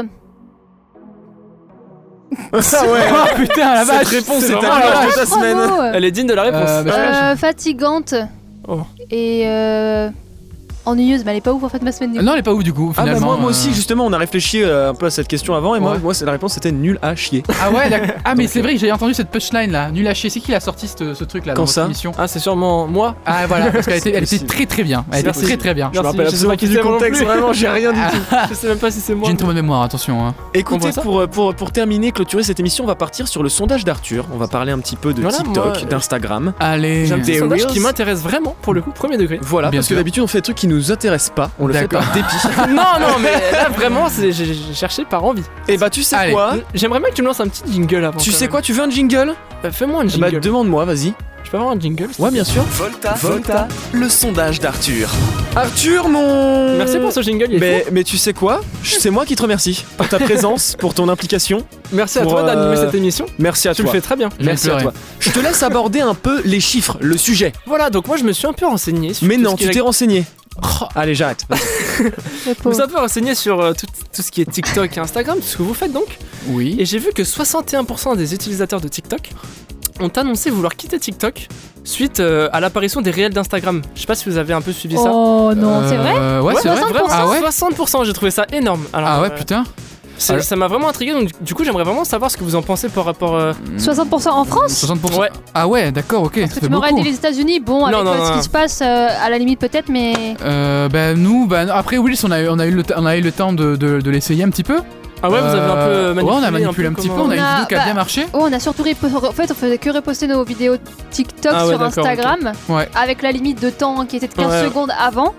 Speaker 1: Ah ouais.
Speaker 4: Oh putain, la
Speaker 1: Cette
Speaker 4: vache.
Speaker 1: réponse est
Speaker 3: c'est
Speaker 1: à
Speaker 3: vraiment
Speaker 1: l'heure
Speaker 3: la
Speaker 1: de ta
Speaker 5: Trois
Speaker 1: semaine.
Speaker 5: mots.
Speaker 3: Elle est digne de la réponse.
Speaker 4: Euh, bah,
Speaker 5: Euh, fatigante.
Speaker 3: Oh.
Speaker 5: Et euh, ennuyeuse. Mais elle est pas ouf en fait ma semaine. du coup.
Speaker 4: Non, elle est pas ouf du coup.
Speaker 1: Ah bah
Speaker 4: finalement,
Speaker 1: moi, moi
Speaker 4: euh.
Speaker 1: aussi justement on a réfléchi euh, un peu à cette question avant et moi,
Speaker 4: Ouais.
Speaker 1: moi c'est la réponse c'était nul à chier.
Speaker 4: Ah ouais, d'ac- ah mais c'est vrai que j'ai entendu cette punchline là, nul à chier. C'est qui l'a sorti ce, ce truc là
Speaker 1: euh, Quand
Speaker 4: dans votre
Speaker 1: ça
Speaker 4: émission
Speaker 3: Ah, c'est sûrement moi.
Speaker 4: Ah voilà, parce qu'elle était, elle était
Speaker 1: possible.
Speaker 4: très très bien. Elle était
Speaker 3: Merci.
Speaker 4: très très bien.
Speaker 1: je me
Speaker 3: Merci,
Speaker 1: rappelle
Speaker 3: je sais pas
Speaker 1: absolument
Speaker 3: qui
Speaker 1: plus du
Speaker 3: c'est moi non
Speaker 1: contexte,
Speaker 3: plus. Ah.
Speaker 1: vraiment j'ai rien dit.
Speaker 3: Je sais même pas si c'est moi.
Speaker 4: J'ai une très bonne mémoire, attention. hein.
Speaker 1: Écoutez
Speaker 3: voit ça
Speaker 1: pour, euh, pour, pour terminer, clôturer cette émission, on va partir sur le sondage d'Arthur. On va parler un petit peu de
Speaker 3: Voilà,
Speaker 1: TikTok,
Speaker 3: moi, euh,
Speaker 1: d'Instagram.
Speaker 4: Allez.
Speaker 3: J'ai un petit
Speaker 1: Des
Speaker 3: sondage
Speaker 1: Reels.
Speaker 3: qui m'intéresse vraiment pour le coup, premier degré.
Speaker 1: Voilà,
Speaker 4: Bien
Speaker 1: parce
Speaker 4: sûr.
Speaker 1: que d'habitude on fait des trucs qui nous nous intéresse pas, on le fait
Speaker 4: D'accord.
Speaker 1: par dépit.
Speaker 3: non, non, mais là vraiment, c'est- j'ai j'ai cherché par envie.
Speaker 1: Et bah tu sais
Speaker 4: Allez.
Speaker 1: quoi
Speaker 3: J'aimerais bien que tu me lances un petit jingle avant.
Speaker 1: Tu
Speaker 3: quand
Speaker 1: sais
Speaker 3: même.
Speaker 1: quoi Tu veux un jingle,
Speaker 3: Bah, Fais-moi un
Speaker 1: Bah
Speaker 3: jingle.
Speaker 1: demande-moi, vas-y.
Speaker 3: Je peux avoir un jingle s'il
Speaker 1: Ouais,
Speaker 3: te
Speaker 1: bien sûr.
Speaker 2: Volta,
Speaker 1: Volta.
Speaker 2: le sondage d'Arthur.
Speaker 1: Arthur, mon.
Speaker 3: plaît Merci pour ce jingle, il est
Speaker 1: Mais, mais tu sais quoi C'est moi qui te remercie pour ta présence, pour ton implication.
Speaker 3: fou. Merci à
Speaker 1: pour,
Speaker 3: toi d'animer
Speaker 1: euh,
Speaker 3: cette émission.
Speaker 1: Merci à
Speaker 3: Tu le
Speaker 1: toi.
Speaker 3: fais très bien.
Speaker 4: Je vais
Speaker 1: Merci à
Speaker 4: pleurer.
Speaker 1: toi. Je te laisse aborder un peu les chiffres, le sujet.
Speaker 3: Voilà, donc moi je me suis un peu renseigné. Sur
Speaker 1: Mais
Speaker 3: tout
Speaker 1: non,
Speaker 3: ce qui
Speaker 1: tu
Speaker 3: est-
Speaker 1: t'es renseigné.
Speaker 3: Oh,
Speaker 1: Allez, j'arrête.
Speaker 5: Le
Speaker 3: Je me
Speaker 5: pauvre.
Speaker 3: suis un peu renseigné sur euh, tout, tout ce qui est TikTok et Instagram, tout ce que vous faites donc.
Speaker 4: Oui.
Speaker 3: Et j'ai vu que 61% des utilisateurs de TikTok ont annoncé vouloir quitter TikTok suite euh, à l'apparition des réels d'Instagram. Je sais pas si vous avez un peu suivi ça.
Speaker 5: Oh non,
Speaker 4: Euh,
Speaker 5: c'est vrai
Speaker 4: Ouais,
Speaker 3: Ouais,
Speaker 4: c'est vrai.
Speaker 5: 60%.
Speaker 4: Ah ouais
Speaker 3: 60%, j'ai trouvé ça énorme. Alors,
Speaker 4: Ah ouais,
Speaker 3: euh,
Speaker 4: putain.
Speaker 3: c'est-
Speaker 4: Alors-
Speaker 3: Ça m'a vraiment intrigué, donc du coup j'aimerais vraiment savoir ce que vous en pensez par rapport... euh,
Speaker 5: 60% en France
Speaker 4: 60%.
Speaker 3: Ouais.
Speaker 4: Ah ouais, d'accord, ok.
Speaker 5: Parce
Speaker 4: ça
Speaker 5: que
Speaker 4: fait
Speaker 5: tu m'aurais
Speaker 4: beaucoup.
Speaker 5: dit les États-Unis, bon, avec
Speaker 3: non,
Speaker 5: euh, ce
Speaker 3: non.
Speaker 5: qui se passe, euh, à la limite peut-être, mais.
Speaker 4: Euh, bah nous, bah, après Wills, on a, eu- on, a eu le, t- on a eu le temps de, de- de l'essayer un petit peu.
Speaker 3: Ah ouais, vous avez un peu
Speaker 4: Euh,
Speaker 3: manipulé
Speaker 4: Ouais, on a manipulé un petit peu,
Speaker 3: comment-
Speaker 4: on a une
Speaker 5: On a-
Speaker 4: vidéo qui a
Speaker 5: bah-
Speaker 4: bien marché.
Speaker 5: Oh, on a surtout repo- en fait on faisait que reposter nos vidéos TikTok
Speaker 3: Ah ouais,
Speaker 5: sur
Speaker 3: d'accord,
Speaker 5: Instagram
Speaker 4: ok. Ouais.
Speaker 5: avec la limite de temps qui était de 15
Speaker 3: Ouais.
Speaker 5: secondes avant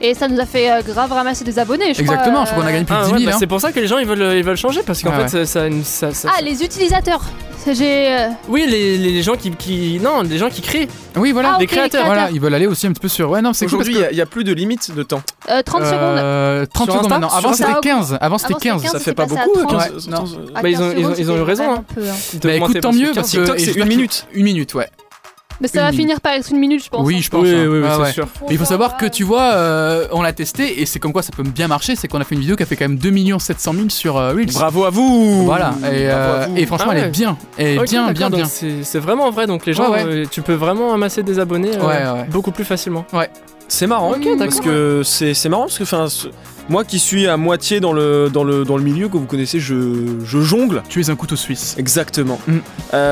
Speaker 5: et ça nous a fait euh, grave ramasser des abonnés je
Speaker 4: Exactement,
Speaker 5: crois,
Speaker 4: je crois qu'on a
Speaker 5: euh.
Speaker 4: gagné plus de
Speaker 3: Ah
Speaker 4: 10
Speaker 3: ouais,
Speaker 4: 000.
Speaker 3: bah
Speaker 4: hein.
Speaker 3: c'est pour ça que les gens ils veulent, euh, ils veulent changer parce qu'en
Speaker 4: Ah ouais.
Speaker 3: fait ça, ça- ça-
Speaker 5: Ah les utilisateurs j'ai euh,
Speaker 3: Oui, les, les- les gens qui, qui- Non, les gens qui créent.
Speaker 4: Oui, voilà.
Speaker 5: Ah,
Speaker 3: des
Speaker 5: ok, les créateurs.
Speaker 4: Voilà, ils veulent aller aussi un petit peu sur. Ouais, non, c'est cool parce
Speaker 1: Aujourd'hui,
Speaker 4: que.
Speaker 1: il n'y a, plus de limite de temps.
Speaker 5: Euh, 30 secondes
Speaker 4: Euh, 30
Speaker 3: Sur
Speaker 4: secondes
Speaker 3: Insta
Speaker 4: maintenant.
Speaker 3: Sur
Speaker 4: Avant
Speaker 5: Insta
Speaker 4: c'était
Speaker 5: Ah,
Speaker 4: 15. Avant c'était
Speaker 5: avant, c'était
Speaker 4: 15.
Speaker 5: Ça
Speaker 1: Ça
Speaker 5: fait
Speaker 1: fait pas
Speaker 5: passé à
Speaker 1: beaucoup.
Speaker 5: 30.
Speaker 1: 15,
Speaker 4: Ouais, non.
Speaker 1: 15,
Speaker 5: À
Speaker 3: bah, ils
Speaker 5: 15
Speaker 3: ont- ils ont-
Speaker 5: secondes,
Speaker 3: ils ont eu
Speaker 5: c'était
Speaker 3: raison,
Speaker 5: vraiment
Speaker 3: hein.
Speaker 5: peu, hein.
Speaker 4: Bah
Speaker 3: d'augmenter
Speaker 4: écoute, tant
Speaker 3: parce que
Speaker 4: mieux
Speaker 3: tiens,
Speaker 4: parce que.
Speaker 1: TikTok,
Speaker 4: et
Speaker 1: c'est
Speaker 4: j'espère
Speaker 1: une
Speaker 4: qu'il-
Speaker 1: minute.
Speaker 4: Une minute, ouais.
Speaker 5: mais ça
Speaker 4: Une
Speaker 5: va
Speaker 4: minute.
Speaker 5: finir par être une minute je pense
Speaker 4: Oui, je pense.
Speaker 3: Oui,
Speaker 4: hein.
Speaker 3: oui, oui,
Speaker 4: Ah
Speaker 3: c'est
Speaker 4: ouais.
Speaker 3: sûr.
Speaker 4: Mais il faut savoir que tu vois, euh, on l'a testé et c'est comme quoi ça peut bien marcher. C'est qu'on a fait une vidéo qui a fait quand même 2 700 000 sur euh, Reels.
Speaker 1: Bravo à vous
Speaker 4: Voilà, et,
Speaker 1: Bravo à
Speaker 4: euh,
Speaker 1: vous.
Speaker 4: et franchement,
Speaker 3: Ah
Speaker 4: elle
Speaker 3: ouais.
Speaker 4: est bien. Elle est
Speaker 3: Ok,
Speaker 4: bien,
Speaker 3: d'accord,
Speaker 4: bien,
Speaker 3: donc
Speaker 4: bien.
Speaker 3: C'est c'est vraiment vrai, donc les gens,
Speaker 4: Ouais, ouais.
Speaker 3: euh, tu peux vraiment amasser des abonnés euh,
Speaker 4: Ouais, ouais.
Speaker 3: beaucoup plus facilement.
Speaker 1: C'est marrant.
Speaker 3: Ok, d'accord.
Speaker 1: parce que c'est c'est marrant parce que enfin, ce- moi qui suis à moitié dans le, dans le, dans le milieu que vous connaissez, je, je jongle.
Speaker 4: Tu es un couteau suisse.
Speaker 1: Exactement.
Speaker 4: Mm.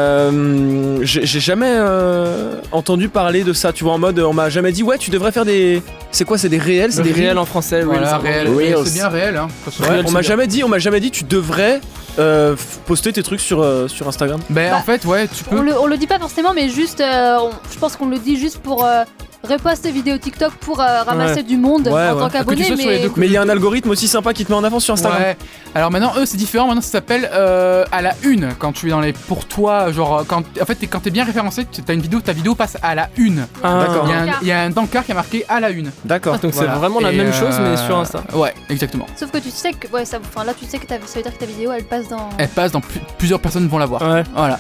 Speaker 1: Euh, J'ai j'ai jamais euh, entendu parler de ça, tu vois, en mode on m'a jamais dit ouais tu devrais faire des... C'est quoi, c'est des réels, c'est
Speaker 3: Le
Speaker 1: des
Speaker 3: réel en français, oui,
Speaker 4: Voilà,
Speaker 3: ça-
Speaker 4: réel.
Speaker 1: Reels.
Speaker 4: C'est bien réel, hein.
Speaker 1: Ouais, on m'a jamais dit, on m'a jamais dit tu devrais euh, f- poster tes trucs sur, euh, sur Instagram.
Speaker 4: Ben,
Speaker 5: Bah,
Speaker 4: en fait, ouais, tu
Speaker 5: on
Speaker 4: peux.
Speaker 5: le, on le dit pas forcément mais juste euh, on- je pense qu'on le dit juste pour euh, reposter vidéo TikTok pour euh, ramasser du monde
Speaker 1: Ouais,
Speaker 5: en
Speaker 1: ouais.
Speaker 5: tant qu'abonné
Speaker 4: sois sur les
Speaker 5: mais
Speaker 4: deux
Speaker 1: Mais il y a un algorithme aussi sympa qui te met en avant sur Instagram.
Speaker 4: Ouais. Alors maintenant, eux, c'est différent. Maintenant, ça s'appelle euh, à la une. Quand tu es dans les pour toi, genre, euh, quand, en fait, t'es- quand t'es bien référencé, tu- t'as une vidéo, ta vidéo passe à la une.
Speaker 3: Ah,
Speaker 1: D'accord.
Speaker 4: Il y a un-
Speaker 5: Encart.
Speaker 4: il y, a un encart qui a marqué à la une.
Speaker 1: D'accord.
Speaker 3: Donc
Speaker 4: Voilà.
Speaker 3: c'est vraiment la
Speaker 4: Et,
Speaker 3: même chose, mais
Speaker 4: euh,
Speaker 3: sur Insta.
Speaker 4: Ouais, exactement.
Speaker 5: sauf que tu sais que ouais ça enfin là tu sais que ta, ça veut dire que ta vidéo elle passe dans
Speaker 4: Elle passe dans plus- plusieurs personnes vont la voir.
Speaker 3: Ouais.
Speaker 4: Voilà.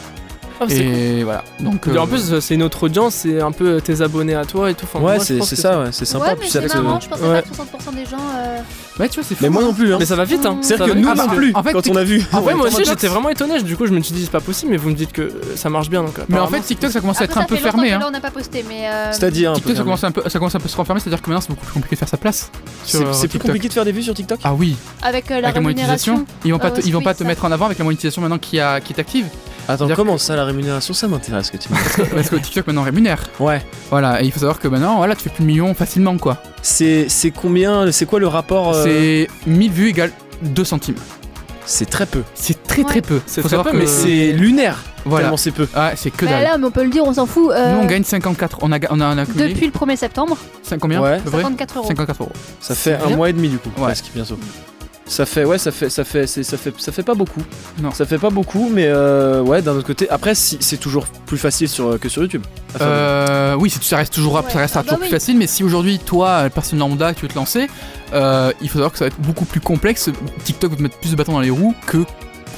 Speaker 3: Ah, c'est cool.
Speaker 4: Et voilà. Donc.
Speaker 3: Et
Speaker 4: euh,
Speaker 3: En plus, c'est une autre audience, c'est un peu tes abonnés à toi et tout. Enfin, moi,
Speaker 1: Ouais,
Speaker 3: je
Speaker 1: c'est
Speaker 3: pense
Speaker 1: c'est
Speaker 3: que
Speaker 1: ça, ouais, c'est sympa.
Speaker 5: ouais mais
Speaker 1: puis ça
Speaker 5: c'est
Speaker 1: fait que-
Speaker 5: marrant je pensais
Speaker 3: ouais.
Speaker 5: pas que 60% des gens euh,
Speaker 4: Ouais, tu vois, c'est fou.
Speaker 1: Mais moi
Speaker 4: hein.
Speaker 1: non plus. Hein.
Speaker 3: Mais ça va vite, hein.
Speaker 1: C'est-à-dire
Speaker 3: Ça
Speaker 1: que
Speaker 3: va
Speaker 1: nous
Speaker 3: vite.
Speaker 4: Ah
Speaker 1: non
Speaker 4: bah,
Speaker 1: plus,
Speaker 4: en fait,
Speaker 1: quand on a vu.
Speaker 4: En
Speaker 3: Ouais, moi
Speaker 4: fait,
Speaker 3: aussi,
Speaker 4: TikTok-
Speaker 3: j'étais vraiment étonné. Du coup, je me suis dit, c'est pas possible, mais vous me dites que euh, ça marche bien. Donc,
Speaker 4: Mais en
Speaker 3: apparemment.
Speaker 4: fait, TikTok, ça commence à
Speaker 5: Après,
Speaker 4: être un
Speaker 5: ça
Speaker 4: peu
Speaker 5: fait longtemps
Speaker 4: fermé.
Speaker 5: que
Speaker 4: hein.
Speaker 5: là, on n'a pas posté, mais. euh,
Speaker 1: C'est-à-dire un peu
Speaker 4: TikTok, ça
Speaker 1: fermé.
Speaker 4: commence, un peu, ça commence un peu à se renfermer, c'est-à-dire que maintenant c'est beaucoup plus compliqué de faire sa place. sur,
Speaker 1: C'est
Speaker 4: euh,
Speaker 1: c'est plus
Speaker 4: TikTok.
Speaker 1: compliqué de faire des vues sur TikTok
Speaker 4: Ah oui,
Speaker 5: Avec euh, la
Speaker 4: avec la
Speaker 5: rémunération.
Speaker 4: monétisation, ils vont pas,
Speaker 5: Ah
Speaker 4: te,
Speaker 5: ouais,
Speaker 4: ils vont
Speaker 5: oui,
Speaker 4: pas te
Speaker 5: ça.
Speaker 4: mettre en avant avec la monétisation maintenant qui, a, qui est active,
Speaker 1: Attends,
Speaker 4: C'est-à-dire
Speaker 1: comment ça la rémunération Ça m'intéresse que tu me dises.
Speaker 4: parce que TikTok maintenant rémunère.
Speaker 1: Ouais.
Speaker 4: Voilà, et il faut savoir que maintenant, voilà, tu fais plus de millions facilement quoi.
Speaker 1: C'est c'est combien C'est quoi le rapport euh,
Speaker 4: C'est 1000 vues égale 2 centimes.
Speaker 1: C'est très peu.
Speaker 4: C'est très
Speaker 5: Ouais.
Speaker 4: très peu.
Speaker 3: C'est
Speaker 4: Faut
Speaker 3: très
Speaker 4: savoir
Speaker 3: peu,
Speaker 4: que-
Speaker 1: Mais c'est lunaire.
Speaker 4: voilà.
Speaker 1: Tellement c'est peu.
Speaker 4: Ah, c'est que
Speaker 5: Bah
Speaker 4: dalle.
Speaker 5: là, mais on peut le dire, on s'en fout. euh,
Speaker 4: Nous on gagne 54, on a, ga- on a, on a accumulé
Speaker 5: Depuis le 1er septembre,
Speaker 4: cin- combien
Speaker 1: Ouais.
Speaker 4: à peu près
Speaker 5: 54 euros.
Speaker 4: 54 euros.
Speaker 1: Ça fait un
Speaker 4: bien.
Speaker 1: mois et demi du coup,
Speaker 4: Ouais.
Speaker 1: presque bientôt. Ça fait ouais, ça fait ça fait c'est- ça fait ça fait pas beaucoup.
Speaker 4: Non.
Speaker 1: Ça fait pas beaucoup, mais euh, ouais, d'un autre côté. Après, si- c'est toujours plus facile sur, que sur YouTube. à faire
Speaker 4: Euh, oui, c'est- ça reste toujours,
Speaker 5: Ouais.
Speaker 4: ça restera
Speaker 5: Ah bah
Speaker 4: toujours
Speaker 5: oui.
Speaker 4: plus facile, mais si aujourd'hui, toi, euh, personne lambda, tu veux te lancer, euh, il faut savoir que ça va être beaucoup plus complexe. TikTok va te mettre plus de bâtons dans les roues que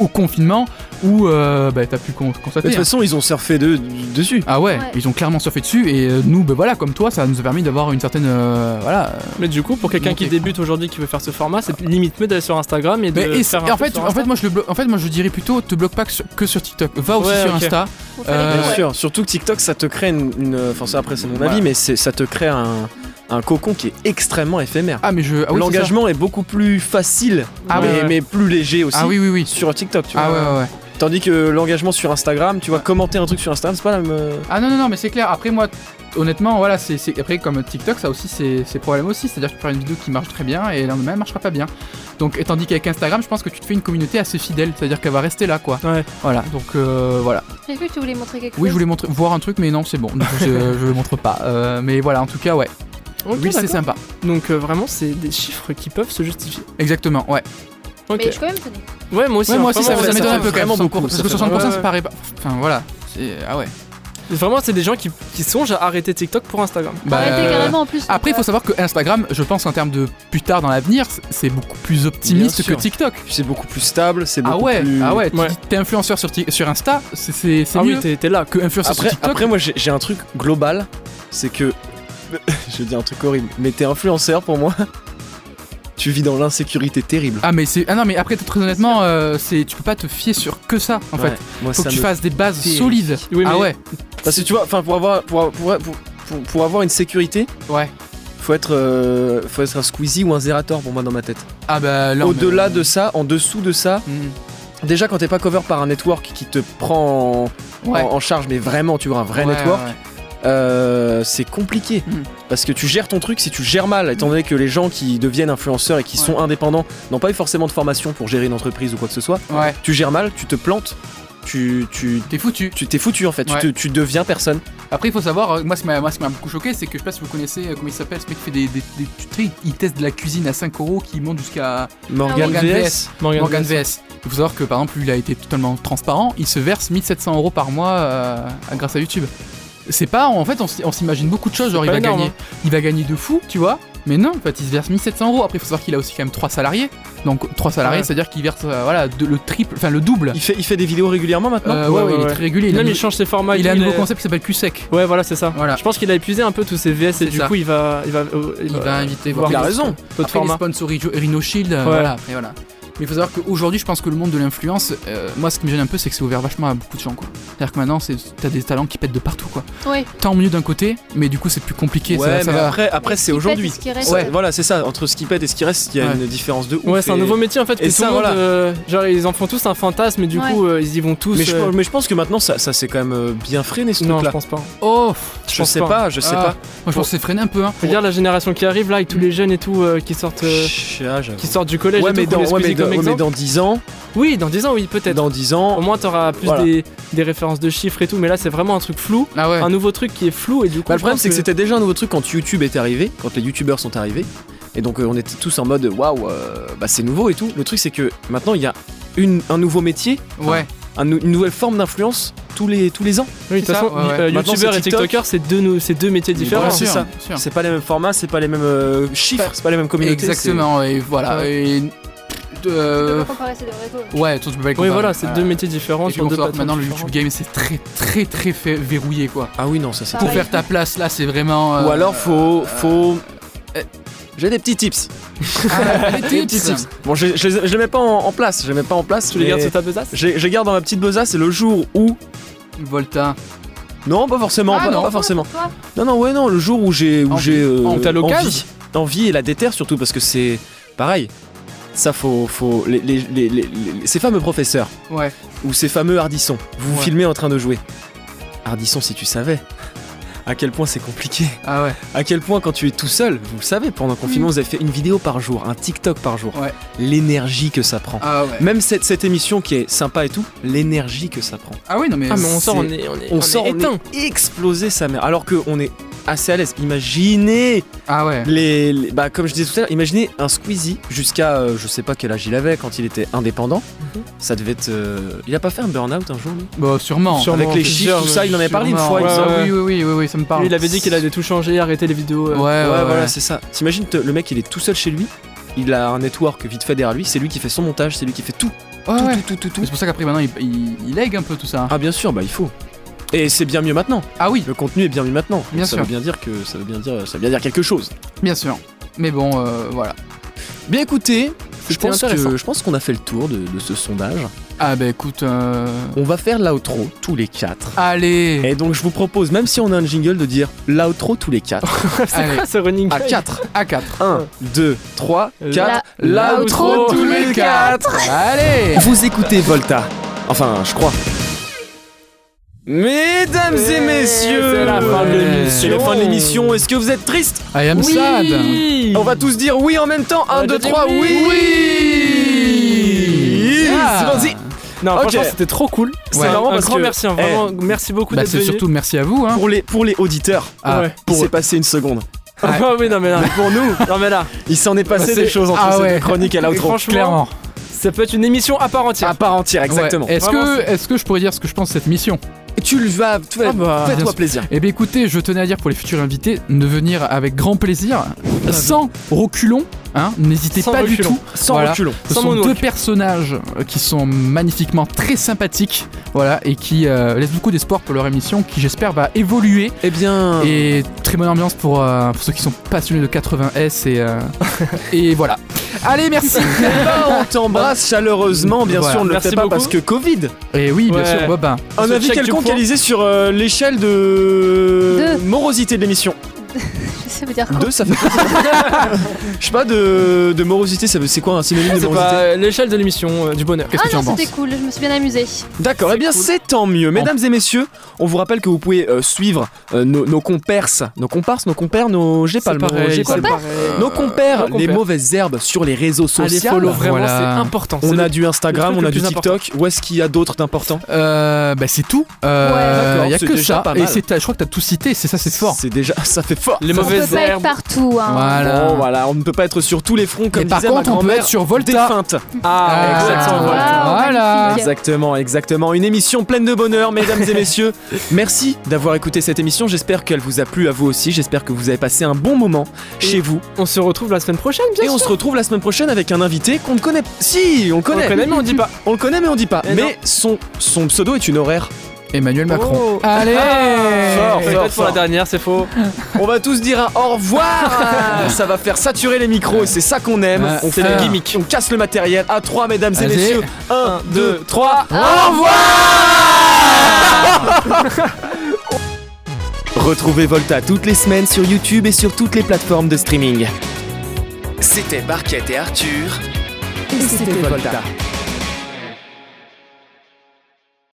Speaker 4: au confinement où euh, bah, t'as pu con-
Speaker 1: Mais de
Speaker 4: constater.
Speaker 1: toute
Speaker 4: hein.
Speaker 1: façon, ils ont surfé de, dessus.
Speaker 4: Ah ouais,
Speaker 5: Ouais.
Speaker 4: ils ont clairement surfé dessus et euh, nous, bah voilà, comme toi, ça nous a permis d'avoir une certaine. euh, voilà.
Speaker 3: Mais du coup, pour quelqu'un qui
Speaker 4: Monter,
Speaker 3: débute aujourd'hui qui veut faire ce format, c'est limite mieux d'aller sur Instagram et de
Speaker 4: Mais et-
Speaker 3: faire un
Speaker 4: et en,
Speaker 3: peu
Speaker 4: fait,
Speaker 3: sur
Speaker 4: en,
Speaker 3: Insta.
Speaker 4: fait, moi, je le blo- en fait, moi, je dirais plutôt, te bloque pas que sur, que sur TikTok. Va aussi
Speaker 3: Ouais,
Speaker 4: sur
Speaker 3: ok.
Speaker 4: Insta.
Speaker 5: Faut faire les
Speaker 4: Euh,
Speaker 5: deux,
Speaker 1: Bien
Speaker 5: ouais.
Speaker 1: sûr. Surtout que TikTok, ça te crée une. une- Enfin, ça, après, c'est mon
Speaker 4: Voilà.
Speaker 1: avis, mais c'est- ça te crée un, un cocon qui est extrêmement éphémère.
Speaker 4: Ah, mais je. Ah, oui, c'est ça.
Speaker 1: L'engagement est beaucoup plus facile,
Speaker 4: Ah
Speaker 1: mais,
Speaker 3: ouais.
Speaker 1: mais plus léger aussi.
Speaker 4: Ah oui, oui, oui.
Speaker 1: Sur TikTok, tu vois.
Speaker 4: Ah ouais, ouais, ouais.
Speaker 1: Tandis que l'engagement sur Instagram, tu vois, commenter un truc sur Instagram, c'est pas la même. euh,
Speaker 4: Ah non, non, non, mais c'est clair. Après, moi, t- honnêtement, voilà, c'est c'est- après, comme TikTok, ça aussi, c'est c'est problème aussi. C'est-à-dire que tu peux faire une vidéo qui marche très bien et l'un même marchera pas bien. Donc, et tandis qu'avec Instagram, je pense que tu te fais une communauté assez fidèle. C'est-à-dire qu'elle va rester là, quoi.
Speaker 3: Ouais.
Speaker 4: Voilà, donc euh, voilà.
Speaker 5: J'ai cru que tu voulais montrer quelque chose.
Speaker 4: Oui, je voulais montrer, voir un truc, mais non, c'est bon. Du coup, je, je le montre pas. Euh, mais voilà, en tout cas, ouais.
Speaker 3: Ok,
Speaker 4: oui, c'est
Speaker 3: d'accord.
Speaker 4: sympa.
Speaker 3: Donc euh, vraiment, c'est des chiffres qui peuvent se justifier.
Speaker 4: Exactement, ouais.
Speaker 3: Ok.
Speaker 5: Mais je suis quand même étonnée.
Speaker 3: Ouais, moi aussi.
Speaker 4: Ouais,
Speaker 3: hein,
Speaker 4: moi aussi, ça,
Speaker 3: vraiment,
Speaker 4: ça
Speaker 3: ouais,
Speaker 4: m'étonne
Speaker 3: fait
Speaker 4: un peu quand même.
Speaker 3: vraiment
Speaker 4: 100%,
Speaker 3: beaucoup.
Speaker 4: parce
Speaker 3: ça
Speaker 4: que
Speaker 3: fait
Speaker 4: 60%,
Speaker 3: vraiment-
Speaker 4: ça paraît pas. Enfin, voilà. C'est- Ah ouais.
Speaker 3: Vraiment, c'est des gens qui, qui songent à arrêter TikTok pour Instagram.
Speaker 4: Bah,
Speaker 5: Arrêtez
Speaker 4: euh,
Speaker 5: carrément en plus. donc,
Speaker 4: Après, il faut savoir que Instagram, je pense, en termes de plus tard dans l'avenir, c'est beaucoup plus optimiste
Speaker 1: Bien sûr.
Speaker 4: que TikTok.
Speaker 1: C'est beaucoup plus stable, c'est beaucoup
Speaker 4: Ah ouais,
Speaker 1: plus-
Speaker 4: ah ouais, tu
Speaker 3: Ouais.
Speaker 4: dis que t'es influenceur sur, Ti- sur Insta, c'est- c'est c'est
Speaker 3: Ah oui,
Speaker 4: mieux
Speaker 3: t'es t'es là.
Speaker 4: que influenceur
Speaker 1: Après,
Speaker 4: sur TikTok.
Speaker 1: après moi j'ai j'ai un truc global, c'est que. Je vais dire un truc horrible, mais t'es influenceur pour moi. Tu vis dans l'insécurité terrible.
Speaker 4: Ah mais c'est ah non mais après très honnêtement euh, c'est tu peux pas te fier sur que ça en
Speaker 1: Ouais,
Speaker 4: fait
Speaker 1: moi
Speaker 4: faut
Speaker 1: ça
Speaker 4: que tu
Speaker 1: me-
Speaker 4: fasses des bases
Speaker 1: terrifie.
Speaker 4: solides
Speaker 3: Oui,
Speaker 4: ah
Speaker 3: mais-
Speaker 4: ouais
Speaker 1: Parce que tu vois, enfin pour avoir pour, pour, pour, pour- pour avoir une sécurité,
Speaker 4: ouais
Speaker 1: faut être euh, faut être un Squeezie ou un Zerator pour moi dans ma tête.
Speaker 4: ah bah là on est-
Speaker 1: Au-delà de ça, en dessous de ça,
Speaker 4: Mm.
Speaker 1: déjà quand t'es pas cover par un network qui te prend en,
Speaker 4: ouais
Speaker 1: en- en charge, mais vraiment tu vois un vrai
Speaker 4: Ouais,
Speaker 1: network,
Speaker 4: ouais.
Speaker 1: euh, c'est compliqué.
Speaker 4: Mm.
Speaker 1: Parce que tu gères ton truc si tu gères mal, étant donné que les gens qui deviennent influenceurs et qui
Speaker 4: Ouais.
Speaker 1: sont indépendants n'ont pas eu forcément de formation pour gérer une entreprise ou quoi que ce soit.
Speaker 4: Ouais.
Speaker 1: Tu gères mal, tu te plantes, tu tu
Speaker 4: t'es foutu
Speaker 1: tu t'es foutu en fait,
Speaker 4: Ouais. Ah,
Speaker 1: tu, te- tu deviens personne.
Speaker 4: après il faut savoir euh, moi ce qui m'a moi, ce qui m'a beaucoup choqué c'est que je sais pas si vous connaissez euh, comment il s'appelle ce mec qui fait des, des, des- tu sais, il teste de la cuisine à 5 euros qui monte jusqu'à
Speaker 1: Morgan
Speaker 4: Morgan
Speaker 1: VS.
Speaker 4: VS. Morgan VS il faut savoir que par exemple lui il a été totalement transparent il se verse 1700 euros par mois euh, à- grâce à YouTube c'est pas en fait on s- on s'imagine beaucoup de choses genre il
Speaker 3: pas
Speaker 4: va
Speaker 3: énorme, hein.
Speaker 4: gagner il va gagner de fou, tu vois. Mais non, en fait, il se verse 1700 euros. Après, il faut savoir qu'il a aussi quand même 3 salariés. Donc, 3 salariés,
Speaker 3: Ouais.
Speaker 4: c'est-à-dire qu'il verse euh, voilà, de- le triple, enfin le double.
Speaker 1: Il fait, il fait des vidéos régulièrement maintenant
Speaker 4: Euh, ouais,
Speaker 3: ouais,
Speaker 4: ouais, il
Speaker 3: ouais.
Speaker 4: est très régulier. Il, a,
Speaker 3: Même
Speaker 4: nou-
Speaker 3: il change ses formats. et
Speaker 4: il a un
Speaker 3: tout,
Speaker 4: nouveau
Speaker 3: est-
Speaker 4: concept qui s'appelle QSEC.
Speaker 3: Ouais, voilà, c'est ça.
Speaker 4: Voilà.
Speaker 3: Je pense qu'il a épuisé un peu tous ses VS et
Speaker 4: C'est
Speaker 3: du
Speaker 4: ça.
Speaker 3: coup il va, il va, euh,
Speaker 4: Il va inviter
Speaker 3: voir
Speaker 4: voir
Speaker 1: Il a
Speaker 4: les-
Speaker 1: raison.
Speaker 3: peu de
Speaker 4: Après, il est
Speaker 3: formats.
Speaker 4: sponsor Rhino- Rhino Shield. euh,
Speaker 3: Ouais.
Speaker 4: Voilà, après, voilà. Mais il faut savoir qu'aujourd'hui, je pense que le monde de l'influence, euh, moi, ce qui me gêne un peu, c'est que c'est ouvert vachement à beaucoup de gens, quoi. C'est-à-dire que maintenant, c'est- t'as des talents qui pètent de partout, quoi.
Speaker 5: Oui.
Speaker 4: Tant mieux d'un côté, mais du coup, c'est plus compliqué.
Speaker 1: ouais,
Speaker 4: ça, ça
Speaker 1: mais
Speaker 4: va.
Speaker 1: après, après
Speaker 5: ce
Speaker 1: c'est
Speaker 5: qui
Speaker 1: aujourd'hui.
Speaker 5: pète et ce qui reste, euh,
Speaker 1: Ça-
Speaker 5: ouais.
Speaker 1: Voilà, c'est ça. Entre ce qui pète et ce qui reste, il y a
Speaker 4: Ouais.
Speaker 1: une différence de ouf.
Speaker 3: Ouais, c'est un
Speaker 1: et-
Speaker 3: nouveau métier en fait.
Speaker 1: et
Speaker 3: que
Speaker 1: ça,
Speaker 3: tout le monde,
Speaker 1: voilà.
Speaker 3: euh, genre ils en font tous un fantasme et du
Speaker 5: Ouais.
Speaker 3: coup euh, ils y vont tous.
Speaker 1: Mais je,
Speaker 3: euh,
Speaker 1: mais je pense que maintenant, ça, ça s'est quand même euh, bien freiné ce
Speaker 3: Non, je
Speaker 1: truc-là.
Speaker 3: pense pas.
Speaker 4: Oh,
Speaker 1: Je,
Speaker 3: pense
Speaker 1: sais
Speaker 3: pas.
Speaker 1: pas. je sais pas.
Speaker 4: Ah, moi, je pense que c'est freiné un peu, hein.
Speaker 3: Faut dire la génération qui arrive là avec tous les jeunes et tout euh, qui sortent. euh,
Speaker 1: Chut, ah, j'avoue.
Speaker 3: Qui sortent du collège
Speaker 1: Ouais,
Speaker 3: et
Speaker 1: mais
Speaker 3: tout, qu'on
Speaker 1: dans,
Speaker 3: les
Speaker 1: ouais, mais
Speaker 3: squeeze
Speaker 1: dans-
Speaker 3: comme
Speaker 1: ouais, mais
Speaker 3: exemple.
Speaker 1: dans 10 ans,
Speaker 3: Oui, dans 10 ans, oui, peut-être.
Speaker 1: dans 10
Speaker 3: Au
Speaker 1: ans,
Speaker 3: moins, t'auras plus
Speaker 1: Voilà.
Speaker 3: des, des références de chiffres et tout, mais là, c'est vraiment un truc flou.
Speaker 4: Ah ouais.
Speaker 3: Un nouveau truc qui est flou et du coup.
Speaker 1: Bah, le
Speaker 3: je
Speaker 1: problème,
Speaker 3: pense
Speaker 1: c'est que c'était déjà un nouveau truc quand YouTube est arrivé, quand les youtubeurs sont arrivés. Et donc, euh, on était tous en mode waouh, euh, bah, c'est nouveau et tout. Le truc, c'est que maintenant, il y a une, un nouveau métier,
Speaker 4: Ouais.
Speaker 1: un nou- une nouvelle forme d'influence tous les, tous les ans.
Speaker 3: Oui, de toute
Speaker 4: c'est ça,
Speaker 3: façon,
Speaker 4: ouais, ouais.
Speaker 3: euh,
Speaker 1: Maintenant,
Speaker 3: youtubeur
Speaker 1: c'est
Speaker 3: et
Speaker 1: TikTok.
Speaker 3: TikToker, c'est deux, nous- c'est deux métiers différents.
Speaker 1: Voilà,
Speaker 4: Bien sûr,
Speaker 1: c'est ça.
Speaker 4: bien sûr.
Speaker 1: C'est pas les mêmes formats, c'est pas les mêmes euh, chiffres, c'est pas les mêmes communautés. c'est-
Speaker 4: Exactement, et voilà. Et,
Speaker 5: Tu peux
Speaker 4: euh,
Speaker 5: pas comparer ces deux réseaux.
Speaker 4: ouais, tu peux pas les
Speaker 3: Oui,
Speaker 4: comparer.
Speaker 3: voilà, c'est deux métiers différents.
Speaker 4: Et puis,
Speaker 3: sur
Speaker 4: on
Speaker 3: deux
Speaker 4: peut savoir que
Speaker 3: plateformes
Speaker 4: maintenant, le
Speaker 3: différentes.
Speaker 4: YouTube Game, c'est très, très, très fait- verrouillé, quoi.
Speaker 1: Ah oui, non, ça c'est.
Speaker 5: Pareil.
Speaker 4: Pour faire ta place, là, c'est vraiment. euh,
Speaker 1: Ou alors faut. faut... eh,
Speaker 4: euh,
Speaker 1: J'ai des petits tips.
Speaker 4: Ah, les
Speaker 1: Des petits tips. Bon, je, je les- je les mets pas en, en place. Je les mets pas en place.
Speaker 3: Tu les
Speaker 1: mais
Speaker 3: gardes sur ta besace
Speaker 1: Je les- je les garde dans ma petite besace et le jour où.
Speaker 4: Volta.
Speaker 1: Non, pas forcément.
Speaker 5: Ah,
Speaker 1: pas,
Speaker 4: non,
Speaker 1: pas
Speaker 5: toi,
Speaker 1: forcément.
Speaker 5: toi,
Speaker 1: Non, non, ouais, non. Le jour où j'ai. Où
Speaker 4: Envie.
Speaker 1: j'ai euh,
Speaker 4: Oh, t'as l'occasion.
Speaker 1: envie, envie et la déterre surtout parce que c'est pareil. Ça faut. faut les, les- les- les- les- ces fameux professeurs
Speaker 4: Ouais.
Speaker 1: ou ces fameux hardissons, vous vous
Speaker 4: Ouais.
Speaker 1: filmez en train de jouer. Hardisson, si tu savais à quel point c'est compliqué.
Speaker 4: Ah ouais.
Speaker 1: À quel point quand tu es tout seul, vous le savez, pendant le confinement, vous avez fait une vidéo par jour, un TikTok par jour.
Speaker 4: Ouais.
Speaker 1: L'énergie que ça prend.
Speaker 4: Ah ouais.
Speaker 1: Même cette, cette émission qui est sympa et tout, l'énergie que ça prend.
Speaker 4: Ah ouais, non, mais.
Speaker 3: Ah, mais on sort, on
Speaker 1: c'est-
Speaker 3: est, on est,
Speaker 1: On sort,
Speaker 3: est éteint.
Speaker 1: on est explosé sa mère. Alors qu'on est assez à l'aise. Imaginez
Speaker 4: Ah ouais.
Speaker 1: les, les- bah comme je disais tout à l'heure, imaginez un Squeezie jusqu'à euh, je sais pas quel âge il avait quand il était indépendant.
Speaker 3: Mhm.
Speaker 1: Ça devait être. euh, il a pas fait un burn-out un jour lui
Speaker 4: Bah, sûrement.
Speaker 3: Sûrement,
Speaker 1: Avec les
Speaker 3: c'est
Speaker 1: chiffres,
Speaker 3: sûr,
Speaker 1: tout ça, il en avait parlé une
Speaker 4: Sûrement.
Speaker 1: fois. il me
Speaker 3: ouais,
Speaker 1: semble.
Speaker 3: ouais.
Speaker 4: Oui, oui, oui, oui, oui, ça me parle.
Speaker 3: Lui, il avait dit qu'il allait tout changer, arrêter les vidéos. euh,
Speaker 4: Ouais, ouais,
Speaker 1: Ouais,
Speaker 4: ouais.
Speaker 1: voilà, c'est ça. T'imagines, te- le mec, il est tout seul chez lui. Il a un network vite fait derrière lui. C'est lui qui fait son montage, c'est lui qui fait tout.
Speaker 4: Ouais,
Speaker 1: tout,
Speaker 4: Ah ouais.
Speaker 1: tout, tout, tout,
Speaker 4: Mais
Speaker 1: tout.
Speaker 4: C'est pour ça qu'après, maintenant, il, il, il lag un peu tout ça.
Speaker 1: Ah, bien sûr, bah il faut. Et c'est bien mieux maintenant.
Speaker 4: Ah oui,
Speaker 1: Le contenu est bien mieux maintenant. Donc
Speaker 4: Bien
Speaker 1: ça
Speaker 4: sûr.
Speaker 1: veut bien dire que ça veut bien dire ça veut bien dire quelque chose.
Speaker 4: bien sûr. Mais bon, euh, voilà.
Speaker 1: Bien écoutez, je
Speaker 3: C'était
Speaker 1: pense
Speaker 3: intéressant.
Speaker 1: que je pense qu'on a fait le tour de, de ce sondage.
Speaker 4: Ah bah écoute. euh,
Speaker 1: On va faire l'outro tous les quatre.
Speaker 4: Allez.
Speaker 1: Et donc je vous propose, même si on a un jingle, de dire l'outro tous les quatre.
Speaker 3: C'est
Speaker 4: Allez.
Speaker 3: quoi ce running
Speaker 1: à
Speaker 3: gag
Speaker 1: 4
Speaker 4: A4.
Speaker 1: 1, 2, 3, 4.
Speaker 4: La-
Speaker 1: L'outro tous les quatre.
Speaker 4: Allez
Speaker 1: Vous écoutez Volta. Enfin, je crois. Mesdames et
Speaker 3: Ouais,
Speaker 1: messieurs,
Speaker 3: c'est la fin de
Speaker 1: C'est
Speaker 3: l'émission.
Speaker 1: la fin de l'émission. Est-ce que vous êtes triste
Speaker 4: I am sad
Speaker 3: Oui
Speaker 1: On va tous dire oui en même temps. 1,
Speaker 3: va
Speaker 1: 2,
Speaker 3: dire
Speaker 1: 3,
Speaker 3: oui.
Speaker 1: oui
Speaker 4: Oui.
Speaker 1: C'est
Speaker 4: Ah.
Speaker 1: parti.
Speaker 3: Non,
Speaker 1: Ok.
Speaker 3: franchement, c'était trop cool.
Speaker 1: C'est
Speaker 4: Ouais.
Speaker 1: marrant
Speaker 3: un
Speaker 1: parce
Speaker 3: grand
Speaker 1: que
Speaker 3: merci, hein,
Speaker 1: eh,
Speaker 3: vraiment, merci beaucoup
Speaker 4: Bah
Speaker 3: d'être
Speaker 4: c'est
Speaker 3: venu.
Speaker 4: surtout merci à vous hein
Speaker 1: pour les, pour les auditeurs,
Speaker 4: Ah,
Speaker 3: Ouais.
Speaker 1: il
Speaker 4: pour-
Speaker 1: s'est passé une seconde.
Speaker 3: Ah oui, non mais là, pour nous, non mais là,
Speaker 1: Il s'en est passé
Speaker 4: Bah, c'est-
Speaker 1: des choses entre
Speaker 4: Ah
Speaker 1: ces
Speaker 4: ouais.
Speaker 1: deux chroniques à l'outro.
Speaker 3: franchement,
Speaker 4: Clairement.
Speaker 3: ça peut être une émission à part entière.
Speaker 1: À part entière, exactement.
Speaker 4: Ouais. Est-ce
Speaker 3: Vraiment,
Speaker 4: que, est-ce que je pourrais dire ce que je pense de cette mission
Speaker 1: Et tu le vas, tu vas-
Speaker 3: Ah bah,
Speaker 4: bien
Speaker 1: fais-toi
Speaker 4: sûr.
Speaker 1: plaisir.
Speaker 4: Eh bien écoutez, je tenais à dire pour les futurs invités de venir avec grand plaisir, sans reculons, hein, n'hésitez
Speaker 3: Sans
Speaker 4: pas du
Speaker 3: reculons.
Speaker 4: tout.
Speaker 1: Sans
Speaker 4: Voilà.
Speaker 1: reculons.
Speaker 4: Ce
Speaker 3: Sans
Speaker 4: sont
Speaker 3: moonwalk.
Speaker 4: deux personnages euh, qui sont magnifiquement très sympathiques, voilà, et qui euh, laissent beaucoup d'espoir pour leur émission, qui j'espère va évoluer.
Speaker 1: Eh bien,
Speaker 4: Et très bonne ambiance pour, euh, pour ceux qui sont passionnés de 80S et, euh, et voilà. Allez, merci.
Speaker 1: on t'embrasse chaleureusement, bien
Speaker 4: Voilà.
Speaker 1: sûr, on ne le
Speaker 3: Merci
Speaker 1: fait pas
Speaker 3: beaucoup.
Speaker 1: parce que Covid.
Speaker 4: Et oui, bien
Speaker 3: Ouais.
Speaker 4: sûr, Bob. hein.
Speaker 3: On
Speaker 1: Un
Speaker 3: se
Speaker 1: avis
Speaker 3: check du
Speaker 1: quelconque
Speaker 3: point.
Speaker 1: réalisé sur euh, l'échelle de...
Speaker 5: De.
Speaker 1: morosité de l'émission.
Speaker 5: Ça veut dire quoi
Speaker 1: Deux, ça fait. Je sais pas, de, de morosité, ça veut- c'est quoi un synonyme de
Speaker 3: C'est
Speaker 1: morosité
Speaker 3: pas euh, l'échelle de l'émission euh, du bonheur.
Speaker 4: Qu'est-ce
Speaker 5: Ah
Speaker 4: que tu
Speaker 5: non,
Speaker 4: en penses
Speaker 5: c'était cool, je me suis bien amusée.
Speaker 1: D'accord, eh bien
Speaker 3: cool.
Speaker 1: c'est tant mieux. Mesdames et messieurs, on vous rappelle que vous pouvez euh, suivre euh, nos, nos comparses, nos comparses, nos compères, nos. J'ai pas
Speaker 4: C'est
Speaker 1: le mot,
Speaker 4: pareil,
Speaker 1: j'ai pas le mot. Nos compères,
Speaker 3: nos
Speaker 1: les
Speaker 3: compères.
Speaker 1: mauvaises herbes sur les réseaux
Speaker 3: Allez,
Speaker 1: sociaux.
Speaker 3: follow, vraiment,
Speaker 4: Voilà.
Speaker 3: c'est important.
Speaker 1: On
Speaker 3: C'est
Speaker 1: a
Speaker 3: le-
Speaker 1: du Instagram,
Speaker 3: le
Speaker 1: on
Speaker 3: truc
Speaker 1: a
Speaker 3: le
Speaker 1: du
Speaker 3: plus
Speaker 1: TikTok. Où est-ce qu'il y a d'autre d'important
Speaker 4: Euh, bah c'est tout. Euh,
Speaker 1: Ouais,
Speaker 4: y
Speaker 1: d'accord,
Speaker 4: a que
Speaker 1: c'est déjà
Speaker 4: ça.
Speaker 1: pas
Speaker 4: Et
Speaker 1: mal.
Speaker 4: c'est, je crois que t'as tout cité. C'est ça, c'est fort.
Speaker 1: C'est déjà, ça fait fort.
Speaker 3: les
Speaker 1: Ça
Speaker 5: On peut
Speaker 3: mauvaises
Speaker 5: pas être
Speaker 3: herbes.
Speaker 5: partout, hein.
Speaker 4: Voilà.
Speaker 1: Bon, voilà, on ne peut pas être sur tous les fronts comme
Speaker 4: Et par
Speaker 1: disait
Speaker 4: contre,
Speaker 1: ma
Speaker 4: on peut être
Speaker 1: grand-mère.
Speaker 4: sur Volta.
Speaker 1: Défunte.
Speaker 4: Ah,
Speaker 1: exactement.
Speaker 5: Waouh,
Speaker 1: voilà.
Speaker 4: Voilà.
Speaker 5: magnifique.
Speaker 1: Exactement, exactement. Une émission pleine de bonheur, mesdames et messieurs. Merci d'avoir écouté cette émission. J'espère qu'elle vous a plu à vous aussi. J'espère que vous avez passé un bon moment chez vous.
Speaker 3: On se retrouve la semaine prochaine, bien
Speaker 1: et on
Speaker 3: sûr.
Speaker 1: se retrouve la semaine prochaine avec un invité qu'on ne connaît. Si, on le
Speaker 3: On
Speaker 1: connaît.
Speaker 3: le connaît, mais on dit pas.
Speaker 1: On le connaît, mais on dit pas.
Speaker 3: Eh non.
Speaker 1: mais son, son pseudo est une horaire.
Speaker 4: Emmanuel Macron.
Speaker 3: Oh.
Speaker 4: Allez.
Speaker 1: Fort, fort,
Speaker 3: Peut-être pour la
Speaker 1: fort.
Speaker 3: dernière, c'est faux.
Speaker 1: On va tous dire un au revoir. ça va faire saturer les micros et c'est ça qu'on aime.
Speaker 4: Ouais.
Speaker 1: on fait
Speaker 4: Ah.
Speaker 1: le gimmick. On casse le matériel. À 3, mesdames et
Speaker 4: Vas-y.
Speaker 1: messieurs. 1, 2, 3.
Speaker 4: Au revoir.
Speaker 1: Retrouvez Volta toutes les semaines sur YouTube et sur toutes les plateformes de streaming.
Speaker 2: C'était Barquette et Arthur.
Speaker 1: C'était Volta.